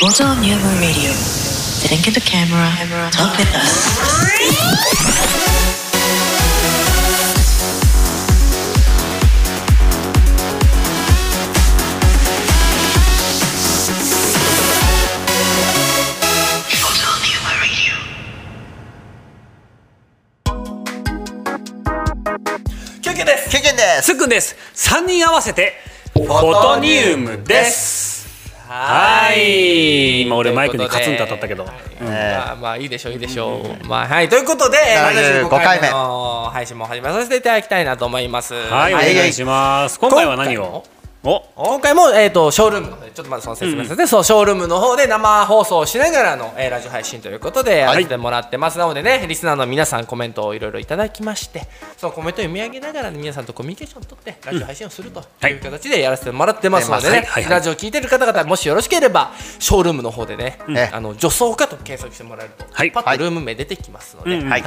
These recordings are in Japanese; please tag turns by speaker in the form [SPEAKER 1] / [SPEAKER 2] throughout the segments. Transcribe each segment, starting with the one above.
[SPEAKER 1] Total New Moon Radio. Then get the camera. Talk with us.
[SPEAKER 2] キュンキュンです
[SPEAKER 3] ケンケンです
[SPEAKER 4] すっくんです3人合わせてフォトニウムですはい今俺マイクにカツンと当たったけど、
[SPEAKER 2] ということで
[SPEAKER 4] うん
[SPEAKER 3] ええ
[SPEAKER 2] まあまあいいでしょういいでしょう、まあはいということで
[SPEAKER 3] 75
[SPEAKER 2] 75
[SPEAKER 3] 回
[SPEAKER 2] 回
[SPEAKER 3] 目
[SPEAKER 2] 目の配信も始めさせていただきたいなと思います
[SPEAKER 4] はいお願いします今回は何をお
[SPEAKER 2] 今回も、えー、とショールームの方でちょっとまずその説明させて、そうショールームの方で生放送をしながらの、えーラジオ配信ということでやらせてもらってます、なのでねリスナーの皆さんコメントをいろいろいただきましてそのコメントを読み上げながら皆さんとコミュニケーションを取ってラジオ配信をすると
[SPEAKER 4] はいいう
[SPEAKER 2] 形でやらせてもらってますのでね、
[SPEAKER 4] はいはいはい
[SPEAKER 2] ラジオを聞いてる方々もしよろしければショールームの方でね、
[SPEAKER 3] ん
[SPEAKER 2] あの女装家と検索してもらえると、
[SPEAKER 4] はい
[SPEAKER 2] パッとルーム名出てきますので、
[SPEAKER 4] うん
[SPEAKER 3] はい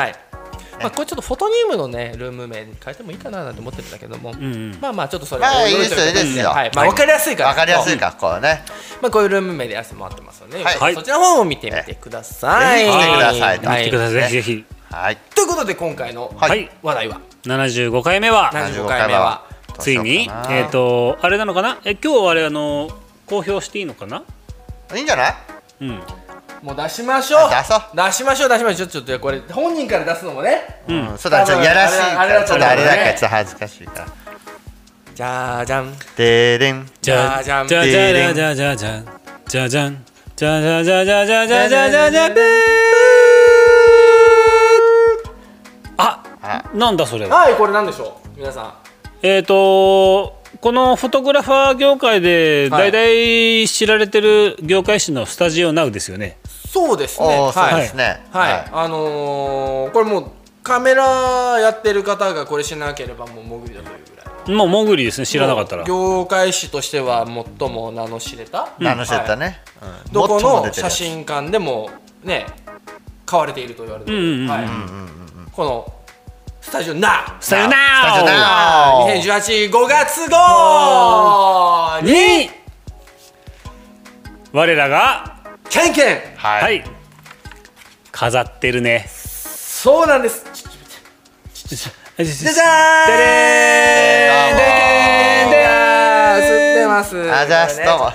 [SPEAKER 2] まあ、これちょっとフォトニウムのねルーム名に変えてもいいかななんて思ってるんだけども、
[SPEAKER 4] ん
[SPEAKER 2] まあまあちょっとそれ
[SPEAKER 3] まあいい
[SPEAKER 2] 驚
[SPEAKER 3] で
[SPEAKER 2] い
[SPEAKER 3] す
[SPEAKER 2] て
[SPEAKER 3] よい
[SPEAKER 2] る
[SPEAKER 3] いですよ
[SPEAKER 2] はいまあ、分かりやすいから
[SPEAKER 3] わかりやすいからこうね
[SPEAKER 2] まあ、こういうルーム名でやらせてもらってますので、
[SPEAKER 3] はい
[SPEAKER 2] そちらの方も見てみてください。
[SPEAKER 3] ぜひ見てください
[SPEAKER 2] は
[SPEAKER 4] 見てください、
[SPEAKER 3] ね
[SPEAKER 4] ぜひぜ
[SPEAKER 3] はい
[SPEAKER 2] ということで今回の
[SPEAKER 3] はい
[SPEAKER 4] はい
[SPEAKER 2] 話題は
[SPEAKER 4] ひ75回目は
[SPEAKER 2] 75回目は
[SPEAKER 4] つい
[SPEAKER 3] ど
[SPEAKER 4] に
[SPEAKER 3] うしようかな
[SPEAKER 4] えっ、とあれなのかなえ今日あれあの公表していいのかない
[SPEAKER 3] いんじゃない
[SPEAKER 4] うん
[SPEAKER 2] もう出しましょう
[SPEAKER 3] あ出そう
[SPEAKER 2] 出しましょう出しましょうちょっとこれ本人から出すのもね
[SPEAKER 3] うんそうだちょっとやらしいからちょっとあれだからちょっと恥ずかしいから
[SPEAKER 2] じゃーじゃん
[SPEAKER 3] でーれん
[SPEAKER 4] じゃじゃじゃじゃじゃじゃじゃじゃじゃんじゃじゃじゃじゃじゃじゃじゃじゃじゃあなんだそれは
[SPEAKER 2] はいこれなんでしょう皆さん
[SPEAKER 4] えっ、とこのフォトグラファー業界で
[SPEAKER 2] はい
[SPEAKER 4] 大体知られてる業界誌のスタジオナウですよね、
[SPEAKER 2] そうですね
[SPEAKER 3] おー
[SPEAKER 2] はい
[SPEAKER 3] そうですね
[SPEAKER 2] はい、
[SPEAKER 3] はい
[SPEAKER 2] あのー、これもうカメラやってる方がこれしなければもう潜りだというぐらい
[SPEAKER 4] もうモグリですね知らなかったら
[SPEAKER 2] 業界誌としては最も名の知れた
[SPEAKER 3] 名の知ったねうん
[SPEAKER 2] どこ
[SPEAKER 3] 最も出
[SPEAKER 2] の
[SPEAKER 3] てる
[SPEAKER 2] 写
[SPEAKER 3] やつ
[SPEAKER 2] 真館でもね買われていると言われて
[SPEAKER 4] うんうんうんうん
[SPEAKER 2] るはいこのスタジオな
[SPEAKER 4] さよな
[SPEAKER 3] スタジオ
[SPEAKER 4] ら
[SPEAKER 3] ナウ
[SPEAKER 2] 2018 5月号に
[SPEAKER 4] に我らが
[SPEAKER 2] ケンケン
[SPEAKER 3] はい
[SPEAKER 4] はい飾ってるね
[SPEAKER 2] そうなんですじゃじゃーんあー吸ってます
[SPEAKER 3] あざすとも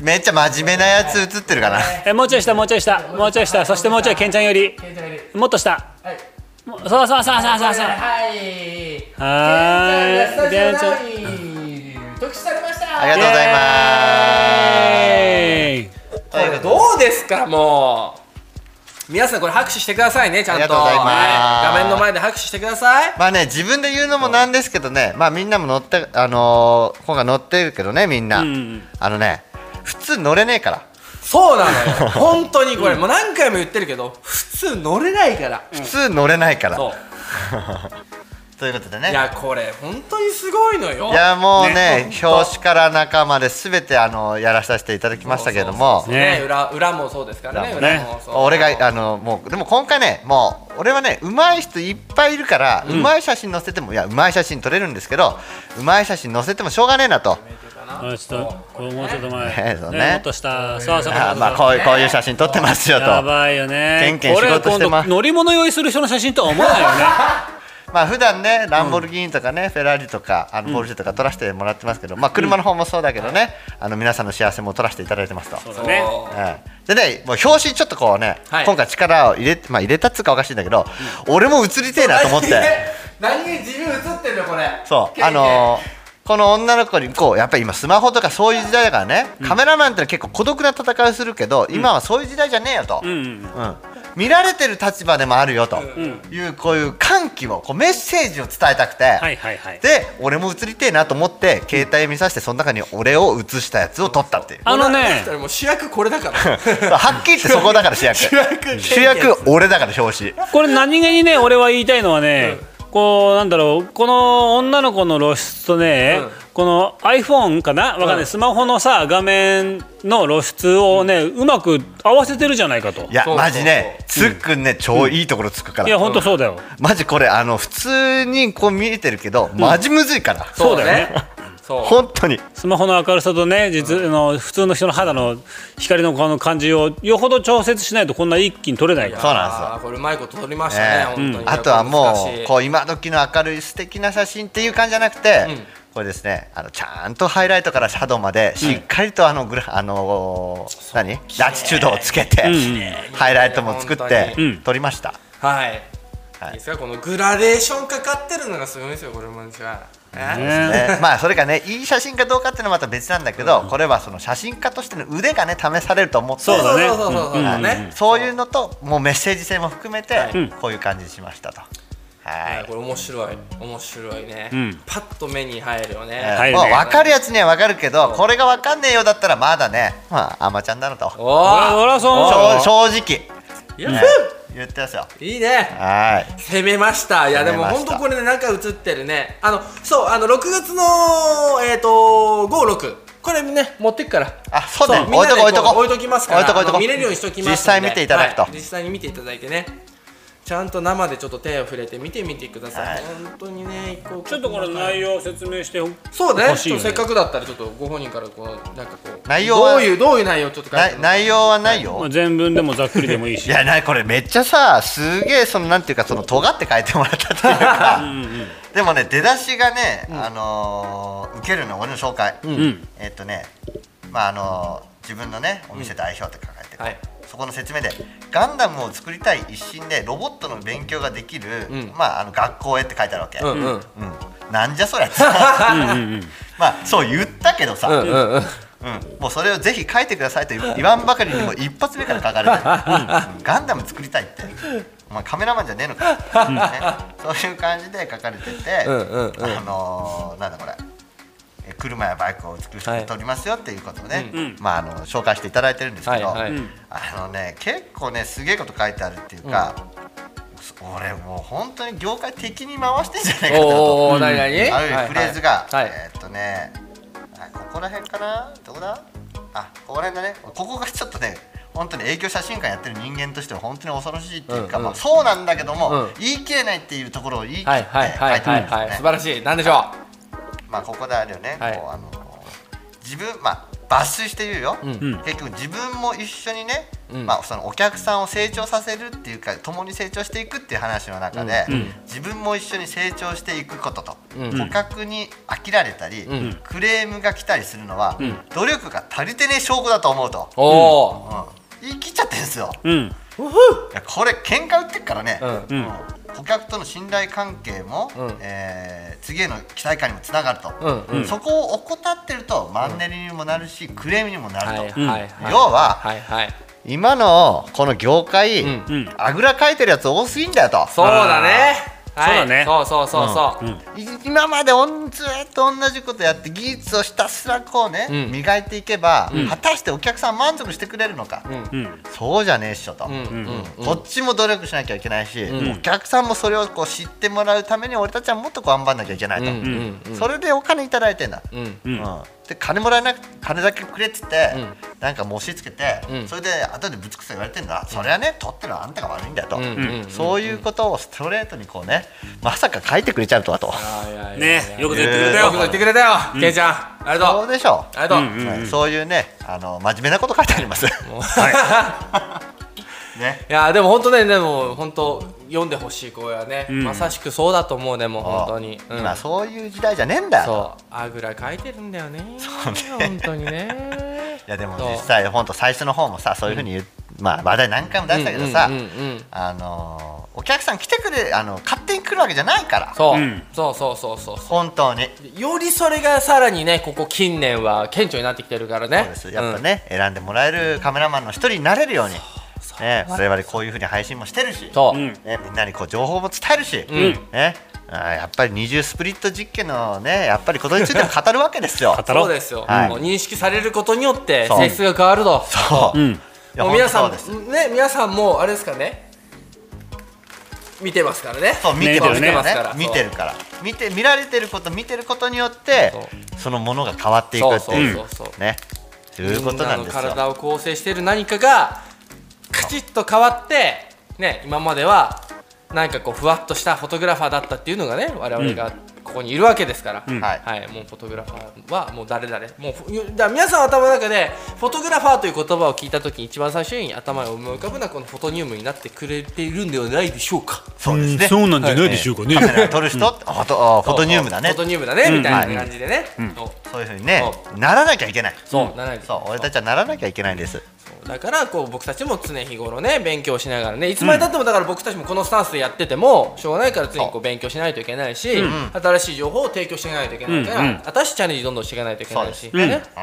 [SPEAKER 3] めっちゃ真面目なやつ映ってるかな
[SPEAKER 4] えもうちょい下もうちょい下もうちょい下そしてもうちょいケンちゃんより
[SPEAKER 2] ケンちゃんよ
[SPEAKER 4] もっと下
[SPEAKER 2] はい
[SPEAKER 4] もうそうそうそうそうそうそう
[SPEAKER 2] はい
[SPEAKER 4] はーい
[SPEAKER 2] ケンちゃんが
[SPEAKER 4] ケン
[SPEAKER 2] ス
[SPEAKER 4] ちゃん
[SPEAKER 2] タジオに特集されました
[SPEAKER 3] ありがとうございま
[SPEAKER 4] え
[SPEAKER 3] す
[SPEAKER 2] これどうですかもう皆さんこれ拍手してくださいねちゃんと
[SPEAKER 3] ありがとうございます
[SPEAKER 2] はい画面の前で拍手してください
[SPEAKER 3] まあね自分で言うのもなんですけどねまあみんなも乗ってあのー、今回乗ってるけどねみんな、
[SPEAKER 4] うん
[SPEAKER 3] あのね普通乗れねえから
[SPEAKER 2] そうなのよ本当にこれもう何回も言ってるけど普通乗れないから
[SPEAKER 3] 普通乗れないから、
[SPEAKER 2] そ
[SPEAKER 3] ということで
[SPEAKER 2] う
[SPEAKER 3] ね
[SPEAKER 2] い
[SPEAKER 3] いや
[SPEAKER 2] やこれ本当にすごいのよ
[SPEAKER 3] もうね
[SPEAKER 4] ね
[SPEAKER 3] 表紙から中まで全てあのやらさせていただきましたけれども
[SPEAKER 2] そうそうそうね
[SPEAKER 4] ね
[SPEAKER 2] 裏裏もそうですからね
[SPEAKER 4] 裏も
[SPEAKER 2] 裏
[SPEAKER 4] ね
[SPEAKER 2] もそう
[SPEAKER 3] 俺があのもうでも今回ねもう俺はね上手い人いっぱいいるから、上手い写真載せてもいや上手い写真撮れるんですけど上手い写真載せてもしょうがねえなと、
[SPEAKER 4] ー、あちょっとこうもうちょっと
[SPEAKER 3] ね
[SPEAKER 4] 前
[SPEAKER 3] そうね
[SPEAKER 4] もっと下そうそうそう
[SPEAKER 3] あ
[SPEAKER 4] そう
[SPEAKER 3] まあこういうこういう写真撮ってますよと
[SPEAKER 4] やばいよね
[SPEAKER 3] ケンケン仕事してます
[SPEAKER 4] これ今度乗り物用意する人の写真とは思わないよ ね
[SPEAKER 3] まあ普段ねランボルギーニとかね、フェラーリとかあのポルシェとか撮らせてもらってますけど、まあ車の方もそうだけどね、あの皆さんの幸せも撮らせていただいてますと。
[SPEAKER 4] そ
[SPEAKER 2] そ
[SPEAKER 4] うだ
[SPEAKER 2] う
[SPEAKER 4] ね
[SPEAKER 3] はいでね、もう表紙ちょっとこうね、
[SPEAKER 2] はい
[SPEAKER 3] 今回力を入れまあ、入れたっつうかおかしいんだけど、俺も映りてえなと思って
[SPEAKER 2] 何気に自分映ってるよこれ
[SPEAKER 3] そう
[SPEAKER 2] ケンケン
[SPEAKER 3] あのーこの女の子にこうやっぱり今スマホとかそういう時代だからね、カメラマンってのは結構孤独な戦いをするけど、今はそういう時代じゃねえよと、
[SPEAKER 4] うんうん
[SPEAKER 3] うん見られてる立場でもあるよという、こういう歓喜をこうメッセージを伝えたくて、
[SPEAKER 4] はいはいはい
[SPEAKER 3] で俺も映りてえなと思って携帯見させてその中に俺を映したやつを撮った っていう
[SPEAKER 4] あのね
[SPEAKER 2] こ人もう主役これだから
[SPEAKER 3] はっきり言ってそこだから主役
[SPEAKER 2] 主役
[SPEAKER 3] 主役俺だから表紙
[SPEAKER 4] これ何気にね俺は言いたいのはね、こうなんだろうこの女の子の露出とね、
[SPEAKER 2] うん
[SPEAKER 4] この iPhone かなわかんない、
[SPEAKER 2] うん
[SPEAKER 4] スマホのさ画面の露出をね、うまく合わせてるじゃないかと
[SPEAKER 3] いや
[SPEAKER 2] そうそうそう
[SPEAKER 3] マジねつっくんね超いいところつくか
[SPEAKER 4] いや
[SPEAKER 3] ら
[SPEAKER 4] ほんとそうだよ、
[SPEAKER 3] マジこれあの普通にこう見えてるけどマジむずいから
[SPEAKER 4] そうだよね
[SPEAKER 2] そう
[SPEAKER 3] 本当に
[SPEAKER 4] スマホの明るさとね実あの普通の人の肌の光のこの感じをよほど調節しないとこんな一気に取れないか
[SPEAKER 3] そ
[SPEAKER 4] ら
[SPEAKER 3] うなんですよ
[SPEAKER 2] あーこれうまいこと撮りました
[SPEAKER 3] ね
[SPEAKER 2] ね、本当に
[SPEAKER 3] あとはも
[SPEAKER 2] 難し
[SPEAKER 3] う
[SPEAKER 2] い
[SPEAKER 3] こう今時の明るい素敵な写真っていう感じじゃなくて、これですねあのちゃんとハイライトからシャドウまでしっかりとあのグラ、あのー何ラチチュードをつけて、ハイライトも作っ
[SPEAKER 2] 綺麗
[SPEAKER 3] て
[SPEAKER 4] うん
[SPEAKER 3] 撮りました、
[SPEAKER 2] はい、
[SPEAKER 3] はい
[SPEAKER 2] い、いですかこのグラデーションかかってるのがすごいんですよこれもですがね
[SPEAKER 4] ね
[SPEAKER 3] ねまあそれがねいい写真かどうかっていうのはまた別なんだけど、これはその写真家としての腕がね試されると思って
[SPEAKER 4] そうだね
[SPEAKER 2] そうそうそうそう
[SPEAKER 4] うん
[SPEAKER 2] ね
[SPEAKER 3] そういうのともうメッセージ性も含めて、
[SPEAKER 2] はい
[SPEAKER 3] こういう感じにしましたと。はい
[SPEAKER 2] はいこれ面白い面白いね、
[SPEAKER 4] うん
[SPEAKER 2] パッと目に入るよね、
[SPEAKER 4] はい
[SPEAKER 3] もう分かるやつには分かるけどこれが分かんねえようだったらまだねまああまちゃんだなと
[SPEAKER 2] お
[SPEAKER 3] 正
[SPEAKER 4] 俺
[SPEAKER 2] お
[SPEAKER 4] はそう思うよ
[SPEAKER 3] 正直
[SPEAKER 2] やっ
[SPEAKER 3] 言ってますよ
[SPEAKER 2] いいね
[SPEAKER 3] はい
[SPEAKER 2] 攻めましたいやでも
[SPEAKER 3] 攻めま
[SPEAKER 2] 本
[SPEAKER 3] した
[SPEAKER 2] 当これねなんか映ってるねあのそうあの6月のえっ、と56これね持ってくから
[SPEAKER 3] あそうだよ
[SPEAKER 2] みん
[SPEAKER 3] 置い
[SPEAKER 2] なで
[SPEAKER 3] とこ
[SPEAKER 2] こう
[SPEAKER 3] 置い
[SPEAKER 2] 置
[SPEAKER 3] とこ
[SPEAKER 2] いときますから
[SPEAKER 3] 置いとこ置いとこ
[SPEAKER 2] あの見れるようにしときますんで
[SPEAKER 3] 実際見ていただくと
[SPEAKER 2] は実際に見ていただいてねちゃんと生でちょっと手を触れて見てみてください、本当にね一個一個
[SPEAKER 4] ちょっとこれ内容説明して
[SPEAKER 2] そうね
[SPEAKER 4] 欲しい
[SPEAKER 2] ちょ
[SPEAKER 4] よ
[SPEAKER 2] っと
[SPEAKER 4] ね
[SPEAKER 2] せっかくだったらちょっとご本人からこうなんかこう
[SPEAKER 3] 内容は
[SPEAKER 2] どういうどういう内容ちょっと書いて
[SPEAKER 3] な内容はないよ、
[SPEAKER 4] まあ
[SPEAKER 3] い、
[SPEAKER 4] 全文でもざっくりで もいいし
[SPEAKER 3] やなこれめっちゃさすげえそのなんていうかその尖って書いてもらったってい うかでもね出だしがね、あのー、受けるの俺の紹介、
[SPEAKER 4] ん
[SPEAKER 3] えっとねまああのー自分のねお店代表って書かれてる、
[SPEAKER 2] はい
[SPEAKER 3] そこの説明で「ガンダムを作りたい一心でロボットの勉強ができる、
[SPEAKER 2] うん
[SPEAKER 3] まあ、あの学校へ」って書いてあるわけ、
[SPEAKER 2] うんうん
[SPEAKER 3] うんなんじゃそりゃってさ まあそう言ったけどさ、
[SPEAKER 2] うんうんうん
[SPEAKER 3] うんもうそれをぜひ書いてください と言言わんばかりにも一発目から書かれてる、うんガンダム作りたいってお前カメラマンじゃねえのか、ね、そういう感じで書かれてて、
[SPEAKER 2] うんうんうん
[SPEAKER 3] あのーなんだこれえ車やバイクを美しく撮りますよっていうことをね、
[SPEAKER 4] うん
[SPEAKER 3] まあ、あの紹介していただいてるんですけど、
[SPEAKER 2] はいはい
[SPEAKER 4] うん
[SPEAKER 3] あのね結構ねすげえこと書いてあるっていうか、俺もう本当に業界的に回してんじゃないかな と。
[SPEAKER 2] おーおー何何
[SPEAKER 3] あるフレーズが、
[SPEAKER 2] はいはい
[SPEAKER 3] えーっとねあここら辺かなどこだあここら辺だねここがちょっとね本当に影響写真館やってる人間としては本当に恐ろしいっていうか、
[SPEAKER 2] うんうん
[SPEAKER 3] まあ、そうなんだけども、
[SPEAKER 2] うん
[SPEAKER 3] 言い切れないっていうところを言い切って書
[SPEAKER 2] はいい
[SPEAKER 3] て
[SPEAKER 2] はいはい
[SPEAKER 3] あ
[SPEAKER 2] は
[SPEAKER 3] る
[SPEAKER 2] い
[SPEAKER 3] んですよ
[SPEAKER 2] は
[SPEAKER 3] ね
[SPEAKER 2] い素晴らしいなんでしょ
[SPEAKER 3] まあここであるよね、
[SPEAKER 2] はい
[SPEAKER 3] こうあの自分まあ抜粋して言うよ、
[SPEAKER 2] ん
[SPEAKER 3] 結局自分も一緒にね、
[SPEAKER 2] うん
[SPEAKER 3] まあ、そのお客さんを成長させるっていうか共に成長していくっていう話の中で、
[SPEAKER 4] うん
[SPEAKER 3] 自分も一緒に成長していくことと、
[SPEAKER 2] うん
[SPEAKER 3] 顧客に飽きられたり、
[SPEAKER 2] ん
[SPEAKER 3] クレームが来たりするのは、
[SPEAKER 4] ん
[SPEAKER 3] 努力が足りてねえ証拠だと思うと、
[SPEAKER 2] うお
[SPEAKER 3] うん言い切っちゃってるんですよ。
[SPEAKER 4] うん
[SPEAKER 3] いやこれ喧嘩売ってっからね、
[SPEAKER 2] う
[SPEAKER 4] うん
[SPEAKER 3] 顧客との信頼関係も、
[SPEAKER 2] うん
[SPEAKER 3] えー次への期待感にもつながると、
[SPEAKER 2] うんうん
[SPEAKER 3] そこを怠ってるとマンネリにもなるし、クレームにも
[SPEAKER 2] ー
[SPEAKER 3] なると、
[SPEAKER 2] はいはいはい
[SPEAKER 3] 要は
[SPEAKER 2] はいはい
[SPEAKER 3] 今のこの業界、
[SPEAKER 2] うん
[SPEAKER 4] うん
[SPEAKER 3] あぐらかいてるやつ多すぎんだよと
[SPEAKER 2] そうだね
[SPEAKER 4] あー
[SPEAKER 2] はい
[SPEAKER 4] そうだね
[SPEAKER 2] そうそうそうそう
[SPEAKER 4] うん
[SPEAKER 3] い今までおんずーっと同じことやって技術をひたすらこうね、
[SPEAKER 2] うん
[SPEAKER 3] 磨いていけば、
[SPEAKER 4] ん
[SPEAKER 3] 果たしてお客さん満足してくれるのか、
[SPEAKER 2] うん
[SPEAKER 4] うん
[SPEAKER 3] そうじゃねえっしょと。
[SPEAKER 2] うんうんうん
[SPEAKER 3] こっちも努力しなきゃいけないし、
[SPEAKER 2] うん
[SPEAKER 3] お客さんもそれをこう知ってもらうために俺たちはもっとこう頑張んなきゃいけないと、
[SPEAKER 2] うんうんうん
[SPEAKER 3] それでお金いただいてんだ、
[SPEAKER 2] うんうん
[SPEAKER 4] うん
[SPEAKER 3] うんで金もらえなく金だけくれっつって、
[SPEAKER 2] うん
[SPEAKER 3] なんか申し付けて、
[SPEAKER 2] うん
[SPEAKER 3] それで後でぶつくさ言われてんだ、それはね取ってるのはあんたが悪いんだよと、
[SPEAKER 2] うんうん
[SPEAKER 3] そういうことをストレートにこうねまさか書いてくれちゃうとはと、
[SPEAKER 2] はいはいはい
[SPEAKER 4] ねよくぞ言ってくれた
[SPEAKER 2] よくぞ
[SPEAKER 4] よ
[SPEAKER 2] 言ってくれたよけいちゃんありが
[SPEAKER 3] そ
[SPEAKER 2] と
[SPEAKER 3] う
[SPEAKER 2] う
[SPEAKER 3] でしょ
[SPEAKER 2] ありがとう
[SPEAKER 4] うん
[SPEAKER 3] はいそういうねあの真面目なこと書いてあります、はい、 ね
[SPEAKER 2] いやーでも本当ねでも本当読んでほしい声はね、
[SPEAKER 4] ん
[SPEAKER 2] まさしくそうだと思うでも本当に、うん、
[SPEAKER 3] 今そういう時代じゃねえんだよ
[SPEAKER 2] そうあぐらかいてるんだよね本当にね
[SPEAKER 3] いやでも
[SPEAKER 2] そう
[SPEAKER 3] 実際本当最初の方もさそういうふうに言う、まあ話題何回も出したけどさ、
[SPEAKER 2] うんうんうんうん
[SPEAKER 3] あのーお客さん来てくれあの勝手に来るわけじゃないから
[SPEAKER 2] そう、
[SPEAKER 4] うん
[SPEAKER 2] そうそうそうそうそ
[SPEAKER 3] 本当に
[SPEAKER 2] うよりそれがさらにねここ近年は顕著になってきてるからね
[SPEAKER 3] そうですやっぱね、選んでもらえるカメラマンの一人になれるようにね、我々こういうふうに配信もしてるし、
[SPEAKER 2] うんそう、
[SPEAKER 4] うん
[SPEAKER 3] ね、みんなにこう情報も伝えるし、
[SPEAKER 2] ん
[SPEAKER 3] ね、あーやっぱり二重スプリット実験のねやっぱりことについても語るわけですよ。
[SPEAKER 4] 語ろう
[SPEAKER 2] そうですよ、
[SPEAKER 3] はい
[SPEAKER 2] もう認識されることによって
[SPEAKER 3] そう
[SPEAKER 2] 性質が変わると
[SPEAKER 3] そう、
[SPEAKER 4] うん
[SPEAKER 3] いや
[SPEAKER 2] もう皆さ
[SPEAKER 3] 本
[SPEAKER 2] ん
[SPEAKER 3] 当そうです
[SPEAKER 2] ね皆さんもあれですかね見てますからね
[SPEAKER 3] そう見てるね
[SPEAKER 4] ね見てます
[SPEAKER 2] から
[SPEAKER 3] 見てるから見て見られてること見てることによってそのものが変わっていく
[SPEAKER 2] そう
[SPEAKER 3] って
[SPEAKER 2] そ
[SPEAKER 3] いうう
[SPEAKER 2] そうそう、
[SPEAKER 3] ねそういうことなんです
[SPEAKER 2] みんなの
[SPEAKER 3] よ
[SPEAKER 2] 体を構成している何かがカチッと変わってね今まではなんかこうふわっとしたフォトグラファーだったっていうのがね我々がこここにいるわけですから、
[SPEAKER 3] はい
[SPEAKER 2] はい、もうフォトグラファーはもう誰々もうふだから皆さん頭の中でフォトグラファーという言葉を聞いた時に一番最初に頭に思い浮かぶのはこのフォトニウムになってくれているんではないでしょうか
[SPEAKER 3] そうですね。
[SPEAKER 4] そうなんじゃないでしょうかね。
[SPEAKER 3] カメラを撮る人、フォトあフォトニウムだね
[SPEAKER 2] フォ。トニウムだね、みたいな感じでね、そう
[SPEAKER 3] そういうふうにね、ならなきゃいけない。
[SPEAKER 2] そうならないです
[SPEAKER 3] そう、俺たちはならなきゃいけないんです。
[SPEAKER 2] だからこう僕たちも常日頃ね勉強しながらねいつまでたってもだから僕たちもこのスタンスでやっててもしょうがないから常にこう勉強しないといけないし、新しい情報を提供していかないといけないから、
[SPEAKER 4] うんうん
[SPEAKER 2] 新しいチャレンジどんどんしていかないといけないし、
[SPEAKER 3] そう
[SPEAKER 4] です
[SPEAKER 2] ね
[SPEAKER 3] うん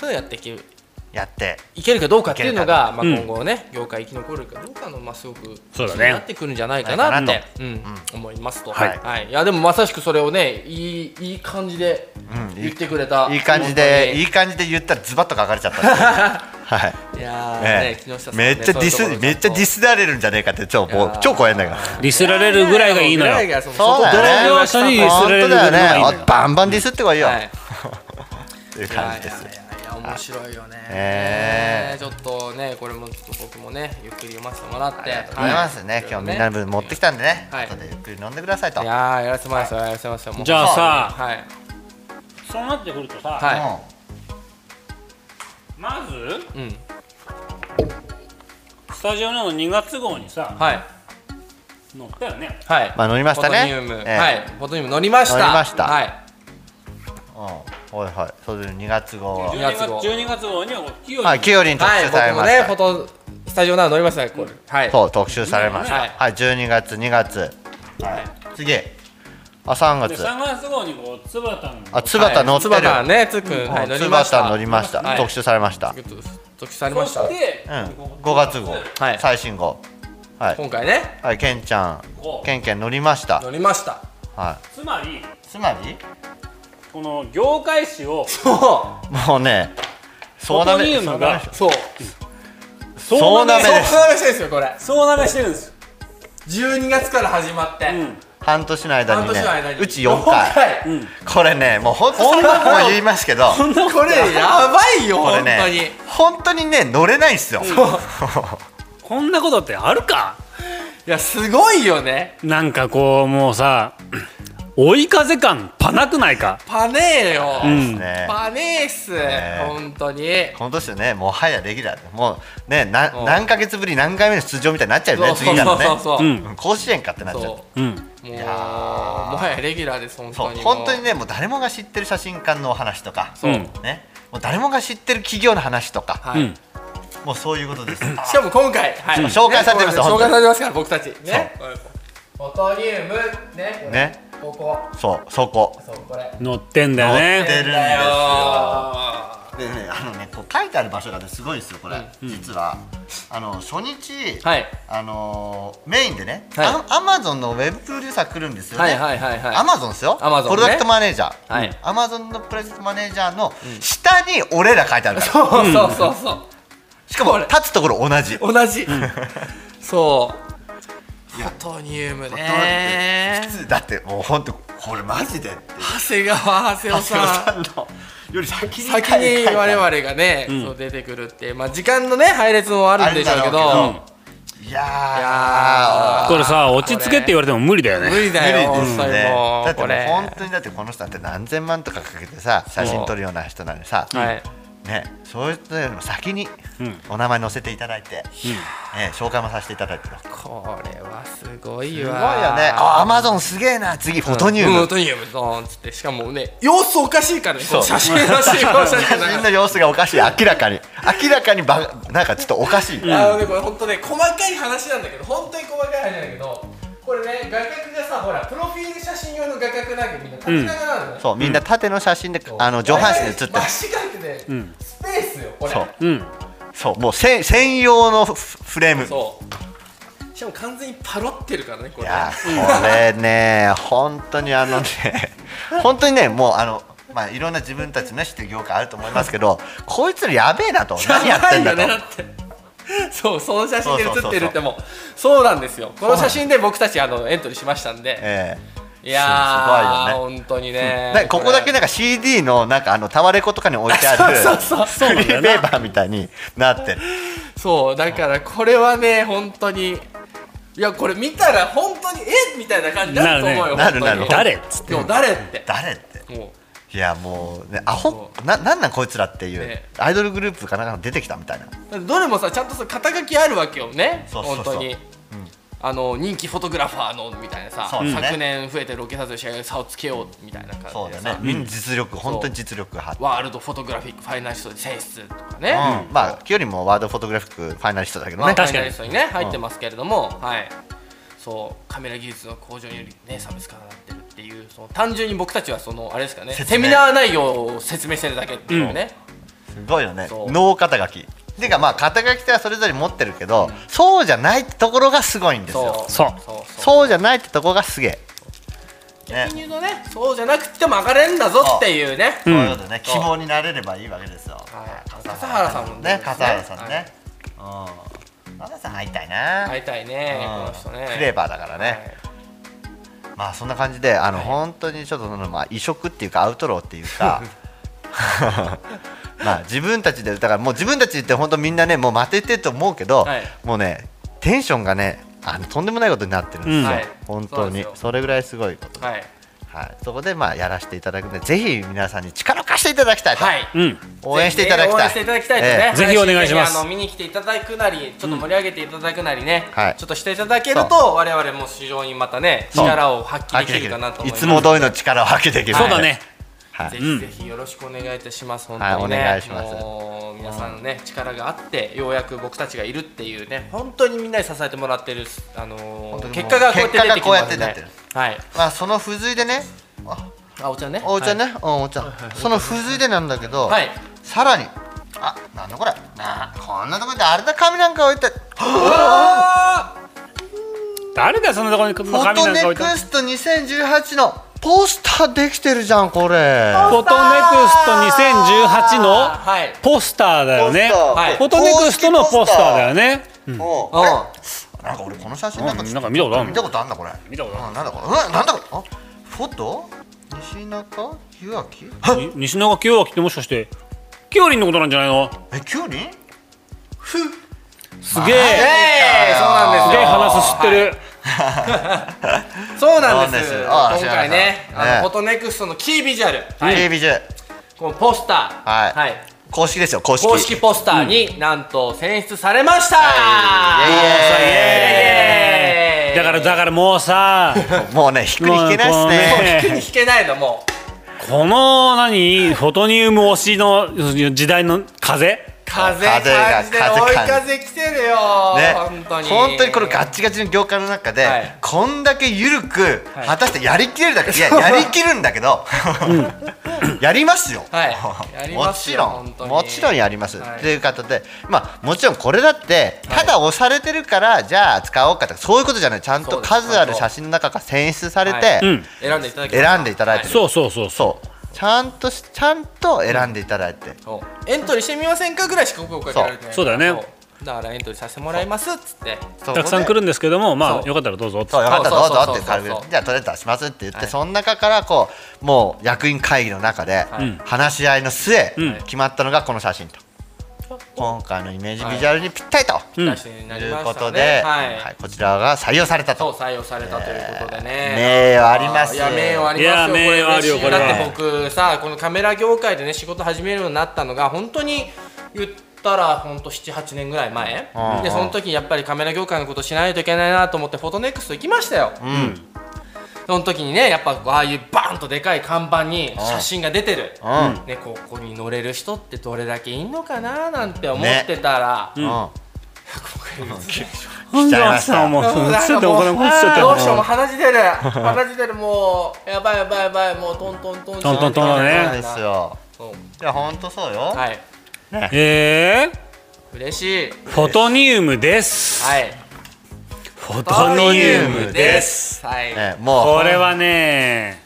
[SPEAKER 2] そういうのやっていける
[SPEAKER 3] やって。
[SPEAKER 2] いけるかどうかっていうのが、まあ、
[SPEAKER 4] うん
[SPEAKER 2] 今後ね、業界生き残るかどうかの、まあ、すごく
[SPEAKER 4] そうだね
[SPEAKER 2] 気になってくるんじゃないかなって
[SPEAKER 3] ないかな、
[SPEAKER 2] うん思いますと、
[SPEAKER 3] はい
[SPEAKER 2] いいやでもまさしくそれをねいいいい感じで
[SPEAKER 3] うん
[SPEAKER 2] 言ってくれた、
[SPEAKER 3] いい感じ
[SPEAKER 2] 本当
[SPEAKER 3] で、
[SPEAKER 2] に
[SPEAKER 3] いい感じで言ったらズバッと書かれちゃった。 はい。
[SPEAKER 2] いやーね
[SPEAKER 3] え
[SPEAKER 2] 木下さ
[SPEAKER 3] え
[SPEAKER 2] んね
[SPEAKER 3] めっちゃディ
[SPEAKER 2] そういうところ
[SPEAKER 3] ス、
[SPEAKER 2] を
[SPEAKER 3] めっちゃディスられるんじゃねえかって、超もう、超怖いんだから。
[SPEAKER 4] ディスられるぐらいがいいのよ。
[SPEAKER 2] そう
[SPEAKER 3] そうだよね
[SPEAKER 2] そこ同僚さんと
[SPEAKER 4] ディ
[SPEAKER 2] は
[SPEAKER 4] スら
[SPEAKER 3] 本
[SPEAKER 4] れる
[SPEAKER 3] 当
[SPEAKER 4] ぐらいが
[SPEAKER 3] だ
[SPEAKER 4] いいの
[SPEAKER 3] よ
[SPEAKER 4] よ
[SPEAKER 3] ね。バンバンディスってこいよ。
[SPEAKER 2] はい
[SPEAKER 3] という感じですよ。
[SPEAKER 2] いやいやいや面白いよね、
[SPEAKER 3] ええ
[SPEAKER 2] ちょっとねこれもちょっと僕もねゆっくり読ませてもらってあ
[SPEAKER 3] ありがとうございますね。今日みんなの分持ってきたんでね。
[SPEAKER 2] はい
[SPEAKER 3] 後でゆっくり飲んでくださいと。
[SPEAKER 2] いうやーやらせてもらいますよやらせてもらいますよもう
[SPEAKER 4] じゃあさ、
[SPEAKER 2] はい
[SPEAKER 4] そうなってくるとさ、
[SPEAKER 2] はい、
[SPEAKER 3] ん
[SPEAKER 4] まず
[SPEAKER 2] うん
[SPEAKER 4] スタジオの2月号にさ、
[SPEAKER 2] はい
[SPEAKER 4] 載ったよね。
[SPEAKER 2] はい
[SPEAKER 3] まあ乗りました
[SPEAKER 2] フ
[SPEAKER 3] ね
[SPEAKER 2] ォトニウム、
[SPEAKER 3] ええ
[SPEAKER 2] はいフォトニウム乗りました
[SPEAKER 3] 乗りました
[SPEAKER 2] はい
[SPEAKER 3] うん、はいはい、そうです2月号は
[SPEAKER 2] 二。
[SPEAKER 4] 12
[SPEAKER 2] 月
[SPEAKER 4] 月
[SPEAKER 2] 号
[SPEAKER 4] 12月号にはキヨリン
[SPEAKER 3] はい、きよりん特
[SPEAKER 2] はい
[SPEAKER 3] 集され
[SPEAKER 2] 僕も
[SPEAKER 3] ま
[SPEAKER 2] ね
[SPEAKER 3] し
[SPEAKER 2] フォ
[SPEAKER 3] た。
[SPEAKER 2] トスタジオなど乗りましたねこれはい
[SPEAKER 3] そう、特集されました。
[SPEAKER 2] は
[SPEAKER 3] はいい、12月、2月。次。あ、3
[SPEAKER 4] で
[SPEAKER 3] 月。
[SPEAKER 4] 3月号にこうつばたんが
[SPEAKER 3] あ、つばた乗ってる。
[SPEAKER 2] はいつばたねつくん、はい乗り
[SPEAKER 3] つ
[SPEAKER 2] ま
[SPEAKER 3] ば
[SPEAKER 2] した
[SPEAKER 3] た乗りました。
[SPEAKER 2] はい
[SPEAKER 3] 特集されました。
[SPEAKER 2] ちょっと特集されま
[SPEAKER 4] そ
[SPEAKER 2] した
[SPEAKER 4] して、
[SPEAKER 3] うん、5月号、
[SPEAKER 2] はい
[SPEAKER 3] 最新号。はい、
[SPEAKER 2] 今回ね
[SPEAKER 3] はい、けんちゃん
[SPEAKER 4] こ、う
[SPEAKER 3] けんけん乗りました。
[SPEAKER 2] 乗りました
[SPEAKER 3] は
[SPEAKER 4] つまり
[SPEAKER 3] い。つまり、
[SPEAKER 4] この業界誌を
[SPEAKER 2] そ
[SPEAKER 3] もうね。そうなめ
[SPEAKER 4] フォトニウムが
[SPEAKER 2] うそう
[SPEAKER 3] そうなめ
[SPEAKER 2] そう
[SPEAKER 3] で
[SPEAKER 2] そ
[SPEAKER 3] す。
[SPEAKER 2] うらしいですよこれ
[SPEAKER 4] そう流してるんですよ、
[SPEAKER 2] 12月から始まって、
[SPEAKER 4] うん
[SPEAKER 3] 半年の間
[SPEAKER 2] 半
[SPEAKER 3] に
[SPEAKER 2] 年
[SPEAKER 3] ね
[SPEAKER 2] の間に、
[SPEAKER 3] うち4回。
[SPEAKER 4] うん、
[SPEAKER 3] これね、もう本当そんなことも言いますけど。
[SPEAKER 2] 4回これやばいよ
[SPEAKER 3] これ
[SPEAKER 2] 本当に
[SPEAKER 3] ね本当にね乗れないんですよ、
[SPEAKER 4] こんなことってあるか
[SPEAKER 2] いやすごいよね
[SPEAKER 4] なんかこうもうさ 追い風感パなくないか
[SPEAKER 2] パネーよ、
[SPEAKER 4] うん
[SPEAKER 3] ね
[SPEAKER 2] パネーっす、
[SPEAKER 3] ね
[SPEAKER 2] 本当に
[SPEAKER 3] 本当ですよねもはやレギュラーでもうねな
[SPEAKER 2] うん
[SPEAKER 3] 何ヶ月ぶり何回目の出場みたいになっちゃうよね次からね
[SPEAKER 2] そうそうそう
[SPEAKER 4] う
[SPEAKER 2] そう,、
[SPEAKER 4] ん
[SPEAKER 3] うん甲子園かってなっちゃう
[SPEAKER 2] そ
[SPEAKER 4] うん
[SPEAKER 2] うもうも
[SPEAKER 3] やー
[SPEAKER 2] はやレギュラーです本
[SPEAKER 3] そ
[SPEAKER 2] 当
[SPEAKER 3] う
[SPEAKER 2] にもう
[SPEAKER 3] 本当にねもう誰もが知ってる写真館のお話とか
[SPEAKER 4] そう
[SPEAKER 3] ねもう誰もが知ってる企業の話とか
[SPEAKER 2] はい、
[SPEAKER 4] うん
[SPEAKER 3] もうそういうことですあ
[SPEAKER 2] しかも今回、はい
[SPEAKER 3] ん紹介されてますよ
[SPEAKER 2] ね
[SPEAKER 3] 本
[SPEAKER 2] 紹介
[SPEAKER 3] 当
[SPEAKER 2] されてますから僕たちねフォトニウムねこれ
[SPEAKER 3] ね
[SPEAKER 2] ここ
[SPEAKER 3] そうそこ
[SPEAKER 2] そうこれ
[SPEAKER 4] 乗ってんだよ
[SPEAKER 3] 乗って
[SPEAKER 4] ね
[SPEAKER 3] るんですよ
[SPEAKER 2] だよ
[SPEAKER 3] でねあのねこう書いてある場所がねすごいですよこれ、実はあの初日、
[SPEAKER 2] はい
[SPEAKER 3] あのーメインでね、
[SPEAKER 2] はい
[SPEAKER 3] あアマゾンのウェブプロデューサー来るんですよね、
[SPEAKER 2] はいはいはいはい
[SPEAKER 3] アマゾンですよ
[SPEAKER 2] Amazon ね
[SPEAKER 3] プロダクトマネージャー、
[SPEAKER 2] はい
[SPEAKER 3] アマゾンのプロジェクトマネージャーの下に俺ら書いてあるから、
[SPEAKER 2] そうそうそうそう
[SPEAKER 3] しかも立つところ同じ、
[SPEAKER 2] 同じそうフォトニウムね
[SPEAKER 3] 普通だってもう本当これマジで
[SPEAKER 2] 長谷川長谷
[SPEAKER 3] 橋尾
[SPEAKER 2] 尾さ
[SPEAKER 3] さ
[SPEAKER 2] ん
[SPEAKER 3] んのより先に書い
[SPEAKER 2] 先に
[SPEAKER 3] 書いてあ
[SPEAKER 2] 我
[SPEAKER 3] る
[SPEAKER 2] 々がね、そう出てくるってまあ時間のね配列もあるんでしょうけど
[SPEAKER 3] あるんだろういやー
[SPEAKER 2] いやー
[SPEAKER 4] これさ落ち着けって言われても無理だよ
[SPEAKER 2] 無
[SPEAKER 4] ね
[SPEAKER 2] 理だよ
[SPEAKER 3] 無理です
[SPEAKER 2] 本当に
[SPEAKER 3] ね
[SPEAKER 2] もう
[SPEAKER 3] だって
[SPEAKER 2] こ
[SPEAKER 3] もう
[SPEAKER 2] れ
[SPEAKER 3] 本当にだってこの人だって何千万とかかけてさ写真撮るような人なんでさ、
[SPEAKER 2] はい
[SPEAKER 3] ね、そういうのよりも先に
[SPEAKER 4] うん
[SPEAKER 3] お名前載せていただいて、ね、紹介もさせていただいてるす
[SPEAKER 2] これはすごいわす
[SPEAKER 3] ごいよねあアマゾンすげえな次フォトニウム、
[SPEAKER 2] うんフォトニウムドーンっつってしかもね様子おかしいからねこ
[SPEAKER 3] そう
[SPEAKER 2] の写真の集合写真の
[SPEAKER 3] みん
[SPEAKER 2] 中
[SPEAKER 3] な様子がおかしい明らかに明らかにばなんかちょっとおかしい、
[SPEAKER 2] あのね、これ本当ね、細かい話なんだけど、本当に細かい話なんだけど、これね、画角がさ、ほら、プロフィール写真用の画角なんかみんな縦長なのね。
[SPEAKER 3] そうみんな縦の写真で、あの上半身で写って
[SPEAKER 2] 間
[SPEAKER 3] る
[SPEAKER 2] 違えてね、
[SPEAKER 4] ん
[SPEAKER 2] スペースよ、これ。
[SPEAKER 3] そう
[SPEAKER 4] うん
[SPEAKER 3] そうもうせん専用のフフレーム
[SPEAKER 2] そうしかも完全にパロってるからね、こ
[SPEAKER 3] い
[SPEAKER 2] れ。
[SPEAKER 3] やーこれね本当にあの ね本当にねもうあのまあいろんな自分たちのね知ってる業界あると思いますけどこいつらやべえ なと何やってんだと、
[SPEAKER 2] やばいよねだってそう、その写真で
[SPEAKER 3] そう
[SPEAKER 2] 写
[SPEAKER 3] そうそうそう
[SPEAKER 2] ってるってもうそうなんですよこの写真で僕たちあのエントリーしましたんで
[SPEAKER 3] え
[SPEAKER 2] いやー
[SPEAKER 3] そう
[SPEAKER 2] 本当に
[SPEAKER 3] え
[SPEAKER 2] ね
[SPEAKER 3] なんかここだけなんか CD のなんかあのタワレコとかに置いてある
[SPEAKER 2] そうそうそう
[SPEAKER 4] そう
[SPEAKER 3] フ
[SPEAKER 4] な
[SPEAKER 3] リ
[SPEAKER 4] んだよ
[SPEAKER 3] ー
[SPEAKER 4] な
[SPEAKER 3] ペーパーみたいになってる
[SPEAKER 2] そうだからこれはね本当にいやこれ見たら本当にえみたいな感じになると思うよ
[SPEAKER 3] なるね
[SPEAKER 2] 本当に
[SPEAKER 3] な
[SPEAKER 4] るなる
[SPEAKER 2] でも誰って
[SPEAKER 3] 誰って
[SPEAKER 2] も
[SPEAKER 3] いやもうねアホななんなんこいつらっていう、
[SPEAKER 2] ね
[SPEAKER 3] アイドルグループかなんか出てきたみたいな
[SPEAKER 2] うどれもさちゃんとさ肩書きあるわけよね
[SPEAKER 3] そうそうそう
[SPEAKER 2] 本当に、あの人気フォトグラファーのみたいなさ、
[SPEAKER 3] そうですね
[SPEAKER 2] 昨年増えてロケ撮影して差をつけようみたいな感じでさ
[SPEAKER 3] そうだね、みんな実力本当に実力派
[SPEAKER 2] ワールドフォトグラフィックファイナリストで選出とかね、
[SPEAKER 3] うん、まあ、キよりもワードフォトグラフィックファイナリストだけど
[SPEAKER 2] まあ、
[SPEAKER 3] ね。
[SPEAKER 2] ファ
[SPEAKER 4] 確
[SPEAKER 2] イ
[SPEAKER 4] か
[SPEAKER 2] ナ
[SPEAKER 4] に
[SPEAKER 2] リストにね入ってますけれども、はいそうカメラ技術の向上によりね差別化になってるっていうその単純に僕たちはそのあれですかね
[SPEAKER 3] 説
[SPEAKER 2] セミ
[SPEAKER 3] 明
[SPEAKER 2] ナー内容を説明してるだけっていうのをね、
[SPEAKER 3] すごいよね
[SPEAKER 2] そ。う
[SPEAKER 3] 脳肩書き。っていうか、まあ、肩書きってそれぞれ持ってるけど、そうじゃないってところがすごいんですよ。
[SPEAKER 2] そう
[SPEAKER 4] そう
[SPEAKER 2] そうそう
[SPEAKER 3] そうじゃないってところがすげえ。ね
[SPEAKER 2] 逆に、言うとねそうじゃなくても上がれんだぞっていうね
[SPEAKER 3] そういうことね、
[SPEAKER 2] そう
[SPEAKER 3] 希望になれればいいわけですよ。
[SPEAKER 2] はい笠原さんも
[SPEAKER 3] ね、笠原さんね。うん。笠原さん会いたいな。
[SPEAKER 2] 会いたいね
[SPEAKER 3] うん
[SPEAKER 2] この人ね
[SPEAKER 3] クレーバーだからね。まあ、そんな感じで、あの、本当にちょっと、その、まあ、異色っていうか、アウトローっていう か。まあ、自分たちで、だから、もう自分たちって、本当みんなね、もう待ててると思うけど、
[SPEAKER 2] はい
[SPEAKER 3] もうね、テンションがね、あの、とんでもないことになってるんですよ。
[SPEAKER 2] はい
[SPEAKER 3] 本当
[SPEAKER 2] そうな
[SPEAKER 3] に
[SPEAKER 2] んですよ
[SPEAKER 3] それぐらいすごいことで、
[SPEAKER 2] はいはい
[SPEAKER 3] はい、そこでまあやらせていただくんでぜひ皆さんに力を貸していただきたいと、
[SPEAKER 2] はい
[SPEAKER 4] うん
[SPEAKER 3] 応援していただきたい
[SPEAKER 2] 応援していただきたいと
[SPEAKER 3] え
[SPEAKER 2] ね
[SPEAKER 3] え、
[SPEAKER 4] ぜひお願いします
[SPEAKER 2] ぜひあの見に来ていただくなり、ちょっと盛り上げていただくなりね、
[SPEAKER 3] はい
[SPEAKER 2] ちょっとしていただけると、我々も非常にまたね、
[SPEAKER 3] そう
[SPEAKER 2] 力を発揮できるかなと思い
[SPEAKER 3] い
[SPEAKER 2] ます。
[SPEAKER 3] つも通りの力を発揮できる、
[SPEAKER 4] そうだね
[SPEAKER 3] はい
[SPEAKER 2] ぜひぜひよろしくお願いいたします、
[SPEAKER 3] ん
[SPEAKER 2] 本当にね、
[SPEAKER 3] はいお願いします
[SPEAKER 2] もう皆さんのね、力があって、ようやく僕たちがいるっていうね、本当にみんなに支えてもらってる、あの
[SPEAKER 3] 本
[SPEAKER 2] ー、
[SPEAKER 3] 当にもう
[SPEAKER 2] 結果がこうやって出てきます
[SPEAKER 3] 結果がこうやって出て
[SPEAKER 2] ね
[SPEAKER 3] る。
[SPEAKER 2] はい、
[SPEAKER 3] まあ、その付随でねあ
[SPEAKER 2] あお茶ね。
[SPEAKER 3] お茶
[SPEAKER 2] はい
[SPEAKER 3] ね、うんお茶その付随でなんだけど、
[SPEAKER 2] はい
[SPEAKER 3] さらにあなんだこれなあこんなところであれだ紙なんか置い て
[SPEAKER 4] 誰だよそんなところに紙
[SPEAKER 3] フォ
[SPEAKER 4] なんか
[SPEAKER 3] ト
[SPEAKER 4] 置いて
[SPEAKER 3] ネクスト2018のポスターできてるじゃんこれ
[SPEAKER 4] フォトネクスト2018の
[SPEAKER 2] はい
[SPEAKER 4] ポスターだよね
[SPEAKER 3] ポスター
[SPEAKER 2] はい
[SPEAKER 4] フォトネクストのポスターだよね
[SPEAKER 3] おう
[SPEAKER 2] うん
[SPEAKER 3] あれなんか俺この写真なんか
[SPEAKER 4] うんなんか見たことある
[SPEAKER 3] 見たことあんだこれ
[SPEAKER 4] 見たことあ
[SPEAKER 3] あなんだこれうわなんだこれあフォト西中湯明
[SPEAKER 4] に西永清明ってもしかしてきよりんのことなんじゃないの
[SPEAKER 3] えキュウリン
[SPEAKER 4] すげ
[SPEAKER 2] え
[SPEAKER 4] え
[SPEAKER 2] えそうなんですよ。
[SPEAKER 4] すげえ話知ってる
[SPEAKER 2] そうなんです
[SPEAKER 3] そう
[SPEAKER 2] 今
[SPEAKER 3] なんですあ
[SPEAKER 2] 回ね
[SPEAKER 3] 知らな
[SPEAKER 2] あの、フ
[SPEAKER 3] かったね
[SPEAKER 2] ォトネクストのキービジュアル、
[SPEAKER 3] テレビ中
[SPEAKER 2] このポスター、
[SPEAKER 3] はい公式ですよ公式
[SPEAKER 2] 公式ポスターになんと選出されました、
[SPEAKER 3] イ
[SPEAKER 2] エーイ
[SPEAKER 4] だからだからもうさ
[SPEAKER 3] もうねひっくり引けないっす
[SPEAKER 4] もう
[SPEAKER 3] ね
[SPEAKER 4] ね
[SPEAKER 2] 手に引けないのもう
[SPEAKER 4] この何フォトニウム推しの時代の風
[SPEAKER 2] 風
[SPEAKER 3] が
[SPEAKER 2] 感じで
[SPEAKER 3] 風
[SPEAKER 2] 追い
[SPEAKER 3] 感じ
[SPEAKER 2] 風来てるよ、
[SPEAKER 3] ね
[SPEAKER 2] 本当に
[SPEAKER 3] 本当にこれガッチガチの業界の中で、
[SPEAKER 2] はい
[SPEAKER 3] こんだけ緩く
[SPEAKER 2] はい
[SPEAKER 3] 果たしてやりきれるだ け、い、ややりきるんだけど、 やりますよ、
[SPEAKER 2] はいやりますよ
[SPEAKER 3] も
[SPEAKER 2] 本当に
[SPEAKER 3] ちろんもちろんやります、
[SPEAKER 2] はい
[SPEAKER 3] という方でまあもちろんこれだってただ押されてるから、じゃあ使おうかとかそういうことじゃないちゃん
[SPEAKER 2] そ
[SPEAKER 3] と
[SPEAKER 2] うです
[SPEAKER 3] 数ある写真の中から選出されて、
[SPEAKER 2] はい
[SPEAKER 4] うん
[SPEAKER 2] 選んでいただきました
[SPEAKER 3] 選んでいただいてる、
[SPEAKER 4] そうそうそうそう
[SPEAKER 3] そうちゃんとしちゃんと選んでいただいて、
[SPEAKER 2] そうエントリーしてみませんかぐらいしか声をかけられてない
[SPEAKER 4] そうそうだよね
[SPEAKER 2] そうだからエントリーさせてもらいますっつって
[SPEAKER 3] そこで
[SPEAKER 4] たくさん来るんですけどもま
[SPEAKER 2] そ
[SPEAKER 4] あ
[SPEAKER 2] う
[SPEAKER 4] よかったらどうぞって
[SPEAKER 3] そうよかったらどうぞって
[SPEAKER 2] そうそうそうそう
[SPEAKER 3] 軽くじゃあとりあえず出しますって言って、
[SPEAKER 2] はい
[SPEAKER 3] その中からこうもう役員会議の中で
[SPEAKER 2] はい
[SPEAKER 3] 話し合いの末、
[SPEAKER 4] うん
[SPEAKER 3] 決まったのがこの写真と、今回のイメージビジュアルにぴったりと、
[SPEAKER 4] うん
[SPEAKER 2] 出してにな
[SPEAKER 3] と
[SPEAKER 2] り
[SPEAKER 3] いう
[SPEAKER 2] ま
[SPEAKER 3] こ
[SPEAKER 2] したね
[SPEAKER 3] とで、
[SPEAKER 2] はい、
[SPEAKER 3] はいこちらが採用された
[SPEAKER 2] そう
[SPEAKER 3] と
[SPEAKER 2] 採用されたということでね、
[SPEAKER 3] えー名誉あります
[SPEAKER 2] いや名誉ありますよ
[SPEAKER 4] いや名誉あるよ
[SPEAKER 2] これ
[SPEAKER 4] これは
[SPEAKER 2] だって僕さこのカメラ業界でね仕事始めるようになったのが本当に言ったら本当78年ぐらい前
[SPEAKER 3] うん
[SPEAKER 2] でその時やっぱりカメラ業界のことしないといけないなと思ってフォトネクスト行きましたよ、その時にねやっぱああいうバーンとでかい看板に写真が出てる、
[SPEAKER 3] うん、うん
[SPEAKER 2] ね、ここに乗れる人ってどれだけいんのかななんて思ってたら、
[SPEAKER 4] 来
[SPEAKER 3] ちゃいました
[SPEAKER 4] もう
[SPEAKER 2] なん
[SPEAKER 4] ちょ
[SPEAKER 2] か
[SPEAKER 4] っと
[SPEAKER 2] も
[SPEAKER 4] お
[SPEAKER 2] う
[SPEAKER 4] 金持ちちゃった
[SPEAKER 2] どうしようも
[SPEAKER 4] よ
[SPEAKER 2] う鼻血出る鼻血出るもうやばいやばいやばいもうトントントン
[SPEAKER 4] トントントン
[SPEAKER 2] し
[SPEAKER 4] だ
[SPEAKER 2] なきゃな
[SPEAKER 3] そうで
[SPEAKER 4] ね
[SPEAKER 2] いな
[SPEAKER 3] すよ
[SPEAKER 2] そう
[SPEAKER 3] いやほんとそうよ、
[SPEAKER 2] はい
[SPEAKER 4] え
[SPEAKER 2] 嬉しい
[SPEAKER 4] ーフォトニウムです
[SPEAKER 2] はい
[SPEAKER 4] フォトニウムです
[SPEAKER 2] はい、
[SPEAKER 3] ね、もう
[SPEAKER 4] これはね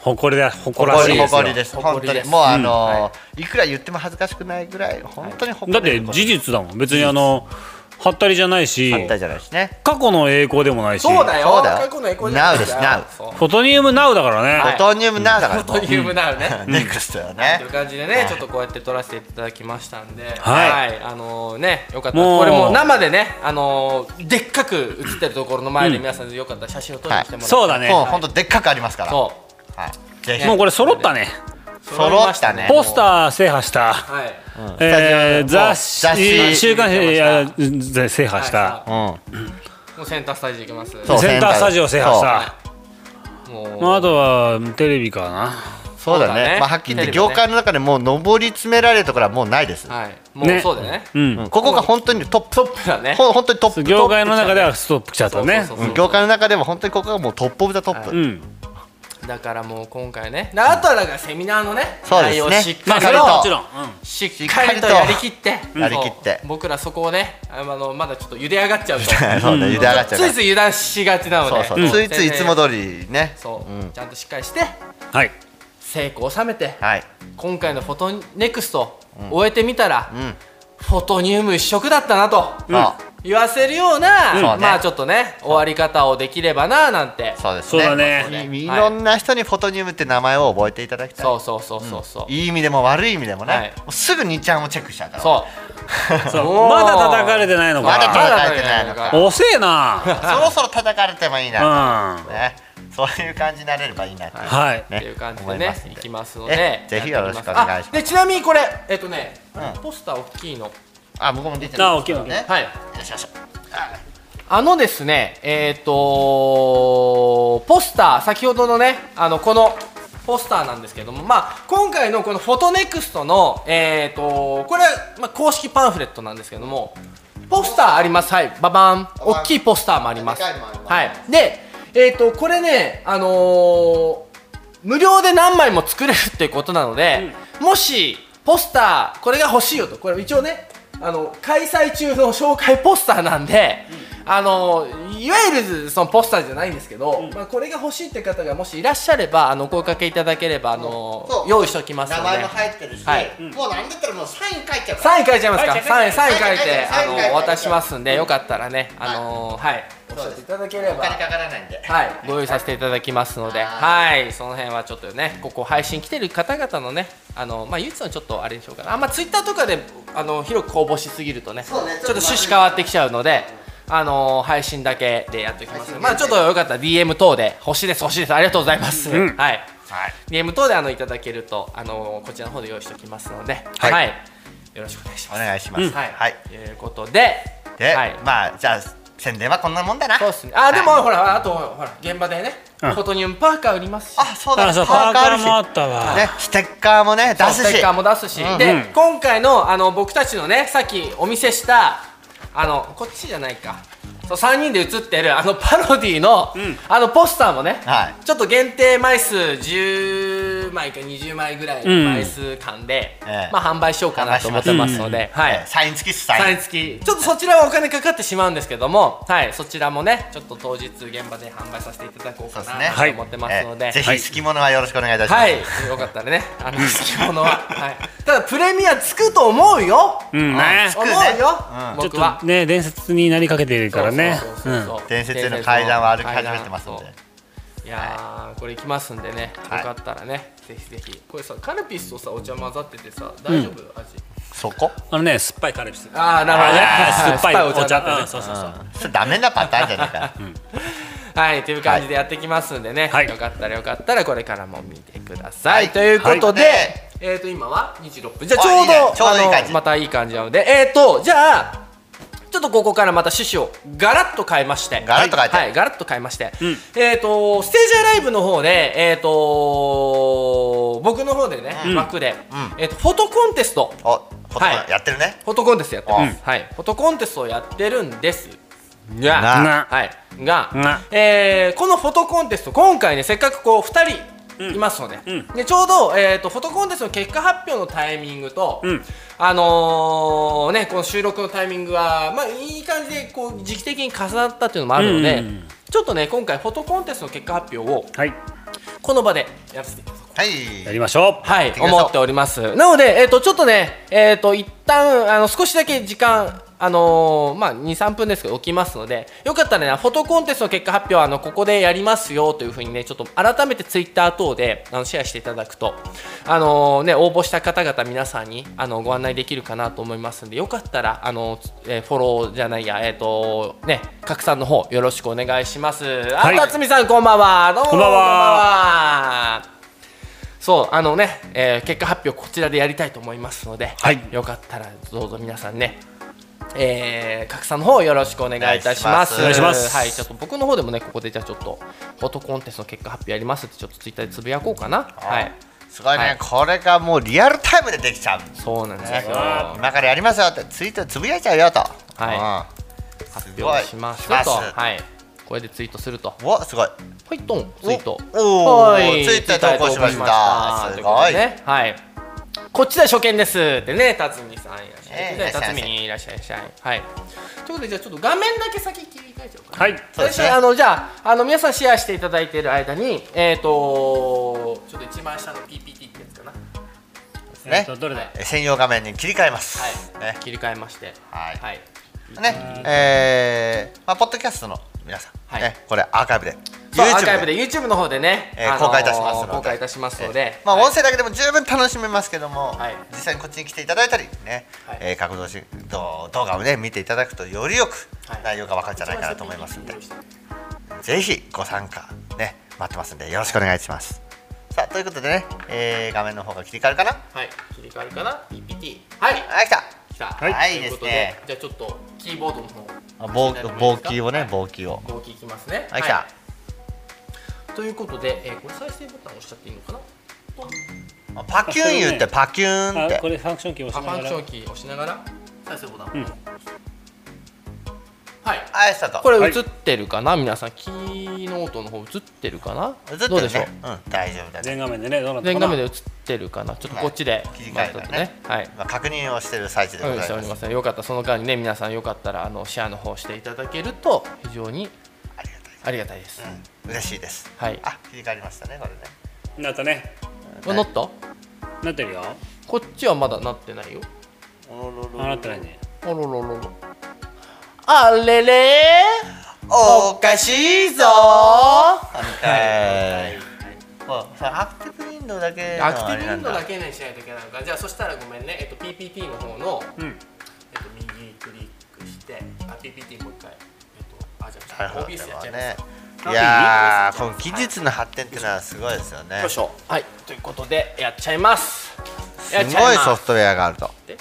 [SPEAKER 4] 誇りだ誇らし
[SPEAKER 3] 誇
[SPEAKER 4] い
[SPEAKER 3] り
[SPEAKER 4] ですよ
[SPEAKER 3] 誇り
[SPEAKER 2] 誇りで
[SPEAKER 3] です本当に
[SPEAKER 2] す
[SPEAKER 3] もうあのーいくら言っても恥ずかしくないぐらい本当に誇
[SPEAKER 4] だっ
[SPEAKER 3] り
[SPEAKER 4] て事実だもん別にあのはったりじゃないし
[SPEAKER 3] 反対じゃないしね。
[SPEAKER 4] 過去の栄光でもないし
[SPEAKER 2] そうだよ
[SPEAKER 3] そうだよ
[SPEAKER 2] 過去のエコじゃない
[SPEAKER 3] Now です Now
[SPEAKER 2] そう
[SPEAKER 4] フォトニウムナウだからね、
[SPEAKER 3] ボトニウムなだから。
[SPEAKER 2] というなるね、
[SPEAKER 3] ネクストよ
[SPEAKER 2] と
[SPEAKER 3] ね
[SPEAKER 2] いう。感じでね、ちょっとこうやって撮らせていただきましたんで、
[SPEAKER 4] はい
[SPEAKER 2] あのね、よかったら、
[SPEAKER 4] もう
[SPEAKER 2] これもう生でね、あのーでっかく写ってるところの前で皆さんよかったら写真を撮ってきてもらって、
[SPEAKER 4] そうだね
[SPEAKER 3] もう本当でっかくありますから。
[SPEAKER 2] そ
[SPEAKER 3] はい。ぜひ
[SPEAKER 4] もうこれ揃ったね
[SPEAKER 2] う、
[SPEAKER 3] 揃いましたね
[SPEAKER 4] ポスター制覇し
[SPEAKER 2] は
[SPEAKER 4] た、
[SPEAKER 2] い、
[SPEAKER 4] えー、
[SPEAKER 3] スタジオの
[SPEAKER 4] 雑誌
[SPEAKER 3] 雑誌
[SPEAKER 4] 週刊誌いやぜ制覇した、
[SPEAKER 2] は
[SPEAKER 3] う
[SPEAKER 2] いもうセンタースタジオ行きます。
[SPEAKER 3] そう
[SPEAKER 4] センタースタジオ制覇し
[SPEAKER 3] そう。
[SPEAKER 4] た
[SPEAKER 2] もう、
[SPEAKER 4] まあ、あとはテレビかなん
[SPEAKER 3] そうだね。まあはっきり言って業界の中でもう上り詰められるところはもうないです。
[SPEAKER 2] はい、もうそうだね。
[SPEAKER 4] うん、
[SPEAKER 3] うんここが本当にトップ。
[SPEAKER 2] トップだね
[SPEAKER 3] ほん本当にトップ。
[SPEAKER 4] 業界の中ではストップ来ちゃったね
[SPEAKER 2] そうそう
[SPEAKER 3] うん業界の中でも本当にここがもうトップオブザトップ。
[SPEAKER 4] うん
[SPEAKER 2] だからもう今回ね、あとはだからセミナーのね、
[SPEAKER 3] そうです
[SPEAKER 2] 内
[SPEAKER 3] ね
[SPEAKER 2] 容をしっ
[SPEAKER 4] ま
[SPEAKER 2] か
[SPEAKER 4] あ
[SPEAKER 2] りと、
[SPEAKER 4] それはもちろん、うん
[SPEAKER 2] しっかりとやりきって、
[SPEAKER 3] んやりきって
[SPEAKER 2] そう僕らそこをね、あのまだちょっと茹で上がっちゃ うと。
[SPEAKER 3] そうだ、茹で上がっちゃう
[SPEAKER 2] つ
[SPEAKER 3] か
[SPEAKER 2] い
[SPEAKER 3] ら。
[SPEAKER 2] つい油断しがちなの
[SPEAKER 3] そ
[SPEAKER 2] で
[SPEAKER 3] うそう。ついついいつも
[SPEAKER 2] り
[SPEAKER 3] 通りね。
[SPEAKER 2] そう、
[SPEAKER 3] うん
[SPEAKER 2] ちゃんとしっかりして
[SPEAKER 4] はい
[SPEAKER 2] 成功を収めて
[SPEAKER 3] はい。
[SPEAKER 2] 今回のフォトネクスト終えてみたら、
[SPEAKER 3] うん。
[SPEAKER 2] フォトニウム一色だったなと
[SPEAKER 3] そう
[SPEAKER 2] 言わせるような、
[SPEAKER 3] そうね
[SPEAKER 2] まあちょっとね終わり方をできればななんて
[SPEAKER 3] そうです
[SPEAKER 4] そうだね
[SPEAKER 3] いいろんな人にフォトニウムって名前を覚えていただきたい。
[SPEAKER 2] そうそうそうそうそう、
[SPEAKER 3] いい意味でも悪い意味でもね、
[SPEAKER 2] はい
[SPEAKER 3] もうすぐ2ちゃんをチェックしちゃうから
[SPEAKER 2] そう
[SPEAKER 4] そう
[SPEAKER 2] おー
[SPEAKER 4] まだ叩かれてないの
[SPEAKER 3] まだ叩
[SPEAKER 4] か
[SPEAKER 3] かれてないのか
[SPEAKER 4] 遅えな
[SPEAKER 3] そろそろ叩かれてもいいな、
[SPEAKER 4] う
[SPEAKER 3] ね、そういう感じになれればいいなって、
[SPEAKER 4] んはい
[SPEAKER 2] っていう感じで
[SPEAKER 3] 思い
[SPEAKER 2] ね
[SPEAKER 3] ますん
[SPEAKER 2] い
[SPEAKER 3] で
[SPEAKER 2] きますので
[SPEAKER 3] えぜひよろしくお願いします
[SPEAKER 2] あでちなみにこれえっとね、
[SPEAKER 3] うん
[SPEAKER 2] ポスター大きいの
[SPEAKER 3] あ向こうも出て
[SPEAKER 4] あオッケーオッケー
[SPEAKER 3] ね
[SPEAKER 2] はい
[SPEAKER 3] よしよし
[SPEAKER 2] あのですね、えっ、とポスター、先ほどのね、あのこのポスターなんですけども、まあ、今回のこのフォトネクストの、えっ、とこれ、まあ、公式パンフレットなんですけども、ポスターあります、はい、ババン、
[SPEAKER 3] バン
[SPEAKER 2] 大きいポスターもあります。
[SPEAKER 3] でかいのもあります
[SPEAKER 2] はい、で、えっ、と、これね、あのー無料で何枚も作れるっていうことなので、もしポスターこれが欲しいよとこれ一応ねあの開催中の紹介ポスターなんで、あのいわゆるそのポスターじゃないんですけど、まあ、これが欲しいって方がもしいらっしゃればあのお声かけいただければあの
[SPEAKER 3] そう
[SPEAKER 2] 用意しておきますので
[SPEAKER 3] 名前も入ってるし、
[SPEAKER 2] はい
[SPEAKER 3] もうなんだったらもうサイン書いちゃうから
[SPEAKER 2] サイン書いちゃいますか
[SPEAKER 4] 書いちゃう
[SPEAKER 2] サインサイン書い
[SPEAKER 3] 書いち
[SPEAKER 2] て
[SPEAKER 3] ゃうサイン書いて
[SPEAKER 2] あのお渡ししますんでよかったらねあのはいお
[SPEAKER 3] そう
[SPEAKER 2] っしゃってい
[SPEAKER 3] です
[SPEAKER 2] ただけれ
[SPEAKER 3] お
[SPEAKER 2] ば
[SPEAKER 3] 金かからないんで、
[SPEAKER 2] はい、ご用意させていただきますので、は、
[SPEAKER 3] はい
[SPEAKER 2] その辺はちょっとね、ここ配信来てる方々のね、あのまあ唯一のちょっとあれでしょうかな、あんまツイッターとかであの広く公募しすぎるとね、
[SPEAKER 3] そうね
[SPEAKER 2] ちょっと趣旨変わってきちゃうので、あの配信だけでやっておきます。まあちょっとよかったら DM 等で欲しいです欲しいですありがとうございます。
[SPEAKER 4] ん
[SPEAKER 2] はい、
[SPEAKER 3] はい、
[SPEAKER 2] DM 等であのいただけるとあのこちらの方で用意しておきますので、は、
[SPEAKER 3] はいい
[SPEAKER 2] よろしくお願いし
[SPEAKER 3] お
[SPEAKER 2] ます。
[SPEAKER 3] 願いします、
[SPEAKER 2] は
[SPEAKER 3] はいい、、
[SPEAKER 2] ということで、
[SPEAKER 3] で、
[SPEAKER 2] はい
[SPEAKER 3] まあじゃあ宣伝はこんなもんだな
[SPEAKER 2] そうっすね。あ、でも、ほら、あと、ほら、現場でね、
[SPEAKER 4] うん
[SPEAKER 2] フォトニウムパーカー売りますし。
[SPEAKER 3] あそうだ
[SPEAKER 4] あそうパーカ
[SPEAKER 3] ある
[SPEAKER 4] ー
[SPEAKER 3] し
[SPEAKER 4] もあったわ、
[SPEAKER 3] ね、ステッカーもね出す
[SPEAKER 2] ステッ
[SPEAKER 3] し
[SPEAKER 2] カーも出すし、
[SPEAKER 3] うん
[SPEAKER 2] で、
[SPEAKER 4] うん
[SPEAKER 2] 今回のあの僕たちのねさっきお見せしたあのこっちじゃないかそう3人で写ってるあのパロディの、
[SPEAKER 4] ん
[SPEAKER 2] あのポスターもね、
[SPEAKER 3] はい
[SPEAKER 2] ちょっと限定枚数10枚か20枚ぐらいの枚数間で、
[SPEAKER 3] うんええ
[SPEAKER 2] まあ、販売しようかなと思ってますので、はい、
[SPEAKER 3] ねサイン付きっすサイン
[SPEAKER 2] サイン付きちょっとそちらはお金かかってしまうんですけども、はい、そちらもねちょっと当日現場で販売させていただこうか
[SPEAKER 3] そう
[SPEAKER 2] な
[SPEAKER 3] ですね
[SPEAKER 2] と思ってますので、
[SPEAKER 3] えーぜひ好き者はよろしくお願いいたします、
[SPEAKER 2] はい、よかったらね、あの好きもの は、はい。ただプレミアつくと思うよ。
[SPEAKER 4] うんね
[SPEAKER 3] つ
[SPEAKER 2] 思
[SPEAKER 3] く
[SPEAKER 2] う
[SPEAKER 3] ね
[SPEAKER 2] よ、
[SPEAKER 4] ちょ
[SPEAKER 2] 僕は
[SPEAKER 4] っと。ね伝説になりかけてるからね
[SPEAKER 2] そうそううそうんそう
[SPEAKER 3] 伝説への階段は歩き始めてますので
[SPEAKER 2] 階段そういやーこれ行きますんでね、よ
[SPEAKER 3] はい
[SPEAKER 2] かったらね、ぜひぜひ。これさ、カルピスとさ、お茶混ざっててさ、大丈夫味？
[SPEAKER 3] そこ
[SPEAKER 4] あのね酸っぱいカルピス
[SPEAKER 2] あー、なるほどね
[SPEAKER 4] あー酸っぱいお茶
[SPEAKER 2] だね
[SPEAKER 4] うんそうそうそう
[SPEAKER 3] それダメなパターンじゃないかな
[SPEAKER 2] はい、という感じでやってきますんでね、
[SPEAKER 4] はい
[SPEAKER 2] よかったらよかったらこれからも見てください。
[SPEAKER 3] はい
[SPEAKER 2] ということで、
[SPEAKER 3] はい
[SPEAKER 2] えっ、と今は26分。じゃあちょうど
[SPEAKER 3] あいいねちょうどいい感じ
[SPEAKER 2] あのまたいい感じなので、えっ、とじゃあ。ちょっとここからまた趣旨をガラッと変えまして
[SPEAKER 3] ガラッと変えて
[SPEAKER 2] はい、ガラッと変えまして、
[SPEAKER 4] ん
[SPEAKER 2] えっ、とステージアライブの方でえっ、と僕の方でね、枠で、
[SPEAKER 3] う
[SPEAKER 2] えっ、とフォトコンテスト
[SPEAKER 3] おこと
[SPEAKER 2] はい
[SPEAKER 3] やってるね、
[SPEAKER 2] フォトコンテストやってます、
[SPEAKER 3] う
[SPEAKER 2] はいフォトコンテストをやってるんです
[SPEAKER 3] な
[SPEAKER 2] が、
[SPEAKER 4] な
[SPEAKER 2] はい、が、
[SPEAKER 4] な
[SPEAKER 2] えーこのフォトコンテスト今回ねせっかくこう2人いますので,、
[SPEAKER 4] うん
[SPEAKER 2] でちょうど、えー、とフォトコンテストの結果発表のタイミングと、
[SPEAKER 4] うん
[SPEAKER 2] あのーねこの収録のタイミングはまあいい感じでこう時期的に重なったっていうのもあるので、
[SPEAKER 4] うん
[SPEAKER 2] ちょっとね今回フォトコンテストの結果発表を
[SPEAKER 4] はい
[SPEAKER 2] この場でやらせていただこう
[SPEAKER 3] はい
[SPEAKER 4] やりましょう
[SPEAKER 2] はい、
[SPEAKER 3] きましょう
[SPEAKER 2] 思っております。なので、えっ、と、ちょっとね、えっ、と、一旦、あの、少しだけ時間。あのーまあ、23分ですけど置きますのでよかったらねフォトコンテストの結果発表はあのここでやりますよというふうにねちょっと改めてツイッター等であのシェアしていただくと、あのーね、応募した方々皆さんにあのご案内できるかなと思いますのでよかったら、あのえーフォローじゃないや、えーとね、拡散の方よろしくお願いします。
[SPEAKER 4] い
[SPEAKER 2] あ辰巳さんこんばんはどうも
[SPEAKER 4] こんばんは
[SPEAKER 2] んばんはそうあのね、えー結果発表こちらでやりたいと思いますので、
[SPEAKER 4] はい
[SPEAKER 2] よかったらどうぞ皆さんね、えー、拡散の方よろしくお願いいたします。
[SPEAKER 3] お願
[SPEAKER 4] いします
[SPEAKER 2] はい、ちょっと僕の方でもねここでじゃあちょっとフォトコンテストの結果発表やりますってちょっとツイッターでつぶやこうかな。はい、
[SPEAKER 3] すごいね、
[SPEAKER 2] はい
[SPEAKER 3] これがもうリアルタイムでできちゃう
[SPEAKER 2] そうなんですよ。
[SPEAKER 3] 今からやりますよってツイートつぶやいちゃうよと
[SPEAKER 2] は
[SPEAKER 3] す
[SPEAKER 2] 発
[SPEAKER 3] ごい
[SPEAKER 2] 表します
[SPEAKER 3] します
[SPEAKER 2] と、はい、これでツイートすると。
[SPEAKER 3] うん、おすごい
[SPEAKER 2] ポイトンツイート
[SPEAKER 3] おおー
[SPEAKER 2] はい
[SPEAKER 3] ツイッター投稿しま
[SPEAKER 2] ツイッター投稿し
[SPEAKER 3] した
[SPEAKER 2] ました
[SPEAKER 3] すごい
[SPEAKER 2] とうことでねはいこっちで初見ですってね辰巳さんいらっしゃい
[SPEAKER 3] ええ
[SPEAKER 2] 辰巳にいらっしゃいいらっしゃいはいということでじゃあちょっと画面だけ先切り替えちゃおうかな
[SPEAKER 4] はい
[SPEAKER 3] そうですね
[SPEAKER 2] 最初あのじゃああの皆さんシェアしていただいている間にえっ、ー、とちょっと一番下の PPT ってやつかな
[SPEAKER 3] ね
[SPEAKER 4] えっとどれだよ
[SPEAKER 3] え専用画面に切り替えます、
[SPEAKER 2] はい、切り替えまして
[SPEAKER 3] はい
[SPEAKER 2] はい
[SPEAKER 3] ねねえーまあ、ポッドキャストの皆さん、
[SPEAKER 2] はい
[SPEAKER 3] ね、これアーカイブで
[SPEAKER 2] そう
[SPEAKER 3] YouTube
[SPEAKER 2] アーカイブで YouTube の方でね、
[SPEAKER 3] えー公開いたしますので
[SPEAKER 2] 公開いたしますの
[SPEAKER 3] え
[SPEAKER 2] で
[SPEAKER 3] ーまあ、
[SPEAKER 2] はい
[SPEAKER 3] 音声だけでも十分楽しめますけども、
[SPEAKER 2] はい
[SPEAKER 3] 実際にこっちに来ていただいたりね、
[SPEAKER 2] はい
[SPEAKER 3] えー格闘し動動画をね見ていただくとよりよく
[SPEAKER 2] はい
[SPEAKER 3] 内容が分かるんじゃないかなと思いますんで、ぜひご参加ね待ってますんでよろしくお願いしますさあということでね、えー画面の方が切り替わるかな
[SPEAKER 2] はい切り替わるかな PPT はい
[SPEAKER 3] あ来た
[SPEAKER 2] きた。
[SPEAKER 4] はい
[SPEAKER 3] はい
[SPEAKER 2] とうこと
[SPEAKER 3] いいですね
[SPEAKER 2] じゃあちょっとキーボードの方。
[SPEAKER 3] 棒棒
[SPEAKER 2] キ
[SPEAKER 3] キーをね棒キーを
[SPEAKER 2] 棒キーいきますね。
[SPEAKER 3] はい来た、
[SPEAKER 2] ということで、えー、これ再生ボタン押しちゃっていいのかな。
[SPEAKER 3] あパキューン言ってパキューンっ
[SPEAKER 4] あ
[SPEAKER 3] て
[SPEAKER 4] これファンクションキー
[SPEAKER 2] パ
[SPEAKER 4] 押し
[SPEAKER 2] ファンクシ
[SPEAKER 4] なが
[SPEAKER 2] ョン
[SPEAKER 4] ら
[SPEAKER 2] キー押しながら再生ボタン。
[SPEAKER 4] うん
[SPEAKER 2] はい。
[SPEAKER 3] あスタート
[SPEAKER 2] これ
[SPEAKER 4] はい
[SPEAKER 2] 映ってるかな、皆さんキーノートの方映ってるかな。
[SPEAKER 3] 映って
[SPEAKER 2] どうで
[SPEAKER 3] る
[SPEAKER 2] しょう
[SPEAKER 3] ね。うん大丈夫だね、
[SPEAKER 4] 全画面でねどうなった
[SPEAKER 2] 全
[SPEAKER 4] か
[SPEAKER 2] 画
[SPEAKER 4] な
[SPEAKER 2] 面で映ってるかな。ちょっとこっちで
[SPEAKER 3] はい切り替えたらね
[SPEAKER 2] まあちょっとはい。
[SPEAKER 3] まあ、確認をしている最中で
[SPEAKER 2] う
[SPEAKER 3] ご
[SPEAKER 2] ん、
[SPEAKER 3] ざ
[SPEAKER 2] して
[SPEAKER 3] い
[SPEAKER 2] お
[SPEAKER 3] ま
[SPEAKER 2] り
[SPEAKER 3] す、
[SPEAKER 2] ますね。よかったらその間にね皆さんよかったらあのシェアの方していただけると非常に
[SPEAKER 3] ありがたい
[SPEAKER 2] ありがたいです。
[SPEAKER 3] うん嬉しいです。
[SPEAKER 2] はい
[SPEAKER 3] あ、切り替わりましたね、これね。
[SPEAKER 4] なったね
[SPEAKER 2] これ乗った？
[SPEAKER 4] なってるよ
[SPEAKER 2] こっちはまだなってないよ。
[SPEAKER 3] おろろ
[SPEAKER 4] あなってないね
[SPEAKER 2] あららららあれれ
[SPEAKER 3] おかしいぞー。
[SPEAKER 2] は
[SPEAKER 3] はいい。もう、それアクティブウィンドウだけの
[SPEAKER 2] アクテ
[SPEAKER 3] あ
[SPEAKER 2] ィ
[SPEAKER 3] れ
[SPEAKER 2] ブウ
[SPEAKER 3] な
[SPEAKER 2] ィン
[SPEAKER 3] ん
[SPEAKER 2] ド
[SPEAKER 3] だ。
[SPEAKER 2] ウだけにしないといけないのかじゃあそしたらごめんね、えっと、PPT の方の、えっと、
[SPEAKER 4] うん
[SPEAKER 2] 右クリックしてあ PPT もう一回、えっと、あじ
[SPEAKER 3] な
[SPEAKER 2] ゃあ
[SPEAKER 3] るほど
[SPEAKER 2] OBS やっちゃいます
[SPEAKER 3] ね。
[SPEAKER 4] あ
[SPEAKER 3] いや
[SPEAKER 2] いい
[SPEAKER 3] ー、この技術の発展ってのはすごいですよね
[SPEAKER 2] よい。しょはいということでやっちゃいます
[SPEAKER 3] す
[SPEAKER 2] やっちゃ
[SPEAKER 3] ごい
[SPEAKER 2] ます
[SPEAKER 3] ソフトウェアがあると
[SPEAKER 2] で。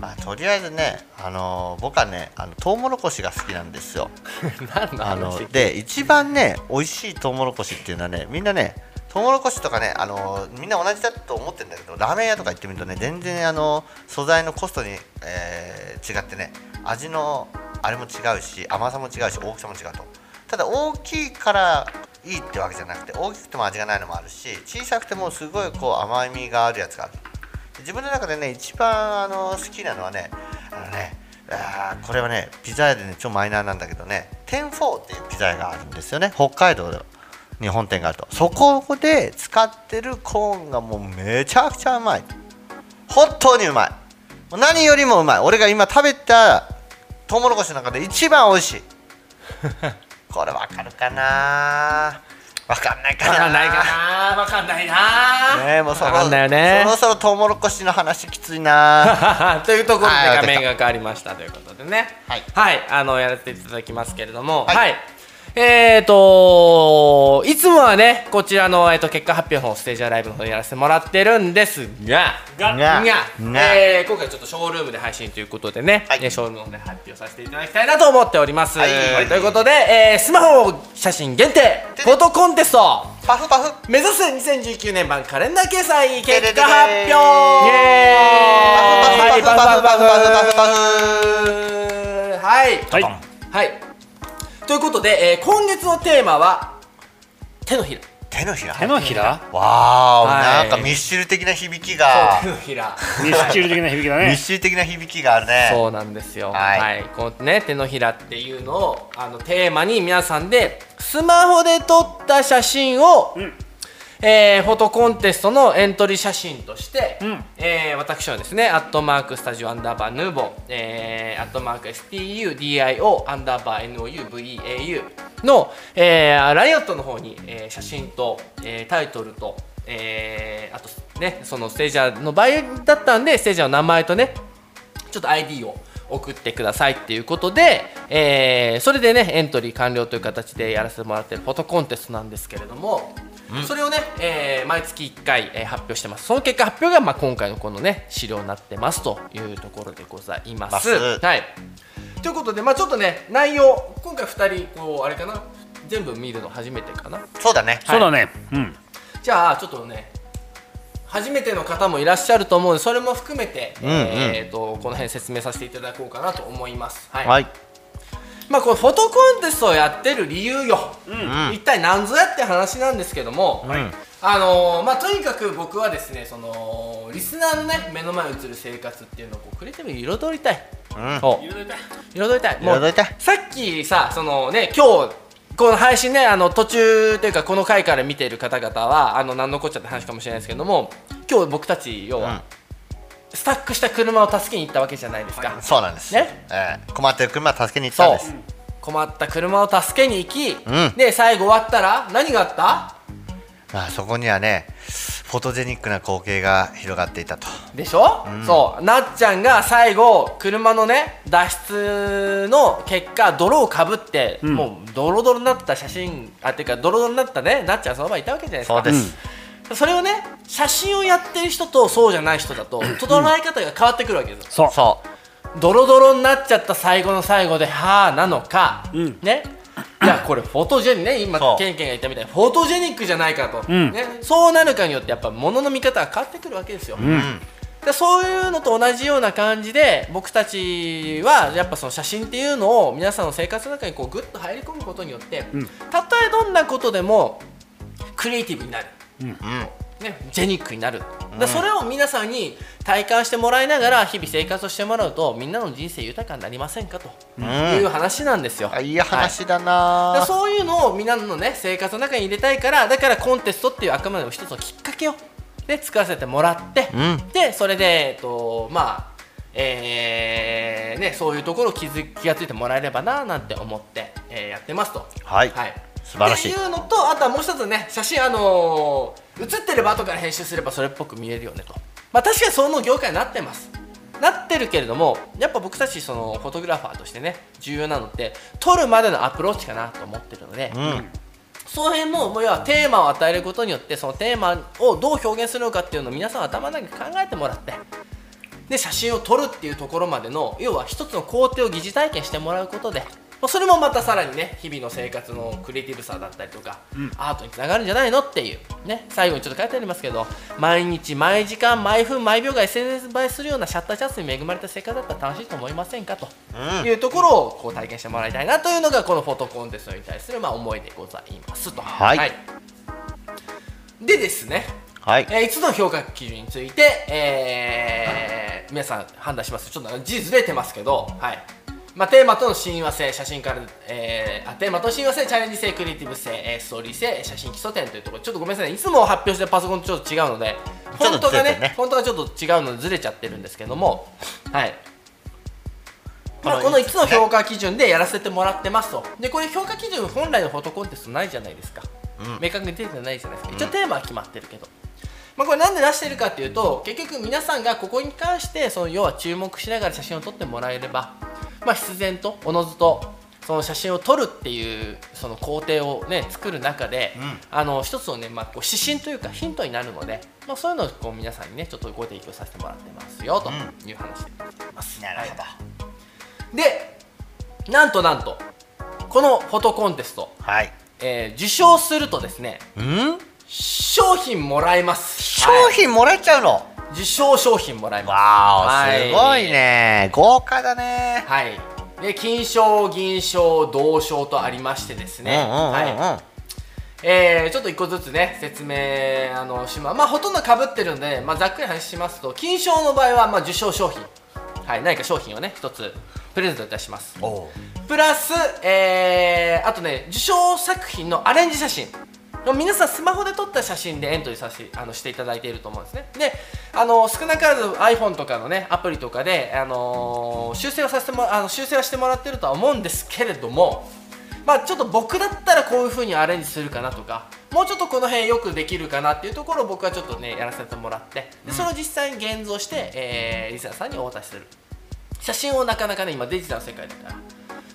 [SPEAKER 3] まあ、とりあえずね、あのー僕はね、あのトウモロコシが好きなんですよ。
[SPEAKER 2] 何の
[SPEAKER 3] あ
[SPEAKER 2] 話
[SPEAKER 3] ので一番ね美味しいトウモロコシっていうのはねみんなねトウモロコシとかねあのみんな同じだと思ってるんだけどラーメン屋とか行ってみるとね全然あの素材のコストに、えー違ってね味のあれも違うし甘さも違うし大きさも違うとただ大きいからいいってわけじゃなくて大きくても味がないのもあるし小さくてもすごいこう甘みがあるやつがある自分の中でね一番あの好きなのはねあのねあーこれはねピザ屋でね超マイナーなんだけどねテンフォーっていうピザ屋があるんですよね北海道に本店があるとそこで使ってるコーンがもうめちゃくちゃうまい本当にうまいもう何よりもうまい俺が今食べたトウモロコシの中で一番美味し いこれわかるかなわかんないかな
[SPEAKER 2] わかんないかなわかんないな
[SPEAKER 3] ねえもうそ
[SPEAKER 2] わかんないよね
[SPEAKER 3] そろそろトウモロコシの話きつ いな
[SPEAKER 2] というところで
[SPEAKER 3] はい
[SPEAKER 2] 画面が変わりましたということでね
[SPEAKER 3] はい
[SPEAKER 2] あのやらせていただきますけれどもは、
[SPEAKER 3] はいい
[SPEAKER 2] えーといつもはねこちらの、えー、と結果発表の方ステージアライブの方でやらせてもらってるんですが
[SPEAKER 4] が
[SPEAKER 3] が
[SPEAKER 2] が
[SPEAKER 3] が
[SPEAKER 2] えー今回ちょっとショールームで配信ということでね、
[SPEAKER 3] はい
[SPEAKER 2] えーショールームの方で発表させていただきたいなと思っております、
[SPEAKER 3] はい
[SPEAKER 2] ということで、えースマホ写真限定フォトコンテスト
[SPEAKER 3] パフパフ
[SPEAKER 2] 目指せ2019年版カレンダー掲載結果発表
[SPEAKER 3] イエーイパフパフパフパフパフパフ
[SPEAKER 2] はい
[SPEAKER 4] はい
[SPEAKER 2] はいということで、えー今月のテーマは手のひら
[SPEAKER 3] 手のひら
[SPEAKER 4] 手のひら
[SPEAKER 3] わー、
[SPEAKER 2] はい
[SPEAKER 3] なんかミッシュル的な響きが
[SPEAKER 2] 手のひら
[SPEAKER 4] ミスチル的な響きだ
[SPEAKER 3] ミッ
[SPEAKER 4] ね
[SPEAKER 3] シュル的な響きがあるね
[SPEAKER 2] そうなんですよは、
[SPEAKER 3] はいい
[SPEAKER 2] このね手のひらっていうのをあのテーマに皆さんでスマホで撮った写真を、
[SPEAKER 4] うん
[SPEAKER 2] えーフォトコンテストのエントリー写真として、えー私のですね、アットマークスタジオアンダーバーヌーボー、えー、アットマーク STUDIO アンダーバー NOUVEAU の、えーライオットの方に、えー写真と、えータイトルと、えーあとね、そのステージャーの場合だったんで、ステージャーの名前とね、ちょっと ID を送ってくださいっていうことで、えーそれでねエントリー完了という形でやらせてもらってるフォトコンテストなんですけれども、それをね、えー毎月1回、えー発表してますその結果発表が、まあ、今回のこのね資料になってますというところでございます。
[SPEAKER 3] ます
[SPEAKER 2] はい、ということで、まあ、ちょっとね内容今回2人こうあれかな全部見るの初めてかな
[SPEAKER 3] そうだね
[SPEAKER 4] そうだね。うん。
[SPEAKER 2] じゃあちょっとね初めての方もいらっしゃると思うのでそれも含めて、
[SPEAKER 3] んうん
[SPEAKER 2] えー、とこの辺説明させていただこうかなと思います。はい
[SPEAKER 3] はい
[SPEAKER 2] まあ、このフォトコンテストをやってる理由よ、
[SPEAKER 3] ん
[SPEAKER 2] 一体何ぞやって話なんですけども、
[SPEAKER 3] ん
[SPEAKER 2] あのーまあ、とにかく僕はですねそのリスナーの、ね、目の前に映る生活っていうのをこうクリエイティブに彩りたい。
[SPEAKER 3] うん
[SPEAKER 2] お彩りたいもう
[SPEAKER 3] 彩りたい
[SPEAKER 2] さっきさそのね今日この配信ねあの途中というかこの回から見ている方々はあの何のこっちゃって話かもしれないですけども今日僕たち要は、スタックした車を助けに行ったわけじゃないですか、
[SPEAKER 3] そうなんです
[SPEAKER 2] ね
[SPEAKER 3] えー困ってる車を助けに行ったん
[SPEAKER 2] そう
[SPEAKER 3] です
[SPEAKER 2] 困った車を助けに行き、
[SPEAKER 3] ん
[SPEAKER 2] で最後終わったら何があった
[SPEAKER 3] まあそこにはねフォトジェニックな光景が広がっていたと
[SPEAKER 2] でしょ、そうなっちゃんが最後車のね脱出の結果泥をかぶって、もうドロドロになった写真あていうかドロドロになったねなっちゃんその場にいたわけじゃないですか
[SPEAKER 3] そうです
[SPEAKER 2] それをね写真をやってる人とそうじゃない人だと整え方が変わってくるわけですよ、
[SPEAKER 4] そう。
[SPEAKER 2] ドロドロになっちゃった最後の最後で「はあ」なのか、
[SPEAKER 4] ん
[SPEAKER 2] ねいやこれフォトジェニックね
[SPEAKER 3] そ
[SPEAKER 2] 今
[SPEAKER 3] う
[SPEAKER 2] ケンケンが言ったみたいにフォトジェニックじゃないかと、
[SPEAKER 4] ん
[SPEAKER 2] ね、そうなるかによってやっぱ物の見方が変わってくるわけですよ、でそういうのと同じような感じで僕たちはやっぱその写真っていうのを皆さんの生活の中にこうグッと入り込むことによって、たとえどんなことでもクリエイティブになる、ね、ジェニックになる、だそれを皆さんに体感してもらいながら日々生活をしてもらうとみんなの人生豊かになりませんかという話なんですよ。
[SPEAKER 3] あいい話だな
[SPEAKER 2] だ
[SPEAKER 3] ー
[SPEAKER 2] そういうのをみんなのね生活の中に入れたいからだからコンテストっていうあくまでも一つのきっかけを、ね、作らせてもらって、
[SPEAKER 3] ん
[SPEAKER 2] でそれで、えっと、まあえーね、そういうところを気づ気がついてもらえればななんて思って、えーやってますと。
[SPEAKER 3] はい素晴らしい
[SPEAKER 2] っていうのとあとはもう一つね写真あのー写ってれば後から編集すればそれっぽく見えるよねとまあ確かにその業界になってますなってるけれどもやっぱ僕たちそのフォトグラファーとしてね重要なのって撮るまでのアプローチかなと思ってるので、
[SPEAKER 3] うん
[SPEAKER 2] その辺ももう要はテーマを与えることによってそのテーマをどう表現するのかっていうのを皆さん頭の中で考えてもらってで写真を撮るっていうところまでの要は一つの工程を疑似体験してもらうことでまあそれもまたさらにね日々の生活のクリエイティブさだったりとか、アートにつながるんじゃないのっていうね最後にちょっと書いてありますけど毎日毎時間毎分毎秒が SNS 映えするようなシャッターチャンスに恵まれた生活だったら楽しいと思いませんかというところをこう体験してもらいたいなというのがこのフォトコンテストに対するまあ思いでございますと。
[SPEAKER 3] はい
[SPEAKER 2] でですね
[SPEAKER 3] はい
[SPEAKER 2] えー、5つの評価基準について、えー皆さん判断しますちょっとなんか字ずれてますけど、はいまあ、テーマとの親和性写真から、えーあテーマと親和性チャレンジ性クリエイティブ性、えーストーリー性写真基礎点というところちょっとごめんなさいいつも発表してるパソコンとちょっと違うので
[SPEAKER 3] ちょ
[SPEAKER 2] 本当
[SPEAKER 3] っとず
[SPEAKER 2] が
[SPEAKER 3] れ
[SPEAKER 2] ね
[SPEAKER 3] てるね
[SPEAKER 2] 本当がちょっと違うのでずれちゃってるんですけどもはいまあ、こ
[SPEAKER 3] こ
[SPEAKER 2] の5
[SPEAKER 3] の5
[SPEAKER 2] つ
[SPEAKER 3] つ
[SPEAKER 2] の評価基準でやらせてもらってますとでこれ評価基準本来のフォトコンテストないじゃないですか、明確に出てないじゃないですか一応テーマは決まってるけど、まあ、これなんで出してるかっていうと結局皆さんがここに関してその要は注目しながら写真を撮ってもらえれば、まあ、必然とおのずとその写真を撮るっていうその工程をね作る中で、あの一つのね、まあ、こう指針というかヒントになるので、まあ、そういうのをこう皆さんにねちょっとご提供させてもらってますよという話でございます。
[SPEAKER 3] なるほど
[SPEAKER 2] でなんとなんとこのフォトコンテスト、
[SPEAKER 3] はい
[SPEAKER 2] えー受賞するとですね
[SPEAKER 3] うん
[SPEAKER 2] 商品もらえます
[SPEAKER 3] 商品もらえちゃうの
[SPEAKER 2] はい受賞商品もらえます
[SPEAKER 3] わ
[SPEAKER 2] は
[SPEAKER 3] ー
[SPEAKER 2] い
[SPEAKER 3] すごいね豪華だね
[SPEAKER 2] はいで金賞銀賞銅賞とありましてです
[SPEAKER 3] うん
[SPEAKER 2] ね、
[SPEAKER 3] うんうん
[SPEAKER 2] はいえーちょっと一個ずつね説明あのしままあほとんどかぶってるんで、まあ、ざっくり話しますと金賞の場合は、まあ、受賞商品はい何か商品をね一つプレゼントいたします
[SPEAKER 3] おう
[SPEAKER 2] プラス、えーあとね受賞作品のアレンジ写真でも皆さんスマホで撮った写真でエントリーさせてあのしていただいていると思うんですねであの少なからず iPhone とかのねアプリとかで、あのー修正をさせてもあの修正はしてもらってるとは思うんですけれどもまあちょっと僕だったらこういう風にアレンジするかなとかもうちょっとこの辺よくできるかなっていうところを僕はちょっとねやらせてもらってでそれを実際に現像して、えーリサさんにお渡しする写真をなかなかね今デジタルの世界だから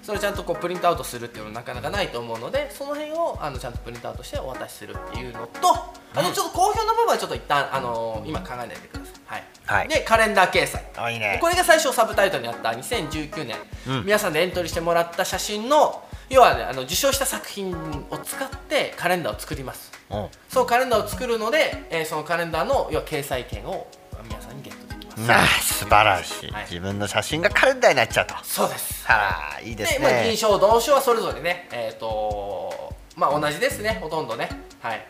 [SPEAKER 2] それちゃんとこうプリントアウトするっていうのはなかなかないと思うのでその辺をあのちゃんとプリントアウトしてお渡しするっていうのと、あとちょっと好評の部分はちょっと一旦あのー今考えないでください、はい
[SPEAKER 3] はい
[SPEAKER 2] でカレンダー掲載
[SPEAKER 3] あいいね
[SPEAKER 2] これが最初サブタイトルにあった2019年、皆さんでエントリーしてもらった写真の要はねあの受賞した作品を使ってカレンダーを作ります
[SPEAKER 3] うん
[SPEAKER 2] そうカレンダーを作るので、えーそのカレンダーの要は掲載権を皆さんにゲットできます、
[SPEAKER 3] なあ素晴らしい、
[SPEAKER 2] はい
[SPEAKER 3] 自分の写真がカレンダーになっちゃうと
[SPEAKER 2] そうです
[SPEAKER 3] はあいいです
[SPEAKER 2] で、
[SPEAKER 3] ね
[SPEAKER 2] まあ、銀賞、銅賞はそれぞれね、えっ、とまあ、同じですね、ほとんどね。はい。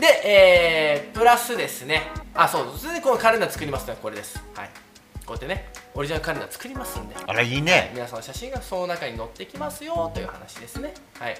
[SPEAKER 2] で、えー、プラスですね、あ、そう、それでこのカレンダー作りますね、これです。はい。こうやってね、オリジナルカレンダー作りますんで、
[SPEAKER 3] あれいいね、
[SPEAKER 2] 皆さんの写真がその中に載ってきますよという話ですね。はい。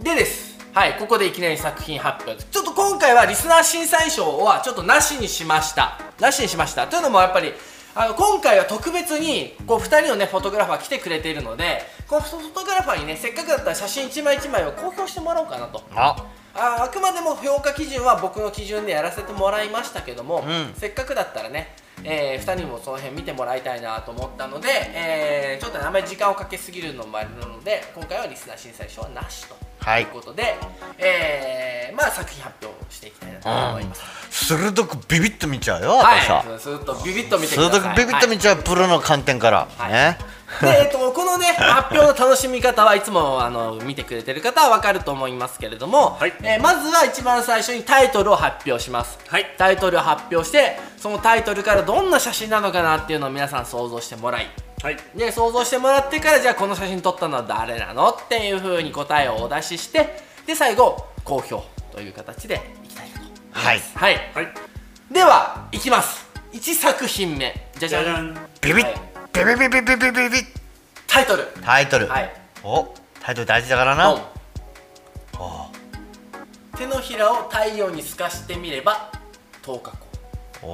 [SPEAKER 2] でです。はい、ここでいきなり作品発表です。ちょっと今回はリスナー審査員賞はちょっとなしにしました。なしにしました。というのもやっぱり、あの今回は特別にこう2人のねフォトグラファー来てくれているのでこのフォトグラファーにねせっかくだったら写真1枚1枚を公表してもらおうかなと
[SPEAKER 3] あ
[SPEAKER 2] ああくまでも評価基準は僕の基準でやらせてもらいましたけども、
[SPEAKER 3] ん
[SPEAKER 2] せっかくだったらね、え2人にもその辺見てもらいたいなと思ったので、えーちょっとねあまり時間をかけすぎるのもあれなので今回はリスナー審査賞はなしと。
[SPEAKER 3] はい
[SPEAKER 2] ということで、えーまあ作品発表していきたいなと思います。
[SPEAKER 3] 鋭くビビッと見ちゃうよ
[SPEAKER 2] はい
[SPEAKER 3] 私は、、
[SPEAKER 2] ずっとビビッと見てく
[SPEAKER 3] 鋭
[SPEAKER 2] ださい。
[SPEAKER 3] くビビッと見ちゃう、プロの観点から、
[SPEAKER 2] はい
[SPEAKER 3] ね
[SPEAKER 2] でえっとこのね発表の楽しみ方はいつもあの見てくれてる方はわかると思いますけれども、
[SPEAKER 4] はい
[SPEAKER 2] えーまずは一番最初にタイトルを発表します、
[SPEAKER 4] はい
[SPEAKER 2] タイトルを発表してそのタイトルからどんな写真なのかなっていうのを皆さん想像してもらい
[SPEAKER 4] はい
[SPEAKER 2] で想像してもらってからじゃあこの写真撮ったのは誰なのっていうふうに答えをお出ししてで最後公表という形でいきたいなと思います
[SPEAKER 3] はい
[SPEAKER 2] はい、
[SPEAKER 4] はい
[SPEAKER 2] ではいきます1作品目じゃ
[SPEAKER 4] じ
[SPEAKER 2] じゃ
[SPEAKER 4] ゃじゃ
[SPEAKER 2] ん
[SPEAKER 4] ん
[SPEAKER 3] ビビッ、
[SPEAKER 2] はい
[SPEAKER 3] ビビビビビビビビ
[SPEAKER 2] タイトル
[SPEAKER 3] タイトル、
[SPEAKER 2] はい
[SPEAKER 3] おタイトル大事だから
[SPEAKER 2] ドン
[SPEAKER 3] な
[SPEAKER 2] 手のひらを太陽に透かしてみれば10日後
[SPEAKER 3] お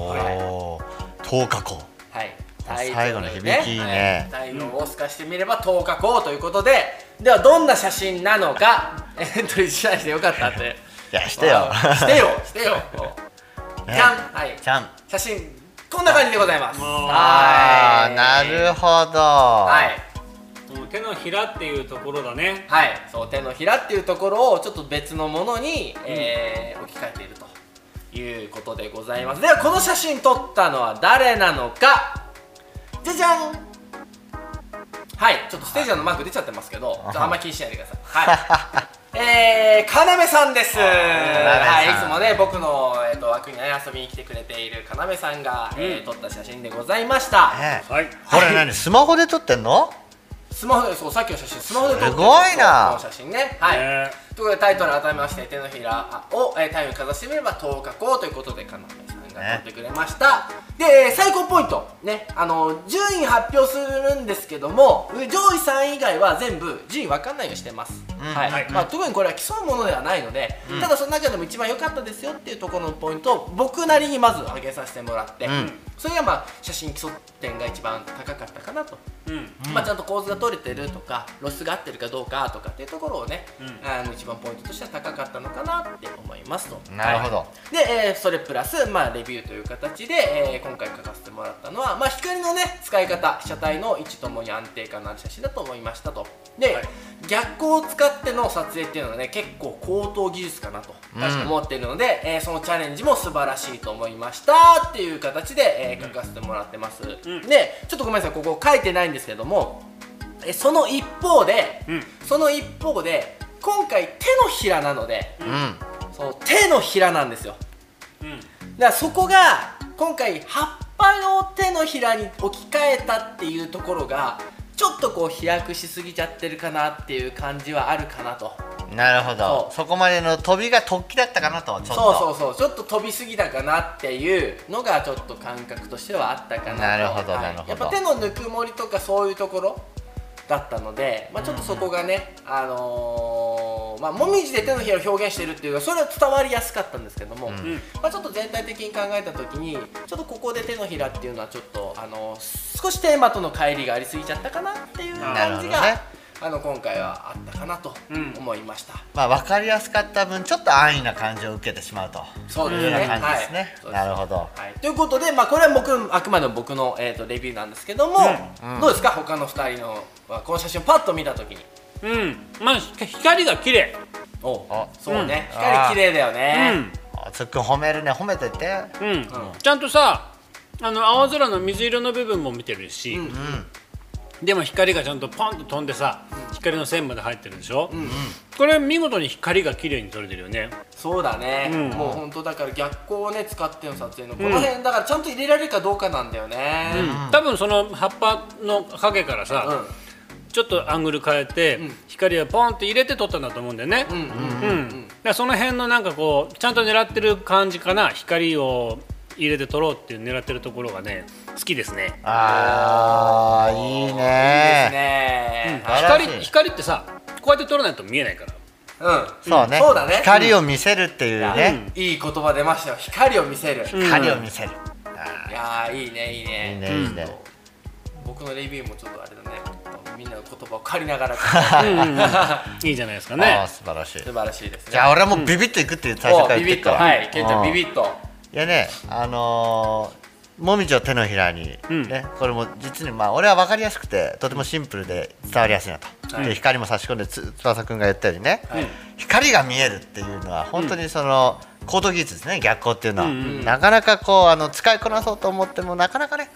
[SPEAKER 3] お10日後
[SPEAKER 2] はい
[SPEAKER 3] 最後の響きいいね
[SPEAKER 2] はい太陽を透かしてみれば10日後ということでではどんな写真なのか エントリーしないでよかったって
[SPEAKER 3] いやしてよ
[SPEAKER 2] して よしてよじゃんはい
[SPEAKER 3] ちゃん
[SPEAKER 2] 写真こんな感じでございます
[SPEAKER 3] あ
[SPEAKER 2] は
[SPEAKER 3] ー
[SPEAKER 2] い
[SPEAKER 3] なるほど
[SPEAKER 2] はい
[SPEAKER 4] この手のひらっていうところだね
[SPEAKER 2] はいそう手のひらっていうところをちょっと別のものに、えー置き換えているということでございますではこの写真撮ったのは誰なのかじゃじゃんはいちょっとステージのマーク出ちゃってますけど、ちょっとあんまり気にしないでください はいえー、かなめさんです、はい、いつもね僕の、えー、と枠に、ね、遊びに来てくれているかなめさんが、えー撮った写真でございました、
[SPEAKER 3] ね
[SPEAKER 4] はい
[SPEAKER 3] これ何スマホで撮ってんの
[SPEAKER 2] スマホでそうさっきの写真スマホで撮ってる
[SPEAKER 3] すごいな
[SPEAKER 2] この写真ねはい、
[SPEAKER 4] ね
[SPEAKER 2] ということでタイトル改めまして手のひらを、えー、タイムにかざしてみれば10日後ということでかなめさんが撮ってくれました、でえー最高ポイントねあの順位発表するんですけども上位3位以外は全部順位分かんないようにしてます、はい、
[SPEAKER 4] はい
[SPEAKER 2] まあ、特にこれは競うものではないので、ただその中でも一番良かったですよっていうところのポイントを僕なりにまず上げさせてもらって、
[SPEAKER 3] ん
[SPEAKER 2] それがまあ写真基礎点が一番高かったかなと
[SPEAKER 4] うん
[SPEAKER 2] まあ、ちゃんと構図が取れてるとか露出が合ってるかどうかとかっていうところをね、
[SPEAKER 4] う
[SPEAKER 2] あの一番ポイントとしては高かったのかなって思いますと
[SPEAKER 3] なるほど
[SPEAKER 2] はいで、えーそれプラス、まあ、レビューという形で、えー今回書かせてもらったのは、まあ、光のね使い方被写体の位置ともに安定感のある写真だと思いましたとで、逆光を使っての撮影っていうのはね結構高等技術かなと
[SPEAKER 3] ん
[SPEAKER 2] 確か思っているので、えーそのチャレンジも素晴らしいと思いましたっていう形で、えー書かせてもらってます、
[SPEAKER 4] ん
[SPEAKER 2] でちょっとごめんなさいここ書いてないんですけどもえその一方で、
[SPEAKER 4] うん
[SPEAKER 2] その一方で今回手のひらなので、
[SPEAKER 3] うん
[SPEAKER 2] そう手のひらなんですよ
[SPEAKER 4] うん
[SPEAKER 2] だからそこが今回葉っぱを手のひらに置き換えたっていうところがちょっとこう飛躍しすぎちゃってるかなっていう感じはあるかなと
[SPEAKER 3] なるほど
[SPEAKER 2] そう
[SPEAKER 3] そこまでの飛びが突起だったかなとちょっと
[SPEAKER 2] そうそうそうちょっと飛びすぎたかなっていうのがちょっと感覚としてはあったかなと
[SPEAKER 3] なるほど
[SPEAKER 2] はい
[SPEAKER 3] なるほど
[SPEAKER 2] やっぱ手のぬくもりとかそういうところだったので、まあ、ちょっとそこがね、あのーまあ、もみじで手のひらを表現しているっていうのはそれは伝わりやすかったんですけども、まあ、ちょっと全体的に考えた時にちょっとここで手のひらっていうのはちょっとあの少しテーマとの乖離がありすぎちゃったかなっていう感じ
[SPEAKER 3] なるほどね
[SPEAKER 2] が。あの今回はあったかなと思いました。
[SPEAKER 3] まあ分かりやすかった分ちょっと安易な感じを受けてしまうと
[SPEAKER 2] そうですね
[SPEAKER 3] いうような感じですね、
[SPEAKER 2] はい
[SPEAKER 3] なるほど
[SPEAKER 2] はい、ということで、まあ、これは僕あくまでも僕の、えー、とレビューなんですけども、どうですか他の2人のはこの写真をパッと見た時に
[SPEAKER 4] うんまあ光が綺麗
[SPEAKER 2] おう
[SPEAKER 3] あ
[SPEAKER 2] そうね、
[SPEAKER 3] うんあー
[SPEAKER 2] 光綺麗だよ
[SPEAKER 4] う
[SPEAKER 2] ね、
[SPEAKER 4] ん
[SPEAKER 3] あつっくん褒めるね褒めてて
[SPEAKER 4] うん、ちゃんとさあの青空の水色の部分も見てるし、
[SPEAKER 2] ん
[SPEAKER 4] でも光がちゃんとポンと飛んでさ、光の線まで入ってるでしょ、これ見事に光が綺麗に撮れてるよね
[SPEAKER 2] そうだね、
[SPEAKER 4] うん
[SPEAKER 2] もう本当だから逆光をね使っての撮影のこの辺、だからちゃんと入れられるかどうかなんだよね、
[SPEAKER 4] 多分その葉っぱの影からさ、
[SPEAKER 2] うん
[SPEAKER 4] ちょっとアングル変えて、
[SPEAKER 2] ん
[SPEAKER 4] 光をポンって入れて撮ったんだと思うんだよね。
[SPEAKER 2] うんうん
[SPEAKER 4] うんだからその辺のなんかこうちゃんと狙ってる感じかな光を入れて撮ろうっていう狙ってるところがね好きですね。
[SPEAKER 3] あーいいね
[SPEAKER 2] ね
[SPEAKER 3] 素晴らしい
[SPEAKER 4] 光光ってさこうやって撮らないと見えないから。
[SPEAKER 2] うん、
[SPEAKER 3] そうね,、
[SPEAKER 2] そうだね
[SPEAKER 3] 光を見せるっていうね、
[SPEAKER 2] いい言葉出ましたよ光を見せる、い
[SPEAKER 3] 光を見せる、
[SPEAKER 2] やーいいねいいね
[SPEAKER 3] いいねいいね、
[SPEAKER 2] 僕のレビューもちょっとあれだねみんなの言葉を借りなが ら素
[SPEAKER 4] いいじゃないですか
[SPEAKER 3] あ
[SPEAKER 4] ね
[SPEAKER 3] あ。素晴らしい
[SPEAKER 2] 晴らしいですね
[SPEAKER 3] じゃあ俺はもうビビッといくっていう最初
[SPEAKER 2] お
[SPEAKER 3] から
[SPEAKER 2] ビビ
[SPEAKER 3] 言って
[SPEAKER 2] ッ
[SPEAKER 3] っ
[SPEAKER 2] と
[SPEAKER 3] から
[SPEAKER 2] はいケンちゃん
[SPEAKER 3] う
[SPEAKER 2] ビビッと
[SPEAKER 3] いやねあのー、もみじを手のひらに、
[SPEAKER 4] うん
[SPEAKER 3] ねこれも実にまあ俺は分かりやすくてとてもシンプルで伝わりやすいなと、
[SPEAKER 2] はい
[SPEAKER 3] で光も差し込んでつ翼くんが言ったようにね、
[SPEAKER 2] はい
[SPEAKER 3] 光が見えるっていうのは本当にその、高度技術ですね逆光っていうのは、
[SPEAKER 4] うん
[SPEAKER 2] うん
[SPEAKER 3] なかなかこうあの使いこなそうと思ってもなかなかね、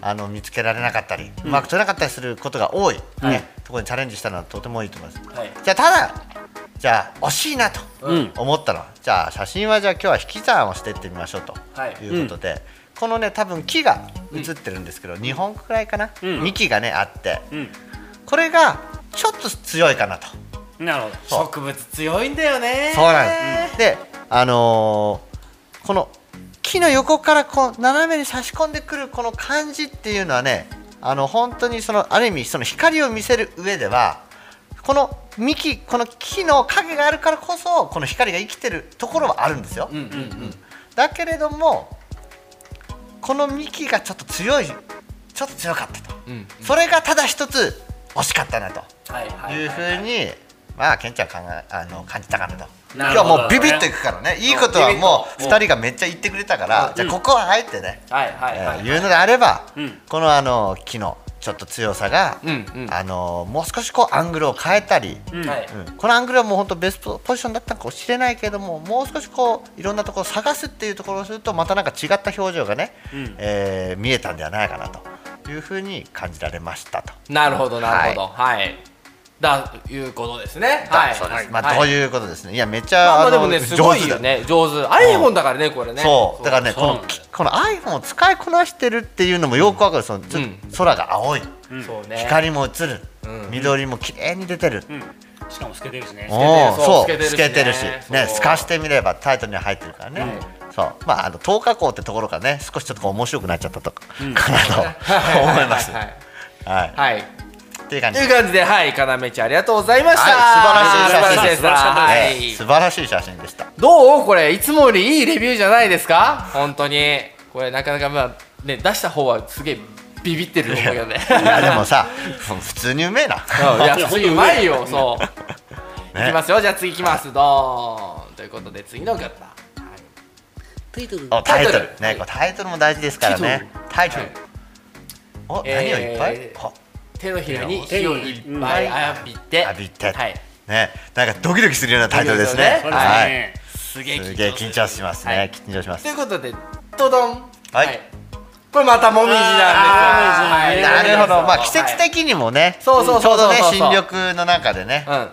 [SPEAKER 3] あの見つけられなかったり、うまく取れなかったりすることが多い、ね、ところにチャレンジしたのはとてもいいと思います、
[SPEAKER 2] はい
[SPEAKER 3] じゃあただじゃあ惜しいなと
[SPEAKER 4] うん
[SPEAKER 3] 思ったの、じゃあ写真はじゃあ今日は引き算をしていってみましょうと
[SPEAKER 2] はい
[SPEAKER 3] いうことで、このね多分木が写ってるんですけど、2本くらいかな、
[SPEAKER 4] うん
[SPEAKER 3] 幹がねあって
[SPEAKER 4] うん
[SPEAKER 3] これがちょっと強いかなと。
[SPEAKER 4] なるほど。
[SPEAKER 3] そう
[SPEAKER 2] 植物強いんだよね
[SPEAKER 3] そうなんです、であのーこの木の横からこう斜めに差し込んでくるこの感じっていうのはねあの本当にそのある意味その光を見せる上ではこの幹この木の影があるからこそこの光が生きてるところはあるんですよ、
[SPEAKER 2] うんうんうん
[SPEAKER 3] だけれどもこの幹がちょっと強いちょっと強かったと、
[SPEAKER 2] うん
[SPEAKER 3] それがただ一つ惜しかったなと
[SPEAKER 2] はいはい
[SPEAKER 3] いうふう
[SPEAKER 2] に
[SPEAKER 3] に、まあ、ケンちゃん考えあの感じたかなと。今
[SPEAKER 4] な
[SPEAKER 3] 日
[SPEAKER 4] る
[SPEAKER 3] は
[SPEAKER 4] ほど
[SPEAKER 3] もうビビッといくからね、いいことはもう
[SPEAKER 2] ビビッと
[SPEAKER 3] 2人がめっちゃ言ってくれたから、じゃあここはあえてね、
[SPEAKER 2] はいはい
[SPEAKER 3] え
[SPEAKER 2] はい
[SPEAKER 3] ー言うのであれば、
[SPEAKER 4] うん
[SPEAKER 3] このあの木のちょっと強さが、
[SPEAKER 2] うんうん
[SPEAKER 3] あのもう少しこうアングルを変えたり、
[SPEAKER 4] うん
[SPEAKER 2] はい
[SPEAKER 3] うんこのアングルはもう本当ベストポジションだったかもしれないけれどももう少しこういろんなところを探すっていうところをするとまたなんか違った表情がね、
[SPEAKER 4] うん
[SPEAKER 3] えー見えたんではないかなというふうに感じられましたと。
[SPEAKER 2] なるほどなるほどはいだいうことですねはい
[SPEAKER 3] そうですま
[SPEAKER 2] は
[SPEAKER 3] あ、
[SPEAKER 2] い
[SPEAKER 3] ということですね、い、やめちゃ、
[SPEAKER 2] まあまあ
[SPEAKER 3] あ
[SPEAKER 2] で
[SPEAKER 3] の
[SPEAKER 2] もねすご
[SPEAKER 3] 上
[SPEAKER 2] い
[SPEAKER 3] 手だ
[SPEAKER 2] よね上手 iPhone だからねこれね
[SPEAKER 3] そうだからね
[SPEAKER 4] そう
[SPEAKER 3] こ
[SPEAKER 4] なんだ
[SPEAKER 3] のきこの iPhone を使いこなしてるっていうのもよくわかるその、ちょっと空が青い、
[SPEAKER 2] そうね
[SPEAKER 3] 光も映る、
[SPEAKER 2] うん
[SPEAKER 3] 緑も綺麗に出てる、
[SPEAKER 4] うんしかも透けてるしね。
[SPEAKER 3] おー
[SPEAKER 2] 透
[SPEAKER 3] そ
[SPEAKER 2] け
[SPEAKER 3] う
[SPEAKER 2] てる
[SPEAKER 3] 透けてるし
[SPEAKER 2] そう
[SPEAKER 3] ね透かしてみればタイトルには入ってるからね、そうまああの透過光ってところがね少しちょっとこう面白くなっちゃったとか、かなと思います
[SPEAKER 2] は
[SPEAKER 3] はいい、
[SPEAKER 2] はい
[SPEAKER 3] っていう感
[SPEAKER 2] と
[SPEAKER 3] じ
[SPEAKER 2] いう
[SPEAKER 3] で
[SPEAKER 2] 感じではいかなめちゃんありがとうございました
[SPEAKER 3] はい素晴らしい写真
[SPEAKER 2] 素晴らしい
[SPEAKER 3] え
[SPEAKER 2] で
[SPEAKER 3] え
[SPEAKER 2] す
[SPEAKER 3] 素
[SPEAKER 2] はい
[SPEAKER 3] 晴らしい写真でした
[SPEAKER 2] どうこれいつもよりいいレビューじゃないですか本当にこれなかなかまあね出した方はすげえビビってると思うけどね
[SPEAKER 3] いやでもさふ普通にうめえな
[SPEAKER 2] うんいや普通にうまいよそう、
[SPEAKER 3] ね
[SPEAKER 2] いきますよじゃあ次いきますドーンということで次の方タイトル
[SPEAKER 3] おタイトル
[SPEAKER 2] は
[SPEAKER 3] ね
[SPEAKER 2] い
[SPEAKER 3] こうタイトルも大事ですからねタイトル
[SPEAKER 2] はい
[SPEAKER 3] お何を
[SPEAKER 2] えー
[SPEAKER 3] いっぱいあ
[SPEAKER 2] 手のひらに火をいっぱい浴びて
[SPEAKER 3] 浴びて
[SPEAKER 2] はい
[SPEAKER 3] ねなんかドキドキするようなタイトルです
[SPEAKER 2] そう
[SPEAKER 3] ね
[SPEAKER 4] そうです
[SPEAKER 3] は
[SPEAKER 4] ね。
[SPEAKER 3] い
[SPEAKER 2] すげえ
[SPEAKER 3] すげえ緊張します
[SPEAKER 2] は
[SPEAKER 3] ね
[SPEAKER 2] い
[SPEAKER 3] 緊張します
[SPEAKER 2] ということでドドン
[SPEAKER 3] はい
[SPEAKER 2] これまたもみじ
[SPEAKER 4] あ
[SPEAKER 2] なん
[SPEAKER 4] ー
[SPEAKER 2] です
[SPEAKER 3] なるほどまあ季
[SPEAKER 2] そう
[SPEAKER 3] 節的にもねち
[SPEAKER 2] そ
[SPEAKER 3] ょ
[SPEAKER 2] う
[SPEAKER 3] う
[SPEAKER 2] そうそうそう
[SPEAKER 3] どね
[SPEAKER 2] そうそう
[SPEAKER 3] 新緑の中でね
[SPEAKER 2] うん
[SPEAKER 3] うんうん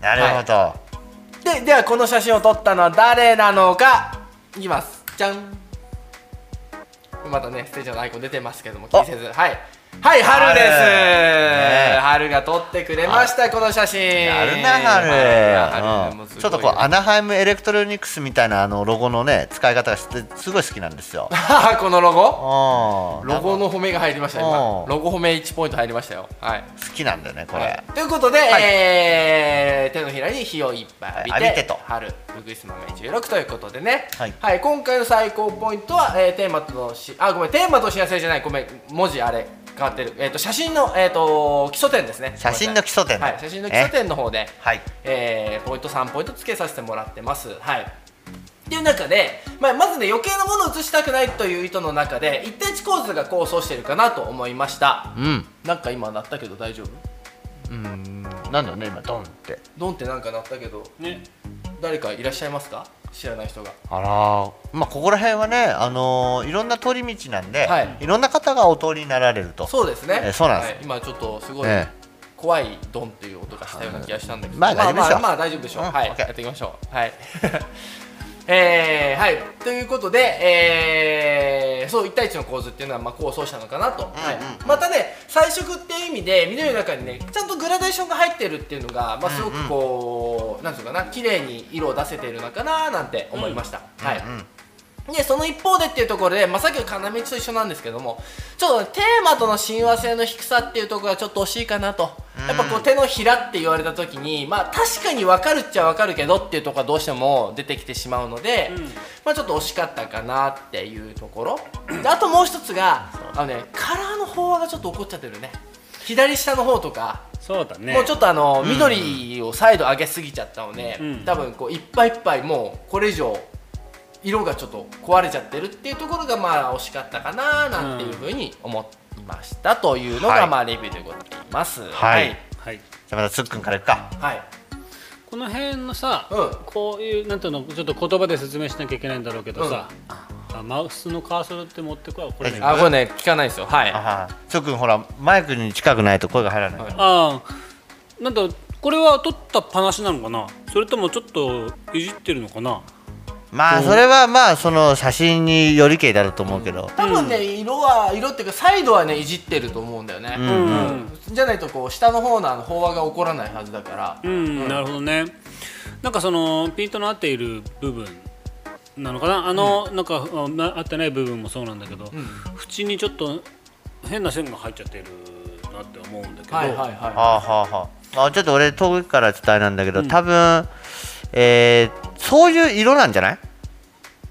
[SPEAKER 3] なるほど
[SPEAKER 2] はいでではこの写真を撮ったのは誰なのかいきますじゃんまたねステージのアイコン出てますけども気にせずはいはい春です、
[SPEAKER 3] ね
[SPEAKER 2] 春が撮ってくれましたこの写真
[SPEAKER 3] あるな
[SPEAKER 2] は
[SPEAKER 3] 春
[SPEAKER 2] い、
[SPEAKER 3] う
[SPEAKER 2] も
[SPEAKER 3] ん
[SPEAKER 2] うすごい
[SPEAKER 3] ちょっとこうアナハイムエレクトロニクスみたいなあのロゴのね使い方がしてすごい好きなんですよ
[SPEAKER 2] このロゴ
[SPEAKER 3] ロ
[SPEAKER 2] ロゴの褒めが入りました
[SPEAKER 3] う
[SPEAKER 2] 今
[SPEAKER 3] ん
[SPEAKER 2] ロゴ褒め1ポイント入りましたよはい
[SPEAKER 3] 好きなんだよねこ
[SPEAKER 2] は
[SPEAKER 3] れ
[SPEAKER 2] いということで、
[SPEAKER 3] い
[SPEAKER 2] えー手のひらに火をいっぱい浴びて,、
[SPEAKER 3] はい浴びてと
[SPEAKER 2] 春ウグイス豆16ということでね、は
[SPEAKER 3] はいい
[SPEAKER 2] 今回の最高ポイントは、えーテーマとのしあごめんテーマと幸せじゃないごめん文字あれ変わってる、えー、と写真の、えー、と基礎点ですね
[SPEAKER 3] 写真の基礎点
[SPEAKER 2] はい写真の基礎点の方で、
[SPEAKER 3] はい
[SPEAKER 2] えーポイント3ポイントつけさせてもらってますはいっていう中で、まあ、まずね余計なものを写したくないという意図の中で一対一構図が構想してるかなと思いました
[SPEAKER 3] うん
[SPEAKER 2] なんか今鳴ったけど大丈夫
[SPEAKER 3] うんなんだろうね今ドンって
[SPEAKER 2] ドンってなんか鳴ったけど
[SPEAKER 4] ね
[SPEAKER 2] 誰かいらっしゃいますか知らない人が
[SPEAKER 3] あらまあここら辺はねあのーいろんな通り道なんで、
[SPEAKER 2] はい
[SPEAKER 3] い、ろんな方がお通りになられると
[SPEAKER 2] そうですね、
[SPEAKER 3] えそうなんです
[SPEAKER 2] はい今ちょっとすごい
[SPEAKER 3] え
[SPEAKER 2] 怖いドンっていう音がしたような気がしたんだけど、
[SPEAKER 3] まあ大丈夫でしょう
[SPEAKER 2] まあ、まあ大丈夫でしょう、
[SPEAKER 3] うん
[SPEAKER 2] はいや
[SPEAKER 3] OK
[SPEAKER 2] っていきましょうはい えーはいということで、えーそう1対1の構図っていうのはまあ構想したのかなと、はいまたね彩色っていう意味で緑の中にねちゃんとグラデーションが入ってるっていうのが、まあ、すごくこう、なんていうかな綺麗に色を出せているのかななんて思いました、はい、でその一方でっていうところで、まあ、さっきの要道と一緒なんですけどもちょっとテーマとの親和性の低さっていうところがちょっと惜しいかなと、やっぱこう手のひらって言われた時に、まあ、確かに分かるっちゃ分かるけどっていうところがどうしても出てきてしまうので、まあ、ちょっと惜しかったかなっていうところであともう一つがあの、ね、カラーの方がちょっと怒っちゃってるね左下の方とか
[SPEAKER 4] そうだね
[SPEAKER 2] もうちょっとあの緑を再度上げすぎちゃったので、
[SPEAKER 4] うん
[SPEAKER 2] 多分こういっぱいいっぱいもうこれ以上色がちょっと壊れちゃってるっていうところがまあ惜しかったかななんていうふうに思いましたというの
[SPEAKER 3] は
[SPEAKER 2] が
[SPEAKER 3] い
[SPEAKER 2] まあレビューということになります。
[SPEAKER 3] はい
[SPEAKER 4] はい
[SPEAKER 3] じゃあまたつっくんからいくか
[SPEAKER 2] はい、
[SPEAKER 4] この辺のさ、
[SPEAKER 2] うん
[SPEAKER 4] こういうなんていうのちょっと言葉で説明しなきゃいけないんだろうけどさ、あマウスのカーソルって持ってこいこれね
[SPEAKER 3] え
[SPEAKER 2] あこれね聞かないですよ。はい。
[SPEAKER 3] あーつっくんほらマイクに近くないと声が入らない、
[SPEAKER 2] はい
[SPEAKER 4] ああなんだこれは取った話なのかなそれともちょっといじってるのかな
[SPEAKER 3] まあそれはまあその写真によりけりだろうと思うけど、
[SPEAKER 2] 多分ね、色は色っていうかサイドはねいじってると思うんだよね。
[SPEAKER 3] うん
[SPEAKER 4] うん
[SPEAKER 2] じゃないとこう下の方のあの飽和が起こらないはずだから。
[SPEAKER 4] うん、なるほどねなんかそのピントの合っている部分なのかなあの、なんかあな合ってない部分もそうなんだけど、縁にちょっと変な線が入っちゃってるなって思うんだけど、
[SPEAKER 2] はいはいはい。
[SPEAKER 3] はあはあはあ、まあ、ちょっと俺遠くから伝えなんだけど、多分、えーそういう色なんじゃない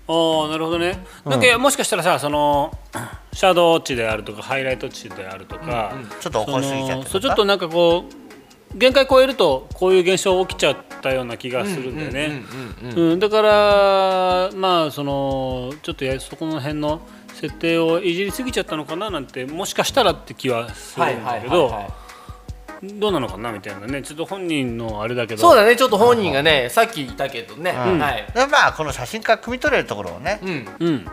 [SPEAKER 4] ああなるほどねなんか、もしかしたらさそのシャドウ値であるとかハイライト値であるとか、
[SPEAKER 3] ちょっと怒りすぎちゃってるの
[SPEAKER 4] その
[SPEAKER 3] か
[SPEAKER 4] そうちょっとなんかこう限界超えるとこういう現象起きちゃったような気がするんだよねうんだからまあそのちょっとやそこの辺の設定をいじりすぎちゃったのかななんてもしかしたらって気はするんだけどどうなのかなみたいなねちょっと本人のあれだけど
[SPEAKER 2] そうだね、ちょっと本人がね、さっきいたけどね、
[SPEAKER 3] うん
[SPEAKER 2] はい。
[SPEAKER 3] でまあこの写真から汲み取れるところをね、
[SPEAKER 2] うん、
[SPEAKER 4] うん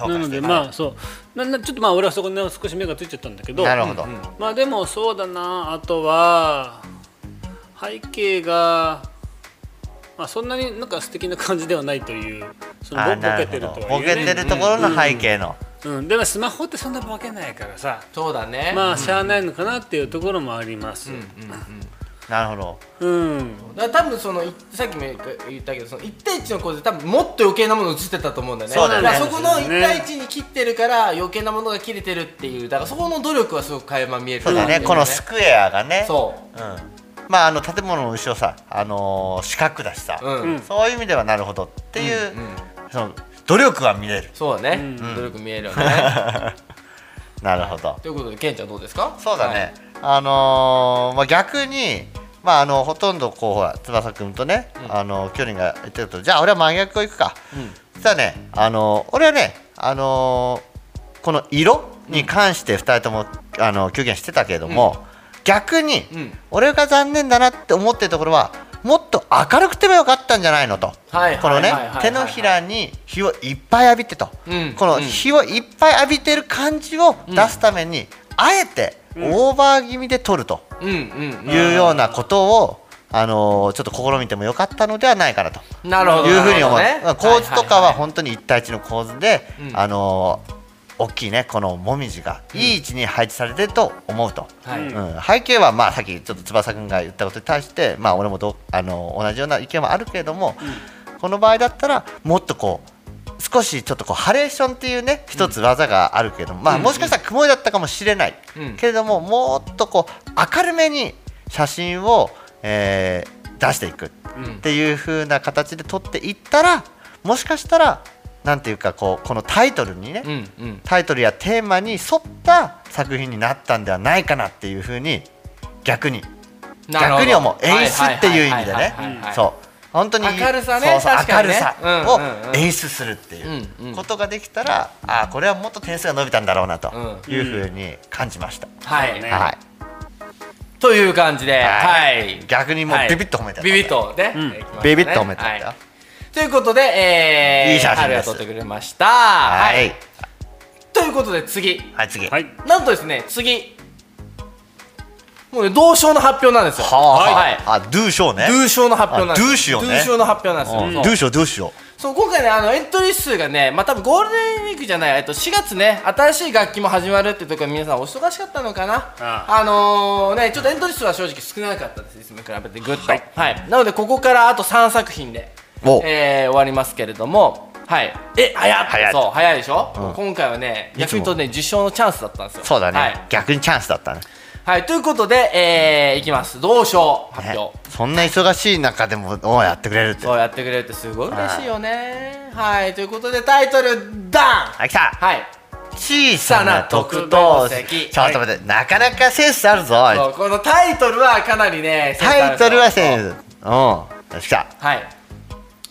[SPEAKER 3] 評
[SPEAKER 4] な
[SPEAKER 3] 価
[SPEAKER 4] の
[SPEAKER 3] して
[SPEAKER 4] で
[SPEAKER 3] いか
[SPEAKER 4] まあそうななちょっとまあ俺はそこに少し目がついちゃったんだけど
[SPEAKER 3] なるほど、
[SPEAKER 4] まあでもそうだなあとは背景が、まあ、そんなになんか素敵な感じではないというその
[SPEAKER 3] あ
[SPEAKER 4] ボ
[SPEAKER 3] ー
[SPEAKER 4] ボ
[SPEAKER 3] な
[SPEAKER 4] ケ
[SPEAKER 3] る
[SPEAKER 4] て
[SPEAKER 3] ほ
[SPEAKER 4] ると
[SPEAKER 3] ど
[SPEAKER 4] は
[SPEAKER 3] ボ
[SPEAKER 4] 言え
[SPEAKER 3] ケ
[SPEAKER 4] ね
[SPEAKER 3] てるところの背景の、
[SPEAKER 4] うん、うんでもスマホってそんなボケないからさ
[SPEAKER 2] そうだね。
[SPEAKER 4] まあしゃあないのかなっていうところもあります
[SPEAKER 3] なるほど
[SPEAKER 4] うん
[SPEAKER 2] だから多分そのいさっきも言ったけどその一対一の構図で多分もっと余計なもの映ってたと思うんだよね
[SPEAKER 3] そうだね
[SPEAKER 2] からそこの一
[SPEAKER 4] そうだね
[SPEAKER 2] 対一に切ってるから余計なものが切れてるっていうだからそこの努力はすごく垣間見える
[SPEAKER 3] そうだね、
[SPEAKER 2] ん
[SPEAKER 3] このスクエアがね
[SPEAKER 2] そ
[SPEAKER 3] うん、まああの建物の後ろさ、あのー四角だしさ、
[SPEAKER 2] う、うん
[SPEAKER 4] うん
[SPEAKER 3] そういう意味ではなるほどっていう、その努力は見れる
[SPEAKER 2] そうだね、
[SPEAKER 4] うん
[SPEAKER 2] 努力見えるよね
[SPEAKER 3] なるほ ど、
[SPEAKER 2] ということでケンちゃんどうですか
[SPEAKER 3] そうだね、あのーまあ、逆に、まあ、あのほとんどこうほら翼くんとね、あの距離が言ってるとじゃあ俺は真逆をいくか、そしたらね、あの俺はね、あのーこの色に関して2人とも、あの休言してたけれども、逆に、
[SPEAKER 2] うん
[SPEAKER 3] 俺が残念だなって思ってるところはもっと明るくてもよかったんじゃないのと。
[SPEAKER 2] はい
[SPEAKER 3] この
[SPEAKER 2] は
[SPEAKER 3] ね
[SPEAKER 2] いはいはいはい
[SPEAKER 3] 手のひらに火をいっぱい浴びてと、
[SPEAKER 2] うん
[SPEAKER 3] この火をいっぱい浴びてる感じを出すために、あえてオーバー気味で撮ると
[SPEAKER 2] うんうん
[SPEAKER 3] いうようなことを、あのーちょっと試みてもよかったのではないかなと。
[SPEAKER 2] なるほど
[SPEAKER 3] いうふうに思う、
[SPEAKER 2] なるほどね
[SPEAKER 3] 構図とか
[SPEAKER 2] いい
[SPEAKER 3] はい本当に一対一の構図で、
[SPEAKER 2] うん
[SPEAKER 3] あのー大きいねこのもみじがいい位置に配置されてると思うと、
[SPEAKER 2] はい
[SPEAKER 3] うん背景はまあさっきちょっと翼くんが言ったことに対してまあ俺もどうあの同じような意見はあるけれども、この場合だったらもっとこう少しちょっとこうハレーションっていうね一つ技があるけれども、まあもしかしたら曇りだったかもしれない、
[SPEAKER 2] うん
[SPEAKER 3] けれどももっとこう明るめに写真を、えー出していくっていう風な形で撮っていったらもしかしたらなんていうかこうこのタイトルにね、
[SPEAKER 2] うんうん
[SPEAKER 3] タイトルやテーマに沿った作品になったんではないかなっていうふうに逆に逆に思う演出っていう意味でねそう本当に
[SPEAKER 2] 明るさね
[SPEAKER 3] そうそう
[SPEAKER 2] 確かに
[SPEAKER 3] 明る
[SPEAKER 2] ね
[SPEAKER 3] さ
[SPEAKER 2] うんうんう
[SPEAKER 3] を
[SPEAKER 2] ん
[SPEAKER 3] 演出するっていう
[SPEAKER 2] うんうん
[SPEAKER 3] ことができたら、ああこれはもっと点数が伸びたんだろうなと
[SPEAKER 2] う
[SPEAKER 3] いうふうに感じました、
[SPEAKER 2] うはい、
[SPEAKER 4] そうだね
[SPEAKER 3] はい
[SPEAKER 2] という感じで、は
[SPEAKER 3] はいい逆にもう
[SPEAKER 2] はい
[SPEAKER 3] ビビッと褒めてた
[SPEAKER 2] ビビッとね、
[SPEAKER 4] うん
[SPEAKER 2] できましたね
[SPEAKER 3] ビビッと褒めてたんだよ、
[SPEAKER 2] はいということで、えー、
[SPEAKER 3] いい写真です
[SPEAKER 2] 春が撮ってくれました
[SPEAKER 3] はい、はい、
[SPEAKER 2] ということで次
[SPEAKER 3] 次
[SPEAKER 4] はい
[SPEAKER 2] なんとですね次もうね同賞の発表なんですよ
[SPEAKER 3] はあ、
[SPEAKER 2] は
[SPEAKER 3] はいい、あドゥーショーね
[SPEAKER 2] ドゥー賞の発表なんです
[SPEAKER 3] あドゥーシよね
[SPEAKER 2] ドゥー賞の発表なんですよ、
[SPEAKER 3] う
[SPEAKER 2] そ
[SPEAKER 3] んド
[SPEAKER 2] う
[SPEAKER 3] ゥーショードゥーショー
[SPEAKER 2] そう今回ねあのエントリー数がねまあ多分ゴールデンウィークじゃないえっと4月ね新しい楽器も始まるってところ皆さんお忙しかったのかな
[SPEAKER 4] あ
[SPEAKER 2] あのねちょっとエントリー数は正直少なかったですいつもに比べてぐっとはい、なのでここからあと3作品で、
[SPEAKER 3] お
[SPEAKER 2] えー終わりますけれどもはいえ早っ
[SPEAKER 3] 早い
[SPEAKER 2] そう早いでしょ、
[SPEAKER 3] うん
[SPEAKER 2] 今回はね
[SPEAKER 3] いつ
[SPEAKER 2] 逆
[SPEAKER 3] も
[SPEAKER 2] にとね受賞のチャンスだったんですよ
[SPEAKER 3] そうだね、
[SPEAKER 2] はい、
[SPEAKER 3] 逆にチャンスだったね
[SPEAKER 2] はい、ということで、えーいきます同賞発
[SPEAKER 3] ね
[SPEAKER 2] 表、
[SPEAKER 3] そんな忙しい中でもどうやってくれるって
[SPEAKER 2] そうやってくれるってすごい嬉しいよねはいということでタイトルダン
[SPEAKER 3] はい来た
[SPEAKER 2] はい、
[SPEAKER 3] 小さな特等席ちょっと待って、なかなかセンスあるぞ
[SPEAKER 2] そうこのタイトルはかなりね
[SPEAKER 3] タイトルは
[SPEAKER 2] センスあ
[SPEAKER 3] セ
[SPEAKER 2] る
[SPEAKER 3] ンスうんよし来た
[SPEAKER 2] とはい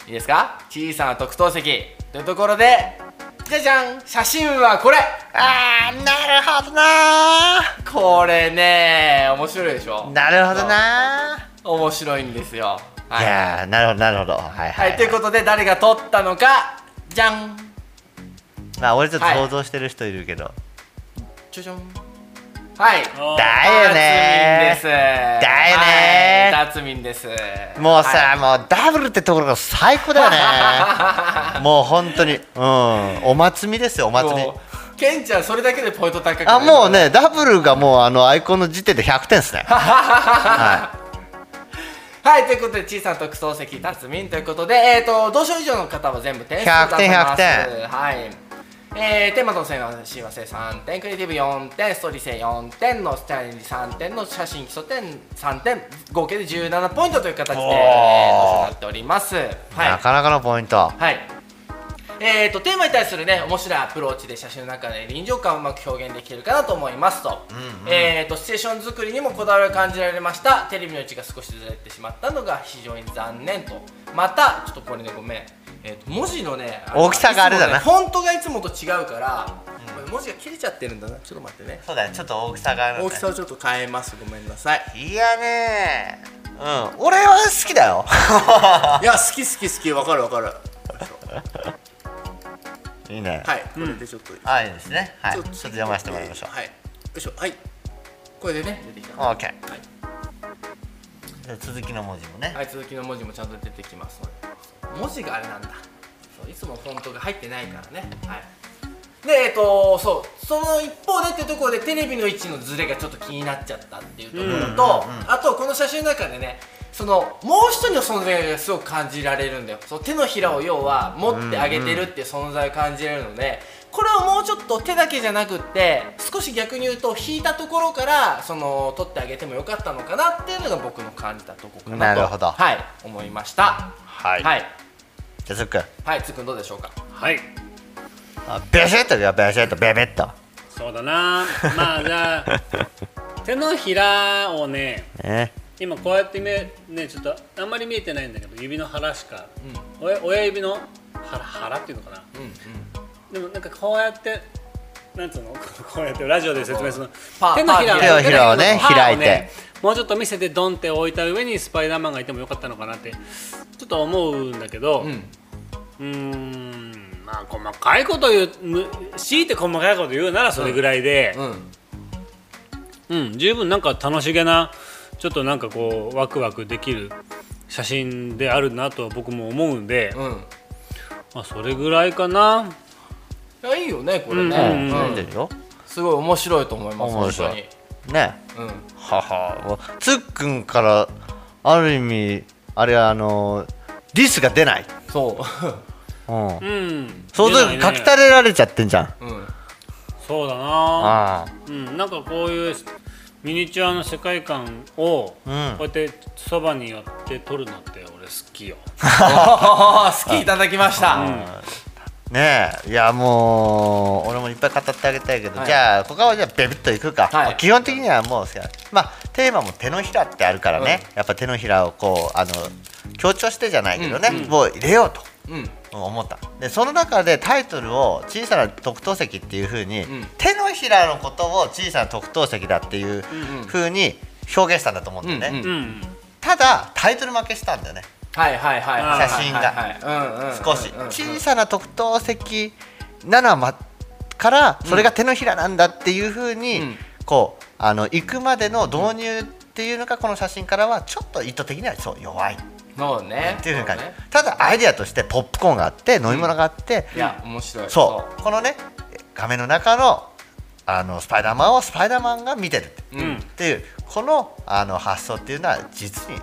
[SPEAKER 2] いいですか小さな特等席というところでじゃじゃん写真はこれ
[SPEAKER 3] あーなるほどな
[SPEAKER 2] これね面白いでしょ
[SPEAKER 3] ーなるほどな
[SPEAKER 2] 面白いんですよ
[SPEAKER 3] ー
[SPEAKER 2] はいい、
[SPEAKER 3] やーなるほどなるほどはいは、
[SPEAKER 2] はいい、ということで誰が撮ったのかじゃん
[SPEAKER 3] まあ俺ちょっと
[SPEAKER 2] はい
[SPEAKER 3] 想像してる人いるけど、
[SPEAKER 2] じゃじゃんはい
[SPEAKER 4] あ
[SPEAKER 3] だよね
[SPEAKER 2] タツミンです
[SPEAKER 3] ーだよね
[SPEAKER 2] はい、タツミンです
[SPEAKER 3] もうさ、
[SPEAKER 2] はい
[SPEAKER 3] もうダブルってところが最高だよ ねもう本当にうんお祭りですよお祭り
[SPEAKER 2] もうケンちゃんそれだけでポイント高くなる
[SPEAKER 3] あもうねダブルがもうあのアイコンの時点で100点です ねは
[SPEAKER 2] はいということで小さな特等席タツミンということでえっ、と同賞以上の方は全部点数出せます
[SPEAKER 3] 100点100
[SPEAKER 2] はいえー、テーマとの性能親和性3点クリエイティブ4点ストーリー性4点のスタイル3点の写真基礎点3点合計で17ポイントという形で、え
[SPEAKER 3] おー
[SPEAKER 2] ー、同賞になっておりますはい
[SPEAKER 3] い、なかなかのポイント
[SPEAKER 2] はい。えー、とテーマに対するね面白いアプローチで写真の中で臨場感をうまく表現できてるかなと思いますと,、えー、とシチュエーション作りにもこだわりを感じられましたテレビの位置が少しずれてしまったのが非常に残念とまたちょっとこれねごめん、えー、と文字のねの
[SPEAKER 3] 大きさがあれだない
[SPEAKER 2] つもねフォントがいつもと違うから、これ文字が切れちゃってるんだなちょっと待ってね
[SPEAKER 3] そうだねちょっと大きさがある
[SPEAKER 2] 大きさをちょっと変えますごめんなさい
[SPEAKER 3] いやねうん俺は好きだよ
[SPEAKER 2] いや好き好き好きわかるわかる
[SPEAKER 3] いいね、
[SPEAKER 2] はいこれでちょっと、
[SPEAKER 3] あいいですねはい
[SPEAKER 2] ち
[SPEAKER 3] ち
[SPEAKER 2] ょ
[SPEAKER 3] ょ
[SPEAKER 2] っ
[SPEAKER 3] っ
[SPEAKER 2] と
[SPEAKER 3] と読ませてもらいましょ
[SPEAKER 2] はいよいしょはいこれでね出てきた
[SPEAKER 3] う OK
[SPEAKER 2] はい
[SPEAKER 3] じゃあ続きの文字もね、
[SPEAKER 2] はい、続きの文字もちゃんと出てきますので文字があれなんだそういつもフォントが入ってないからねはいでえっとそうその一方でっていうところでテレビの位置のズレがちょっと気になっちゃったっていうところと、あとこの写真の中でねそのもう一人の存在がすごく感じられるんだよその手のひらを要は持ってあげてるっていう存在を感じれるので、これをもうちょっと手だけじゃなくって少し逆に言うと引いたところからその取ってあげてもよかったのかなっていうのが僕の感じたとこかなと
[SPEAKER 3] なるほど
[SPEAKER 2] はい思いました
[SPEAKER 3] は
[SPEAKER 2] はい
[SPEAKER 3] じゃあつっくん
[SPEAKER 2] はいつっくんどうでしょうか
[SPEAKER 4] はい
[SPEAKER 3] あベシッといくよベシッとベベッと
[SPEAKER 4] そうだなまあじゃ あ手のひらをね
[SPEAKER 3] ね
[SPEAKER 4] 今こうやって目ねちょっとあんまり見えてないんだけど指の腹しか、親親指の腹腹っていうのかな、でもなんかこうやってなんつうの こうこうやってラジオで説明するの
[SPEAKER 2] パー
[SPEAKER 4] 手のひら
[SPEAKER 2] パー
[SPEAKER 3] 手のひらをね
[SPEAKER 4] 手のひらのパー
[SPEAKER 3] 開
[SPEAKER 4] をね
[SPEAKER 3] いて
[SPEAKER 4] もうちょっと見せてドンって置いた上にスパイダーマンがいてもよかったのかなってちょっと思うんだけど
[SPEAKER 2] ん
[SPEAKER 4] うーんまあ細かいこと言うむ強いて細かいこと言うならそれぐらいで。
[SPEAKER 2] うん
[SPEAKER 4] うん、十分なんか楽しげなちょっとなんかこうワクワクできる写真であるなと僕も思うんで、
[SPEAKER 2] うん
[SPEAKER 4] まあ、それぐらいかな
[SPEAKER 2] いやいいよねこれね、
[SPEAKER 4] うん
[SPEAKER 2] うん
[SPEAKER 3] 出てるよ
[SPEAKER 2] すごい面白いと思います
[SPEAKER 3] 面
[SPEAKER 2] 本
[SPEAKER 3] 白
[SPEAKER 2] 当
[SPEAKER 3] い
[SPEAKER 2] に、
[SPEAKER 3] ね
[SPEAKER 2] うん、
[SPEAKER 3] ははつっくんからある意味あれはあのリスが出ない、
[SPEAKER 2] そう
[SPEAKER 3] うん、
[SPEAKER 4] うん
[SPEAKER 3] 想像
[SPEAKER 4] 出
[SPEAKER 3] 力
[SPEAKER 4] な
[SPEAKER 3] か
[SPEAKER 4] い
[SPEAKER 3] き
[SPEAKER 4] ね
[SPEAKER 3] たれられちゃってんじゃん、
[SPEAKER 2] うん、うん
[SPEAKER 4] そうだな
[SPEAKER 3] あ
[SPEAKER 4] うんなんかこういうミニチュアの世界観をこう
[SPEAKER 3] うん
[SPEAKER 4] やってそばに寄って撮るのって俺好きよ
[SPEAKER 2] おー好きいただきました、
[SPEAKER 3] あねえいやもう俺もいっぱい語ってあげたいけど、
[SPEAKER 2] はい
[SPEAKER 3] じゃあここはじゃあベビッといくか、
[SPEAKER 2] はい
[SPEAKER 3] まあ基本的にはもうさまあテーマも手のひらってあるからね、やっぱ手のひらをこうあの強調してじゃないけどね、もう入れようと
[SPEAKER 2] うん
[SPEAKER 3] 思ったでその中でタイトルを「小さな特等席」っていうふうに、
[SPEAKER 2] ん
[SPEAKER 3] 手のひらのことを小さな特等席だっていうふうに表現したんだと思うんだよね、
[SPEAKER 2] うんうん
[SPEAKER 4] うん
[SPEAKER 3] ただタイトル負けしたんだよね
[SPEAKER 2] はいはいはいはい
[SPEAKER 3] 写真が
[SPEAKER 2] はいはいはいうんうん
[SPEAKER 3] 少し
[SPEAKER 2] うんうん
[SPEAKER 3] 小さな特等席7まからそれが手のひらなんだっていうふうに、
[SPEAKER 2] うん
[SPEAKER 3] こうあの行くまでの導入っていうのがこの写真からはちょっと意図的にはそう弱い
[SPEAKER 2] そうね
[SPEAKER 3] っていうふうに感じ、
[SPEAKER 2] そね
[SPEAKER 3] ただアイデアとしてポップコーンがあって飲み物があって、
[SPEAKER 2] いや面白い
[SPEAKER 3] そうこのね画面の中のあのスパイダーマンをスパイダーマンが見てる
[SPEAKER 2] ううん
[SPEAKER 3] っていうこのあの発想っていうのは実に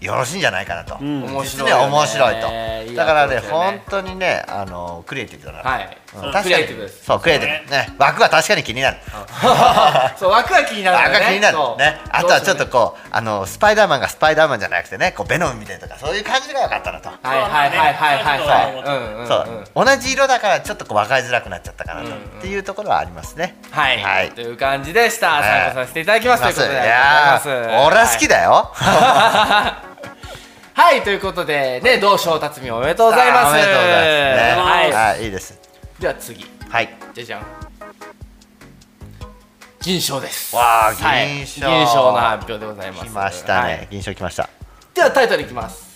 [SPEAKER 3] よろしいんじゃないかなと、
[SPEAKER 4] ん
[SPEAKER 2] 面
[SPEAKER 3] 実
[SPEAKER 2] 白い
[SPEAKER 3] に
[SPEAKER 2] よね
[SPEAKER 3] 面白いと
[SPEAKER 2] いい
[SPEAKER 3] だからね
[SPEAKER 2] アプローチだ
[SPEAKER 3] 本当にねあのクリエイティブだな、
[SPEAKER 2] はい
[SPEAKER 3] うん
[SPEAKER 2] そう
[SPEAKER 3] 確かに
[SPEAKER 2] クリエイティブです
[SPEAKER 3] そうクリエイティブね枠は確かに気 になる
[SPEAKER 2] そう枠が気になる
[SPEAKER 3] 枠
[SPEAKER 2] んだ
[SPEAKER 3] が
[SPEAKER 2] よね
[SPEAKER 3] 気になる
[SPEAKER 2] そう
[SPEAKER 3] ねあとはちょっと
[SPEAKER 2] どうし
[SPEAKER 3] こうあのスパイダーマンがスパイダーマンじゃなくてねこうベノムみたいとかそういう感じが良かったなと、
[SPEAKER 2] てもねはいはいはいはいはい
[SPEAKER 4] そう
[SPEAKER 2] はいうんうん
[SPEAKER 3] そう
[SPEAKER 2] うん
[SPEAKER 3] 同じ色だからちょっとこう分かりづらくなっちゃったかなと、っていうところはありますね
[SPEAKER 2] はい、
[SPEAKER 3] はい
[SPEAKER 2] という感じでした
[SPEAKER 3] はい
[SPEAKER 2] 参加させていただきますということで
[SPEAKER 3] や
[SPEAKER 2] ありがとうございま
[SPEAKER 3] ー
[SPEAKER 2] す
[SPEAKER 3] 俺は好きだよ、
[SPEAKER 2] はいということでね同賞辰巳おめでとうございます
[SPEAKER 3] あーおめでとうございます、ね、、
[SPEAKER 2] はい
[SPEAKER 3] いいです
[SPEAKER 2] では次
[SPEAKER 3] はい
[SPEAKER 2] じゃじゃん銀賞です
[SPEAKER 3] わあ
[SPEAKER 2] はい
[SPEAKER 3] 銀賞
[SPEAKER 2] 銀賞の発表でございます
[SPEAKER 3] 来ましたね、
[SPEAKER 2] はい
[SPEAKER 3] 銀賞来ました
[SPEAKER 2] ではタイトルいきます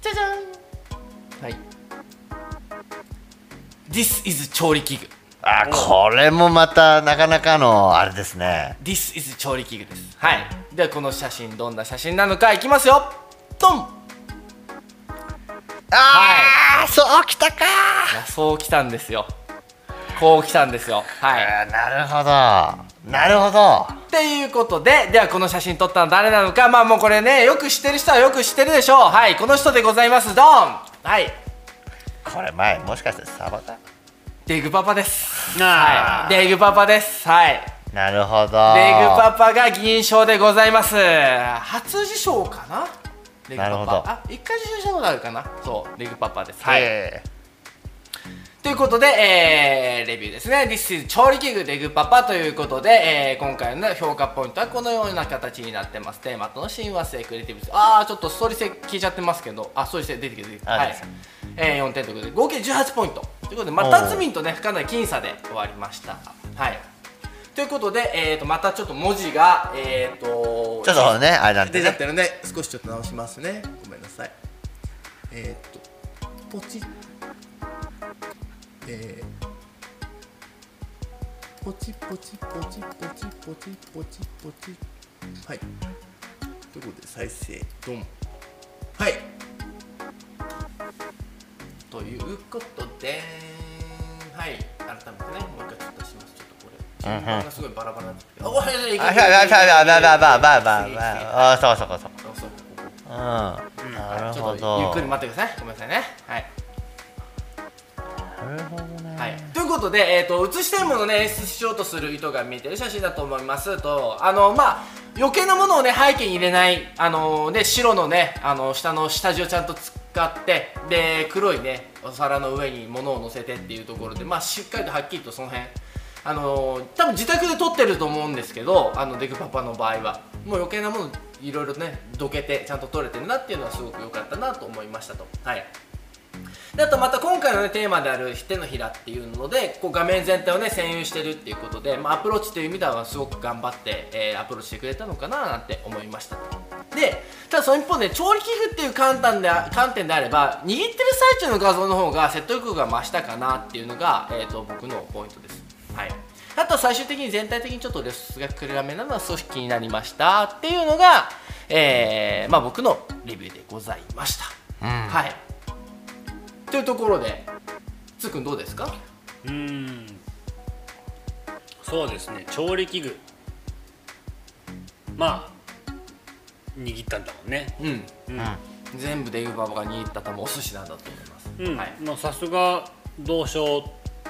[SPEAKER 2] じゃじゃんはい This is 調理器具
[SPEAKER 3] あーこれもまたなかなかのあれですね
[SPEAKER 2] This is 調理器具ですはいではこの写真どんな写真なのかいきますよドン
[SPEAKER 3] ああ、そうきたか
[SPEAKER 2] いやそうきたんですよこうきたんですよはい
[SPEAKER 3] あーなるほどなるほど
[SPEAKER 2] っていうことでではこの写真撮ったの誰なのかまあもうこれねよく知ってる人はよく知ってるでしょうはいこの人でございますドンはい
[SPEAKER 3] これ前もしかしてサボタ
[SPEAKER 2] デグパパです
[SPEAKER 4] なあ
[SPEAKER 2] はいデグパパですはい
[SPEAKER 3] なるほど
[SPEAKER 2] デグパパが銀賞でございます初受賞かなレグパパ
[SPEAKER 3] なるほど
[SPEAKER 2] あ一回受賞したことあるかなそうレグパパです
[SPEAKER 3] は
[SPEAKER 2] はいい、ということで、えーレビューですね This is 調理器具レグパパということで、えー今回の評価ポイントはこのような形になってますテーマとの親和性クリエイティブ性ああちょっとストーリー性消えちゃってますけどあストーリー性出てきて出てきて
[SPEAKER 3] あ
[SPEAKER 2] はい
[SPEAKER 3] です、
[SPEAKER 2] えー4点ということで合計18ポイントということでま
[SPEAKER 3] お
[SPEAKER 2] あ
[SPEAKER 3] ー
[SPEAKER 2] 辰巳とねかなり僅差で終わりましたはいということで、えー、とまたちょっと文字がえっ、と
[SPEAKER 3] ちょっとねあれなんで
[SPEAKER 2] 出ちゃっ
[SPEAKER 3] ね
[SPEAKER 2] てるね少しちょっと直しますねごめんなさいえー、っとポチッえー、ポチッポチッポチッポチッポチッポチッポチッはいということで再生ドンはいということではい改めてねもう一回ちょっと出しますちょっとこれ順番がすごいバラバラなんですけど、あおはいはいはい
[SPEAKER 3] あはいはいはいはいはいはいはいはいはい
[SPEAKER 2] 次
[SPEAKER 3] はいあそうそうそうそう
[SPEAKER 2] そうそうここ
[SPEAKER 3] うんなる
[SPEAKER 2] ちょ
[SPEAKER 3] ほ
[SPEAKER 2] っとゆっ
[SPEAKER 3] ど
[SPEAKER 2] くり待ってください。ごめんなさいね。はい。
[SPEAKER 3] なるほどね
[SPEAKER 2] はい、ということで、えー、と写し点ものをね演出しようとする意図が見えてる写真だと思いますとあの、まあ、余計なものを、ね、背景に入れないあの、ね、白の,、ね、あの下の下地をちゃんと使ってで黒い、ね、お皿の上に物を乗せてっていうところで、まあ、しっかりとはっきりとその辺あの多分自宅で撮ってると思うんですけどあのデグパパの場合はもう余計なものいろいろねどけてちゃんと撮れてるなっていうのはすごく良かったなと思いましたと。はいであとまた今回の、ね、テーマである「手のひら」っていうのでこう画面全体をね占有してるっていうことで、まあ、アプローチという意味ではすごく頑張って、えーアプローチしてくれたのかななんて思いましたでただその一方で調理器具っていう観点で観点であれば握ってる最中の画像の方が説得力が増したかなっていうのが、えー、と僕のポイントですはいあとは最終的に全体的にちょっとレスが暗めなのは少し気になりましたっていうのが、えーまあ、僕のレビューでございました、はいというところでつーくんどうですか
[SPEAKER 4] うんそうですね調理器具まあ握ったんだもんね
[SPEAKER 2] うん
[SPEAKER 4] うん、
[SPEAKER 2] 全部でゆばばが握った玉お寿司なんだと思います、
[SPEAKER 4] うん
[SPEAKER 2] はい
[SPEAKER 4] まあさすが同賞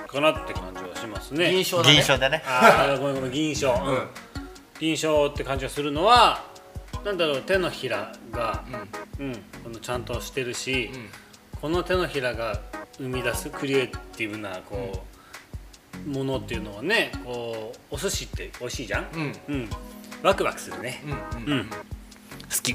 [SPEAKER 4] かなって感じはしますね
[SPEAKER 2] 銀賞だね
[SPEAKER 3] 銀賞だね
[SPEAKER 4] ああごめんごめん銀賞、
[SPEAKER 2] う
[SPEAKER 4] うんん、銀賞って感じがするのはなんだろう手のひらが、うんこのちゃんとしてるし、この手のひらが生み出すクリエイティブなこう、ものっていうのはねこうお寿司って美味しいじゃん、
[SPEAKER 2] うん
[SPEAKER 4] うんワクワクするね、
[SPEAKER 2] うんうん
[SPEAKER 4] うん好き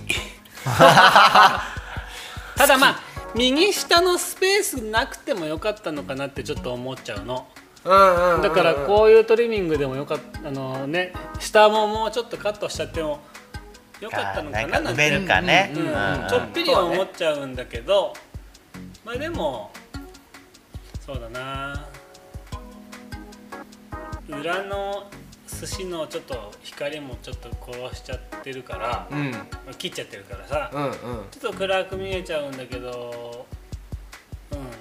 [SPEAKER 4] ただまあ右下のスペースなくてもよかったのかなってちょっと思っちゃうの
[SPEAKER 2] うんうん
[SPEAKER 4] だからこういうトリミングでもよかったあのね下ももうちょっとカットしちゃってもよかったのかななん
[SPEAKER 3] 埋め
[SPEAKER 4] て
[SPEAKER 3] るかね
[SPEAKER 4] うんちょっぴりは思っちゃうんだけどまあでもそうだな裏の寿司のちょっと光もちょっと殺しちゃってるから
[SPEAKER 2] うんうん
[SPEAKER 4] まあ切っちゃってるからさ
[SPEAKER 2] うん
[SPEAKER 4] ちょっと暗く見えちゃうんだけど、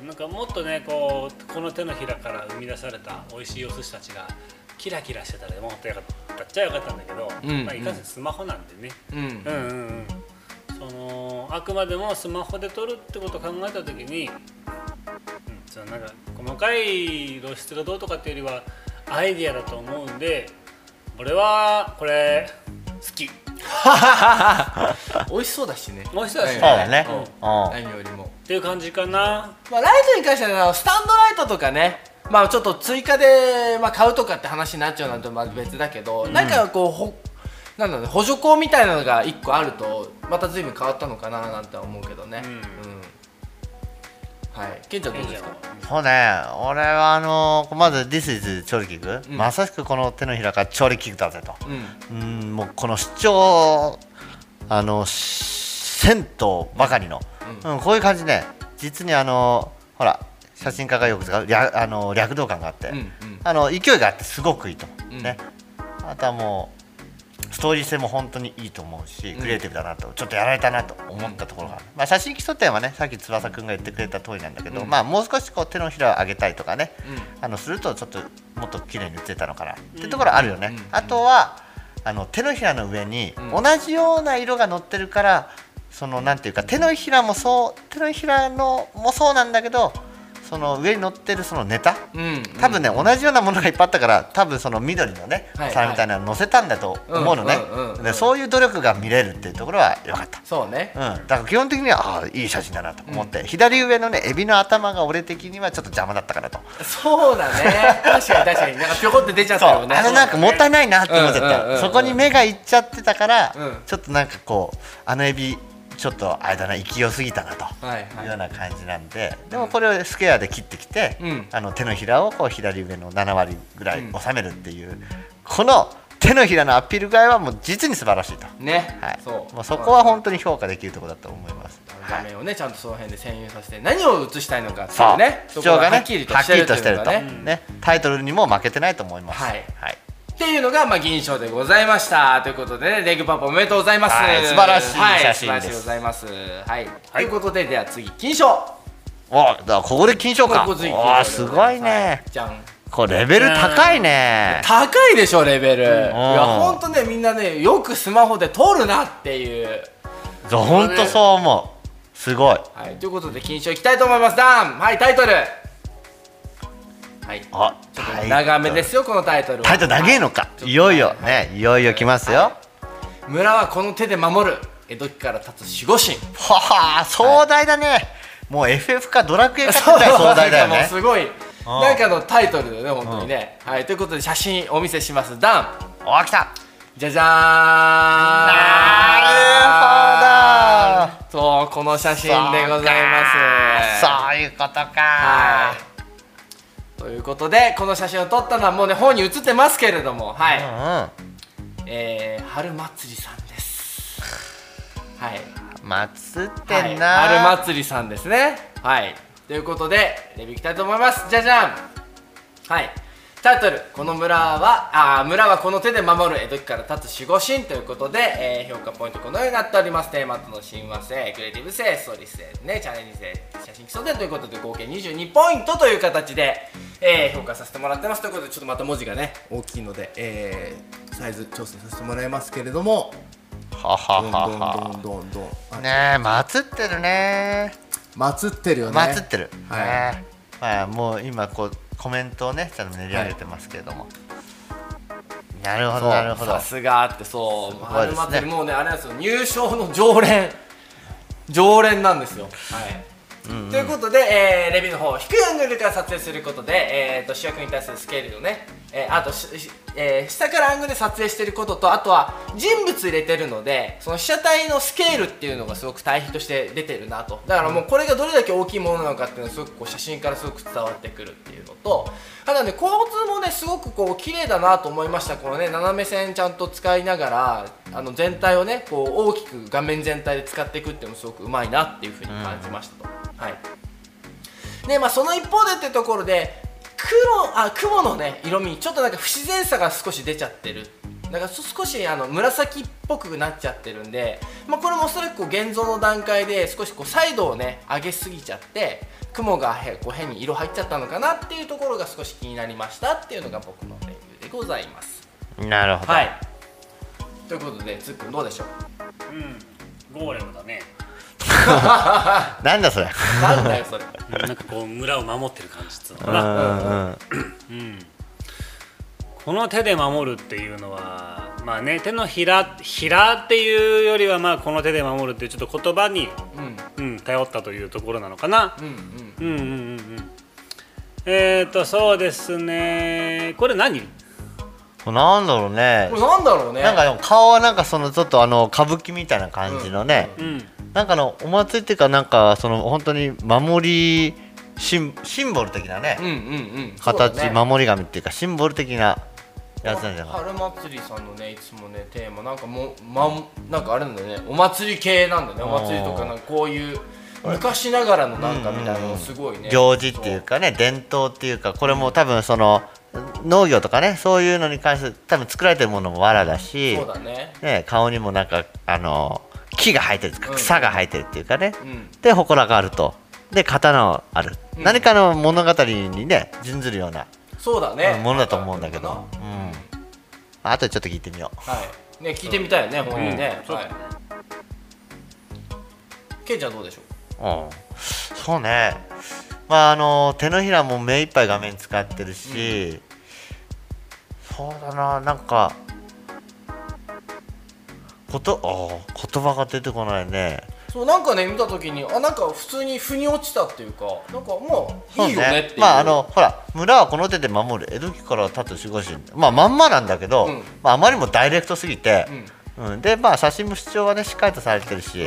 [SPEAKER 4] うん、なんかもっとねこうこの手のひらから生み出された美味しいお寿司たちがキラキラしてたらもっとよかったっちゃよかったんだけど、
[SPEAKER 2] うん
[SPEAKER 4] まあ、いかんせんスマホなんでね、
[SPEAKER 2] うんう
[SPEAKER 4] うんんうんうん、そのあくまでもスマホで撮るってことを考えた時に、うん、そのなんか細かい露出がどうとかっていうよりはアイディアだと思うんで俺はこれ好き
[SPEAKER 2] 美味しそうだしね
[SPEAKER 4] 美味しそうだしね
[SPEAKER 3] そうだね
[SPEAKER 4] うん
[SPEAKER 3] うん
[SPEAKER 2] 何よりも
[SPEAKER 4] っていう感じかな。
[SPEAKER 2] まあ、ライトに関してはスタンドライトとかねまあちょっと追加で、まあ、買うとかって話になっちゃうなんてまあ別だけど、なんかこうほなんだろうね補助項みたいなのが1個あるとまた随分変わったのかななんて思うけどね、
[SPEAKER 4] うん
[SPEAKER 2] うんはいケンちゃんどうですか
[SPEAKER 3] そうね俺はあのまず「This is 調理器具」まさしくこの手のひらから調理器具だぜと
[SPEAKER 2] うん
[SPEAKER 3] うんもうこの主張あのし銭湯ばかりの、うんこういう感じね実にあのほら写真家がよく使うりゃあの略動感があって、
[SPEAKER 2] うんうん
[SPEAKER 3] あの勢いがあってすごくいいと思う、
[SPEAKER 2] うん
[SPEAKER 3] ねあとはもうストーリー性も本当にいいと思うし、クリエイティブだなとちょっとやられたなと思ったところがある、まあ、写真基礎点はねさっき翼くんが言ってくれた通りなんだけど、まあ、もう少しこう手のひらを上げたりとかね、あのするとちょっともっと綺麗に写れたのかなってところあるよね、
[SPEAKER 2] うんうん
[SPEAKER 3] あとはあの手のひらの上に
[SPEAKER 2] うん
[SPEAKER 3] 同じような色が乗ってるから、そのなんていうか手のひらもそう手のひらのもそうなんだけどその上に乗ってるそのネタ、
[SPEAKER 2] うんうん
[SPEAKER 3] 多分ね、同じようなものがいっぱいあったから多分その緑のね、
[SPEAKER 2] はい
[SPEAKER 3] 皿みたいなの乗せたんだと思うのね、
[SPEAKER 2] うんうんうんうん
[SPEAKER 3] でそういう努力が見れるっていうところは良かった、
[SPEAKER 2] そうね
[SPEAKER 3] うん、だから基本的にはああいい写真だなと思って、左上のねエビの頭が俺的にはちょっと邪魔だったからと、
[SPEAKER 2] そうだね確かに確かになんかぴょこって出ちゃっ
[SPEAKER 3] そう
[SPEAKER 2] たよね
[SPEAKER 3] あのなんかもったいないなって思っちゃっ
[SPEAKER 2] うん
[SPEAKER 3] た、
[SPEAKER 2] うんうんうん
[SPEAKER 3] そこに目がいっちゃってたから、
[SPEAKER 2] うん
[SPEAKER 3] ちょっとなんかこうあのエビちょっとあれだな勢いすぎたなと。
[SPEAKER 2] はい
[SPEAKER 3] いう
[SPEAKER 2] は
[SPEAKER 3] よう
[SPEAKER 2] い
[SPEAKER 3] な感じなんで、でもこれをスケアで切ってきて、
[SPEAKER 2] うん
[SPEAKER 3] あの手のひらをこう左上の7割ぐらい収めるっていう、この手のひらのアピール具合はもう実に素晴らしいと、
[SPEAKER 2] ね、
[SPEAKER 3] はい、
[SPEAKER 2] そう
[SPEAKER 3] もうそこは本当に評価できるところだと思います。
[SPEAKER 2] 画面をねちゃんとその辺で占有させて何を映したいのかっていうね
[SPEAKER 3] 主
[SPEAKER 2] そこ
[SPEAKER 3] 張
[SPEAKER 2] が
[SPEAKER 3] がね
[SPEAKER 2] はっきりとしてるっていうのが
[SPEAKER 3] はっきり
[SPEAKER 2] ね
[SPEAKER 3] としてるとねタイトルにも負けてないと思います。
[SPEAKER 2] はい
[SPEAKER 3] はい
[SPEAKER 2] っていうのが、まあ、銀賞でございましたということでねレグパパおめでとうございます、
[SPEAKER 3] はい素晴らしい
[SPEAKER 2] は
[SPEAKER 3] 写真です
[SPEAKER 2] 素晴らしいございます、はいということででは次金賞
[SPEAKER 3] おだからここで金賞か
[SPEAKER 2] これ次金賞で
[SPEAKER 3] わあすごい
[SPEAKER 2] は
[SPEAKER 3] ね
[SPEAKER 2] じゃん
[SPEAKER 3] これレベル高いね
[SPEAKER 2] 高いでしょレベル、いや
[SPEAKER 3] うん
[SPEAKER 2] ほんとねみんなねよくスマホで撮るなっていう
[SPEAKER 3] そうほんとそう思うすごい
[SPEAKER 2] はいということで金賞いきたいと思いますダンはいタイトルはいちょ
[SPEAKER 3] あ
[SPEAKER 2] っと長めですすよこのタイトルは
[SPEAKER 3] タイトル長えのかいよいよねいよいよ来ますよ、
[SPEAKER 2] 村はこの手で守る江戸期から立つ守護 神
[SPEAKER 3] はあ壮大だね、もう FF かドラクエかってぐら い壮大だ
[SPEAKER 2] な
[SPEAKER 3] よ
[SPEAKER 2] んかもう
[SPEAKER 3] ね
[SPEAKER 2] すごい
[SPEAKER 3] ああ
[SPEAKER 2] なんかのタイトルだよね本当にね、はいということで写真お見せしますダン
[SPEAKER 3] お来た
[SPEAKER 2] じゃじゃーんな
[SPEAKER 3] な
[SPEAKER 2] るほどそうこの写真でございます
[SPEAKER 3] そうかそういうこと
[SPEAKER 2] は
[SPEAKER 3] か
[SPEAKER 2] いということでこの写真を撮ったのはもうね本に写ってますけれどもはい、
[SPEAKER 3] う
[SPEAKER 2] えー、春祭りさんですはい
[SPEAKER 3] ん祭ってんな、
[SPEAKER 2] はい、春祭りさんですねはいということでレビューいきたいと思いますじゃじゃんはいタイトル「この村はあー村はこの手で守る江戸期から立つ守護神」ということで、えー評価ポイントこのようになっておりますテーマとの親和性クリエイティブ性ストーリー性、ね、チャレンジ性写真基礎点ということで合計22ポイントという形で、えー評価させてもらってますということでちょっとまた文字がね大きいので、えーサイズ調整させてもらいますけれども
[SPEAKER 3] はは
[SPEAKER 2] どんど
[SPEAKER 3] は
[SPEAKER 2] んどん
[SPEAKER 3] は
[SPEAKER 2] どんどんどん、
[SPEAKER 3] ねえ祭ってるね
[SPEAKER 2] 祀ってるよね
[SPEAKER 3] 祭ってる、
[SPEAKER 2] はい
[SPEAKER 3] ねえまあもう今こうコメントをねちゃんと練り上げてますけれども、なるほ
[SPEAKER 2] そ
[SPEAKER 3] ど
[SPEAKER 2] う
[SPEAKER 3] なるほど
[SPEAKER 2] さすがってそう
[SPEAKER 3] ごい
[SPEAKER 2] 春
[SPEAKER 3] ですね
[SPEAKER 2] 祭りもうねあれなんですよ入賞の常連常連なんですよはいということで、えーレビューの方を低いアングルから撮影することで、えー、と主役に対するスケールのね、えーあとし、しえー下からアングルで撮影してることとあとは人物入れてるのでその被写体のスケールっていうのがすごく対比として出てるなとだからもうこれがどれだけ大きいものなのかっていうのがすごくこう写真からすごく伝わってくるっていうのとあとね交通もねすごくこう綺麗だなと思いましたこのね斜め線ちゃんと使いながらあの全体をねこう大きく画面全体で使っていくっていうのもすごくうまいなっていうふうに感じましたと、はいでまあ、その一方でってところで黒あ雲の、ね、色味ちょっとなんか不自然さが少し出ちゃってるだからそ少しあの紫っぽくなっちゃってるんで、まあ、これもおそらくこう現像の段階で少しこうサイドを、ね、上げすぎちゃって雲がへこう変に色入っちゃったのかなっていうところが少し気になりましたっていうのが僕のレビューでございます。
[SPEAKER 3] なるほど、
[SPEAKER 2] はいということでつっくんどうでしょう
[SPEAKER 4] うん、ゴーレムだね
[SPEAKER 3] なんだそれ
[SPEAKER 2] なんだよそれ
[SPEAKER 4] なんかこう村を守ってる感じっつうの
[SPEAKER 3] う
[SPEAKER 4] か
[SPEAKER 3] ん
[SPEAKER 4] な、
[SPEAKER 3] うんうん
[SPEAKER 4] うんこの手で守るっていうのはまあね手のひらひらっていうよりはまあこの手で守るっていうちょっと言葉に、
[SPEAKER 2] うん
[SPEAKER 4] うん、頼ったというところなのかな
[SPEAKER 2] うんうん
[SPEAKER 4] うんうんうんうんえっ、ー、とそうですねこれ何
[SPEAKER 3] なんだろうね
[SPEAKER 2] これなんだろうね
[SPEAKER 3] なんかでも顔はなんかそのちょっとあの歌舞伎みたいな感じのね、
[SPEAKER 4] うん
[SPEAKER 3] なんかあのお祭りっていうかなんかその本当に守りシンシンボル的なね、
[SPEAKER 2] うんうんうん
[SPEAKER 3] 形、
[SPEAKER 2] そうだね
[SPEAKER 3] 守り神っていうかシンボル的なやつなんじゃない
[SPEAKER 2] 春祭りさんのねいつもねテーマなんかもうまんなんかあれなんだよねお祭り系なんだねお祭りとかなんかこういう昔ながらのなんかみたいなのすごいね
[SPEAKER 3] 行事っていうかね伝統っていうかこれも多分その農業とかねそういうのに関して多分作られてるものも藁だ
[SPEAKER 2] そう
[SPEAKER 3] し
[SPEAKER 2] そうだね
[SPEAKER 3] ね、顔にもなんかあの木が生えてるっていうか
[SPEAKER 2] うん
[SPEAKER 3] 草が生えてるっていうかね、
[SPEAKER 2] うん
[SPEAKER 3] で祠があるとで刀がある、
[SPEAKER 2] うん
[SPEAKER 3] 何かの物語にね準ずるような
[SPEAKER 2] そうだね
[SPEAKER 3] ものだと思うんだけど、うん、あとでちょっと聞いてみよ
[SPEAKER 2] はいね聞いてみたいよね本人ね
[SPEAKER 4] うん
[SPEAKER 2] はいケイちゃんどうでしょ
[SPEAKER 3] う、うん、そうねまああの手のひらも目いっぱい画面使ってるし、そうだななんかことあー言葉が出てこないね
[SPEAKER 2] うそうなんかね見た時にあなんか普通に腑に落ちたっていうかなんかもういいよねっていう
[SPEAKER 3] まああのほら村はこの手で守る江戸期から立つ守護神まあまんまなんだけど、
[SPEAKER 2] うん
[SPEAKER 3] まあ、あまりにもダイレクトすぎて
[SPEAKER 2] う、ん
[SPEAKER 3] うんでまあ写真も主張はねしっかりとされてるし、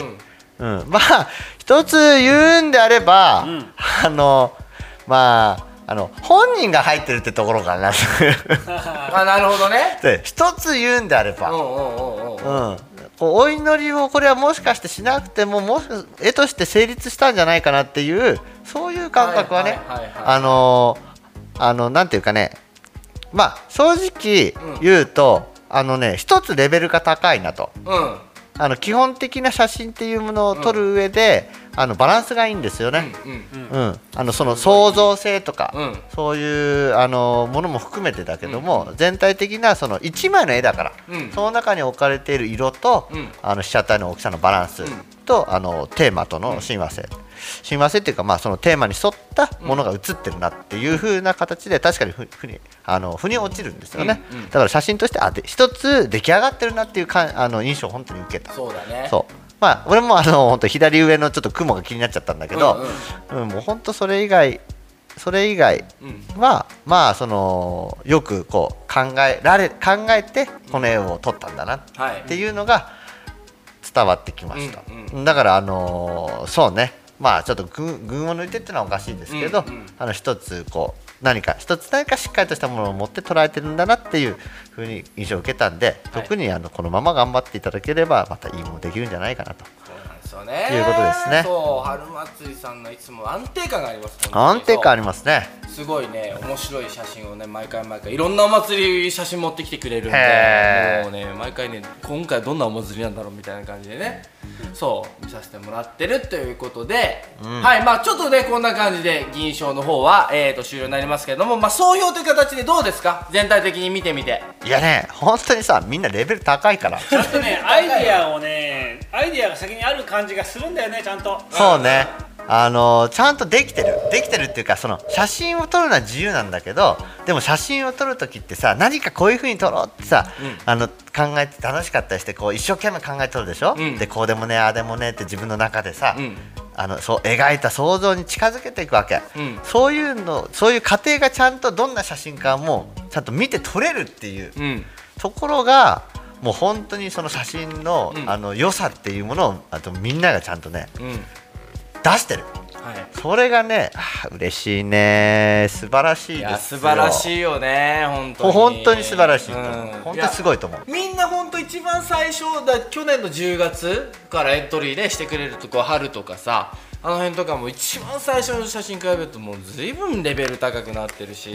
[SPEAKER 2] う
[SPEAKER 3] うんん まあ一つ言うんであれば、
[SPEAKER 4] うん
[SPEAKER 3] あのまああの本人が入ってるってところかな
[SPEAKER 2] あなるほどね
[SPEAKER 3] で一つ言うんであれ
[SPEAKER 2] うんう
[SPEAKER 3] ば、
[SPEAKER 2] んうんうん
[SPEAKER 3] うんこうお祈りをこれはもしかしてしなくてももし絵として成立したんじゃないかなっていうそういう感覚はね、
[SPEAKER 2] はいはいはいはい
[SPEAKER 3] あのーあのなんていうかねまあ正直言うと、あのね一つレベルが高いなと
[SPEAKER 2] うん
[SPEAKER 3] あの基本的な写真っていうものを撮る上で、あのバランスがいいんですよね、
[SPEAKER 2] うんうん
[SPEAKER 3] うんあのその創造性とか、
[SPEAKER 2] うん
[SPEAKER 3] そういうあのものも含めてだけども、全体的なその1枚の絵だから、
[SPEAKER 2] うん
[SPEAKER 3] その中に置かれている色と、
[SPEAKER 2] うん
[SPEAKER 3] あの被写体の大きさのバランス
[SPEAKER 2] ん
[SPEAKER 3] と、あのテーマとの親和性、親和性っていうか、まあ、そのテーマに沿ったものが写ってるなっていう風な形で確かにふふにあの腑に落ちるんですよね、
[SPEAKER 2] うんうん
[SPEAKER 3] だから写真としてあで一つ出来上がってるなっていうかんあの印象を本当に受けた。
[SPEAKER 2] そうだね
[SPEAKER 3] そうまあ俺もあの本当左上のちょっと雲が気になっちゃったんだけど、うんもう本当それ以外それ以外
[SPEAKER 2] うんうん
[SPEAKER 3] はまあそのよくこう考えられ考えてこの絵を撮ったんだなっ
[SPEAKER 2] はい
[SPEAKER 3] ていうのが伝わってきました、
[SPEAKER 2] うん
[SPEAKER 3] だからあのーそうねまあちょっと群群を抜いてってのはおかしいですけど、
[SPEAKER 2] うんうん
[SPEAKER 3] あの一つこう何か一つ何かしっかりとしたものを持って捉えてるんだなっていうふうに印象を受けたんで、
[SPEAKER 2] はい
[SPEAKER 3] 特にあのこのまま頑張っていただければまたいいものできるんじゃないかなと
[SPEAKER 2] そうなんですよよね。
[SPEAKER 3] いうことですね
[SPEAKER 2] そう、春祭りさんのいつも安定感があります。
[SPEAKER 3] 安定感あ
[SPEAKER 2] り
[SPEAKER 3] りますね
[SPEAKER 2] すごいね、面白い写真をね、毎回毎回、いろんなお祭り写真持ってきてくれるんで
[SPEAKER 3] へ
[SPEAKER 2] も
[SPEAKER 3] ー、
[SPEAKER 2] うね、毎回ね、今回どんなお祭りなんだろうみたいな感じでね、そう、見させてもらってるということで、はい、まあちょっとね、こんな感じで、銀賞の方は、えーと、終了になりますけれども、まあ総評という形でどうですか全体的に見てみて。
[SPEAKER 3] いやね本当にさみんなレベル高いから
[SPEAKER 4] ちゃんとねアイディアをねアイディアが先にある感じがするんだよねちゃんと
[SPEAKER 3] そうねあのちゃんとできてるできてるっていうかその写真を撮るのは自由なんだけどでも写真を撮る時ってさ何かこういう風に撮ろうってさ、あの考えて楽しかったりしてこう一生懸命考えて撮るでしょ、
[SPEAKER 2] うん
[SPEAKER 3] でこうでもねああでもねって自分の中でさ、
[SPEAKER 2] うん
[SPEAKER 3] あのそう描いた想像に近づけていくわけ、
[SPEAKER 2] うん
[SPEAKER 3] そういうのそういう過程がちゃんとどんな写真かもちゃんと見て撮れるっていう
[SPEAKER 2] うん。
[SPEAKER 3] ところがもう本当にその写真の,、
[SPEAKER 2] うん
[SPEAKER 3] あの良さっていうものをあとみんながちゃんとね
[SPEAKER 2] うん。
[SPEAKER 3] 出してる
[SPEAKER 2] はい。
[SPEAKER 3] それがねあー嬉しいね素晴らしい
[SPEAKER 2] い
[SPEAKER 3] です
[SPEAKER 2] や
[SPEAKER 3] よ
[SPEAKER 2] 素晴らしいよね本当
[SPEAKER 3] も
[SPEAKER 2] に
[SPEAKER 3] う本当に素晴らしいと思う、
[SPEAKER 2] うん
[SPEAKER 3] 本当にすごいと思う
[SPEAKER 2] いやみんな本当一番最初だ去年の10月からエントリーでしてくれるとこ春とかさあの辺とかも一番最初の写真比べるともう随分レベル高くなってるし、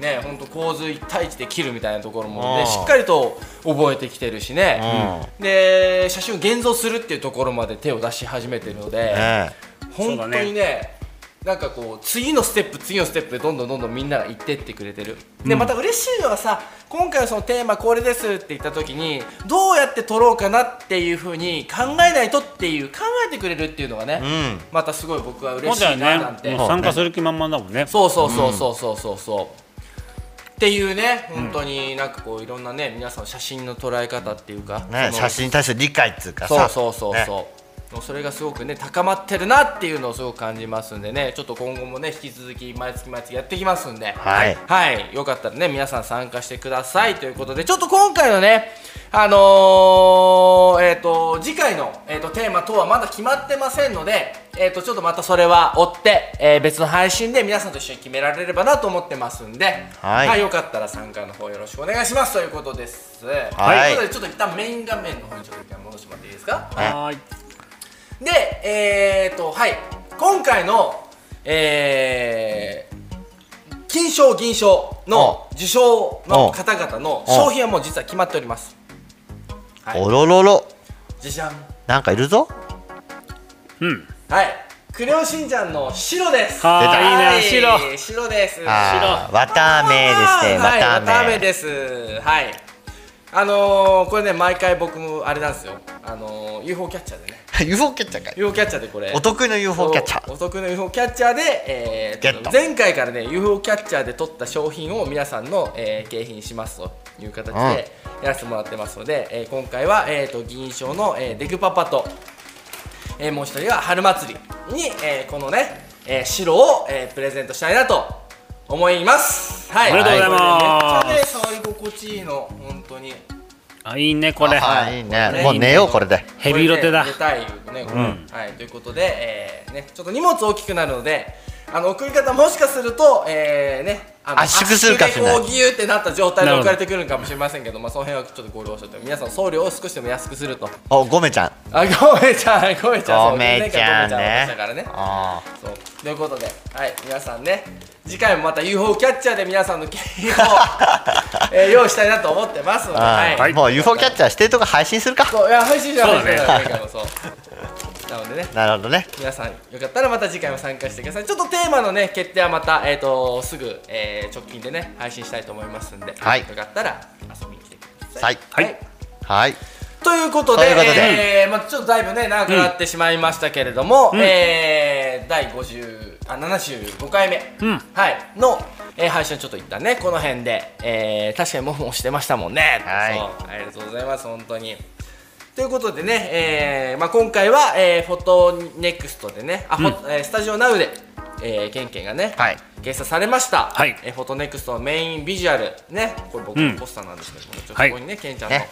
[SPEAKER 2] ね本当構図1対1で切るみたいなところも、
[SPEAKER 3] う
[SPEAKER 2] ね、
[SPEAKER 3] ん
[SPEAKER 2] しっかりと覚えてきてるしね、で写真を現像するっていうところまで手を出し始めてるので、
[SPEAKER 3] ね
[SPEAKER 2] 本当
[SPEAKER 4] そ
[SPEAKER 2] に
[SPEAKER 4] う
[SPEAKER 2] ねなんかこう次のステップ次のステップでどんどんどんどんみんなが行ってってくれてる、でまた嬉しいのがさ今回のそのテーマこれですって言った時にどうやって撮ろうかなっていうふうに考えないとっていう考えてくれるっていうのがね、
[SPEAKER 3] ん
[SPEAKER 2] またすごい僕は嬉
[SPEAKER 4] そう
[SPEAKER 2] し
[SPEAKER 4] だ
[SPEAKER 2] いなな
[SPEAKER 4] よ
[SPEAKER 2] んて、
[SPEAKER 4] ねもう参加する気満々だもんね
[SPEAKER 2] そうそうそうそうそうそうそう、っていうね本当になんかこういろんなね皆さんの写真の捉え方っていうか、
[SPEAKER 3] ね
[SPEAKER 2] その
[SPEAKER 3] 写真に対する理解っていうか
[SPEAKER 2] そ
[SPEAKER 3] さ
[SPEAKER 2] うそうそうそう、
[SPEAKER 3] ね
[SPEAKER 2] もうそれがすごくね高まってるなっていうのをすごく感じますんでねちょっと今後もね引き続き毎月毎月やっていきますんで
[SPEAKER 3] はい
[SPEAKER 2] はい、よかったらね皆さん参加してくださいということでちょっと今回のねあのー、えっ、と次回の、えー、とテーマ等はまだ決まってませんのでえっ、とちょっとまたそれは追って、えー別の配信で皆さんと一緒に決められればなと思ってますんで、
[SPEAKER 3] はい
[SPEAKER 2] よかったら参加の方よろしくお願いしますということです。
[SPEAKER 3] はい
[SPEAKER 2] ということでちょっと一旦メイン画面の方にちょっと一回戻してもらっていいですか
[SPEAKER 4] はーい
[SPEAKER 2] でえー、とはい今回のえー、金賞銀賞の受賞の方々の商品はもう実は決まっておりますはい
[SPEAKER 3] おろろろ
[SPEAKER 2] じゃじゃん
[SPEAKER 3] なんかいるぞ
[SPEAKER 4] うん
[SPEAKER 2] はいクレヨンしんちゃんの白です
[SPEAKER 4] は
[SPEAKER 3] 出た
[SPEAKER 4] ー
[SPEAKER 2] はい
[SPEAKER 4] いいね白
[SPEAKER 2] 白です
[SPEAKER 3] あーわたあめですね
[SPEAKER 2] はい、
[SPEAKER 3] わ
[SPEAKER 2] わ
[SPEAKER 3] た
[SPEAKER 2] た
[SPEAKER 3] あ
[SPEAKER 2] あめ
[SPEAKER 3] め
[SPEAKER 2] です。はい。あのー、これね、毎回僕もあれなんですよ。あのー、UFO キャッチャーでね。
[SPEAKER 3] UFO キャッチャーかい
[SPEAKER 2] UFO キャッチャーでこれ。
[SPEAKER 3] お得意の UFO キャッチャ
[SPEAKER 2] そう
[SPEAKER 3] ー
[SPEAKER 2] お得意の UFO キャッチャーで、え
[SPEAKER 3] ゲ
[SPEAKER 2] ー
[SPEAKER 3] ッ
[SPEAKER 2] と、
[SPEAKER 3] ト
[SPEAKER 2] 前回からね UFO キャッチャーで取った商品を皆さんの、えー景品にしますという形でやらせてもらってますので、えー今回は、えー、と銀賞の、えーデグパパと、えーもう一人は春祭りに、えーこのね、えー白を、えープレゼントしたいなと思いますはい
[SPEAKER 4] おめでとうございます
[SPEAKER 2] これねめっちゃね触り心地いいの本当に
[SPEAKER 4] あいいねこれ
[SPEAKER 3] あーいいね
[SPEAKER 2] れ
[SPEAKER 3] もう寝ようこれで
[SPEAKER 4] ヘビロテだ
[SPEAKER 2] これね寝たいよね、これはい、ということで、えーね、ちょっと荷物大きくなるので、あの送り方もしかすると、えーね、あの
[SPEAKER 3] 圧縮するかもしれない
[SPEAKER 2] 圧縮でこうギューってなった状態で
[SPEAKER 4] なるほ
[SPEAKER 2] 送
[SPEAKER 4] ど
[SPEAKER 2] られてくるのかもしれませんけど、まあその辺はちょっとご了承という皆さんの送料を少しでも安くすると。
[SPEAKER 3] おごめちゃん
[SPEAKER 2] あ、ごめんちゃん、ごめんちゃん、
[SPEAKER 3] ごめちゃんね
[SPEAKER 2] そうごめちゃん渡したからね。
[SPEAKER 3] あ
[SPEAKER 2] そうということで、はい、皆さんね次回もまた UFO キャッチャーで皆さんの経費を、 えー用意したいなと思ってますので、
[SPEAKER 3] ー
[SPEAKER 2] はい、
[SPEAKER 3] もう UFO キャッチャーしてるとこ配信するか
[SPEAKER 2] そういや配信者
[SPEAKER 4] そう
[SPEAKER 2] 配
[SPEAKER 4] だね
[SPEAKER 2] 信者だねそうなのでね
[SPEAKER 3] なるほどね
[SPEAKER 2] 皆さんよかったらまた次回も参加してくださいちょっとテーマのね決定はまた、えー、とすぐ、えー直近でね配信したいと思いますんで、
[SPEAKER 3] はい
[SPEAKER 2] よかったら遊びに来てくださ
[SPEAKER 3] はいいはい
[SPEAKER 2] ということで
[SPEAKER 3] ということで
[SPEAKER 2] えーまあ、ちょっとだいぶね長くなってしまいましたけれども、えー第50あ75回目、
[SPEAKER 4] うん
[SPEAKER 2] はい、の、えー配信をちょっと一旦ねこの辺で、えー確かにもふもふしてましたもんね
[SPEAKER 3] はい
[SPEAKER 2] そうありがとうございます本当に。ということでね、えーまあ、今回は、えーフォトネクストでねあ、フォえースタジオナウで、えー、ケンケンがね、
[SPEAKER 3] はい
[SPEAKER 2] 掲載されました、
[SPEAKER 4] はい
[SPEAKER 2] えーフォトネクストのメインビジュアルねこれ僕
[SPEAKER 4] う
[SPEAKER 2] の
[SPEAKER 4] ん
[SPEAKER 2] ポスターなんですけども、ちょっと
[SPEAKER 4] はい
[SPEAKER 2] ここにねケンちゃんの、
[SPEAKER 3] ね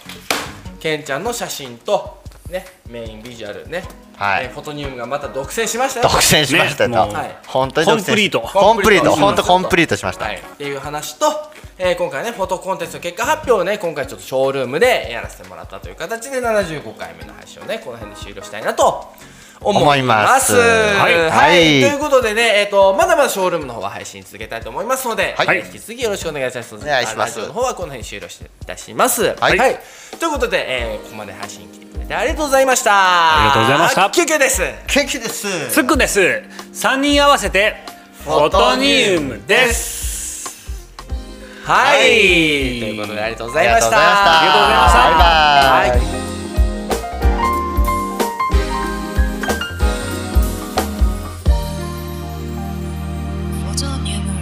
[SPEAKER 2] ケンちゃんの写真と、ね、メインビジュアルね、
[SPEAKER 3] はい
[SPEAKER 2] えーフォトニウムがまた独占しましたよ
[SPEAKER 3] 独占しましたよ、
[SPEAKER 4] ねもう
[SPEAKER 3] 本当に独占
[SPEAKER 4] コンプリート
[SPEAKER 3] コンプリート
[SPEAKER 2] コンプリート
[SPEAKER 3] 本当コンプリートしました、
[SPEAKER 2] はい、っていう話と、えー今回ねフォトコンテストの結果発表をね今回ちょっとショールームでやらせてもらったという形で75回目の配信をねこの辺で終了したいなと思います
[SPEAKER 3] 思います
[SPEAKER 2] はい、
[SPEAKER 3] はい
[SPEAKER 2] はい
[SPEAKER 3] は
[SPEAKER 2] とい
[SPEAKER 3] い
[SPEAKER 2] うことでね、えー、とまだまだショールームの方は配信続けたいと思いますので、
[SPEAKER 3] はい
[SPEAKER 2] 引き続きよろしくお願いします。お
[SPEAKER 3] 願いします
[SPEAKER 2] の方はこの辺に終了していたします。
[SPEAKER 3] はい
[SPEAKER 2] ということで、えーここまで配信来てくれてありがとうございました。
[SPEAKER 4] りがとうございました
[SPEAKER 2] 救急です。
[SPEAKER 3] ケーキです
[SPEAKER 4] つっくんです3人合わせてフォトニウムです
[SPEAKER 2] はい、
[SPEAKER 3] はい
[SPEAKER 2] ということでありがとうございました。
[SPEAKER 3] ありがとうございましたバ
[SPEAKER 2] は
[SPEAKER 3] イバイ
[SPEAKER 2] い
[SPEAKER 1] フォトニウム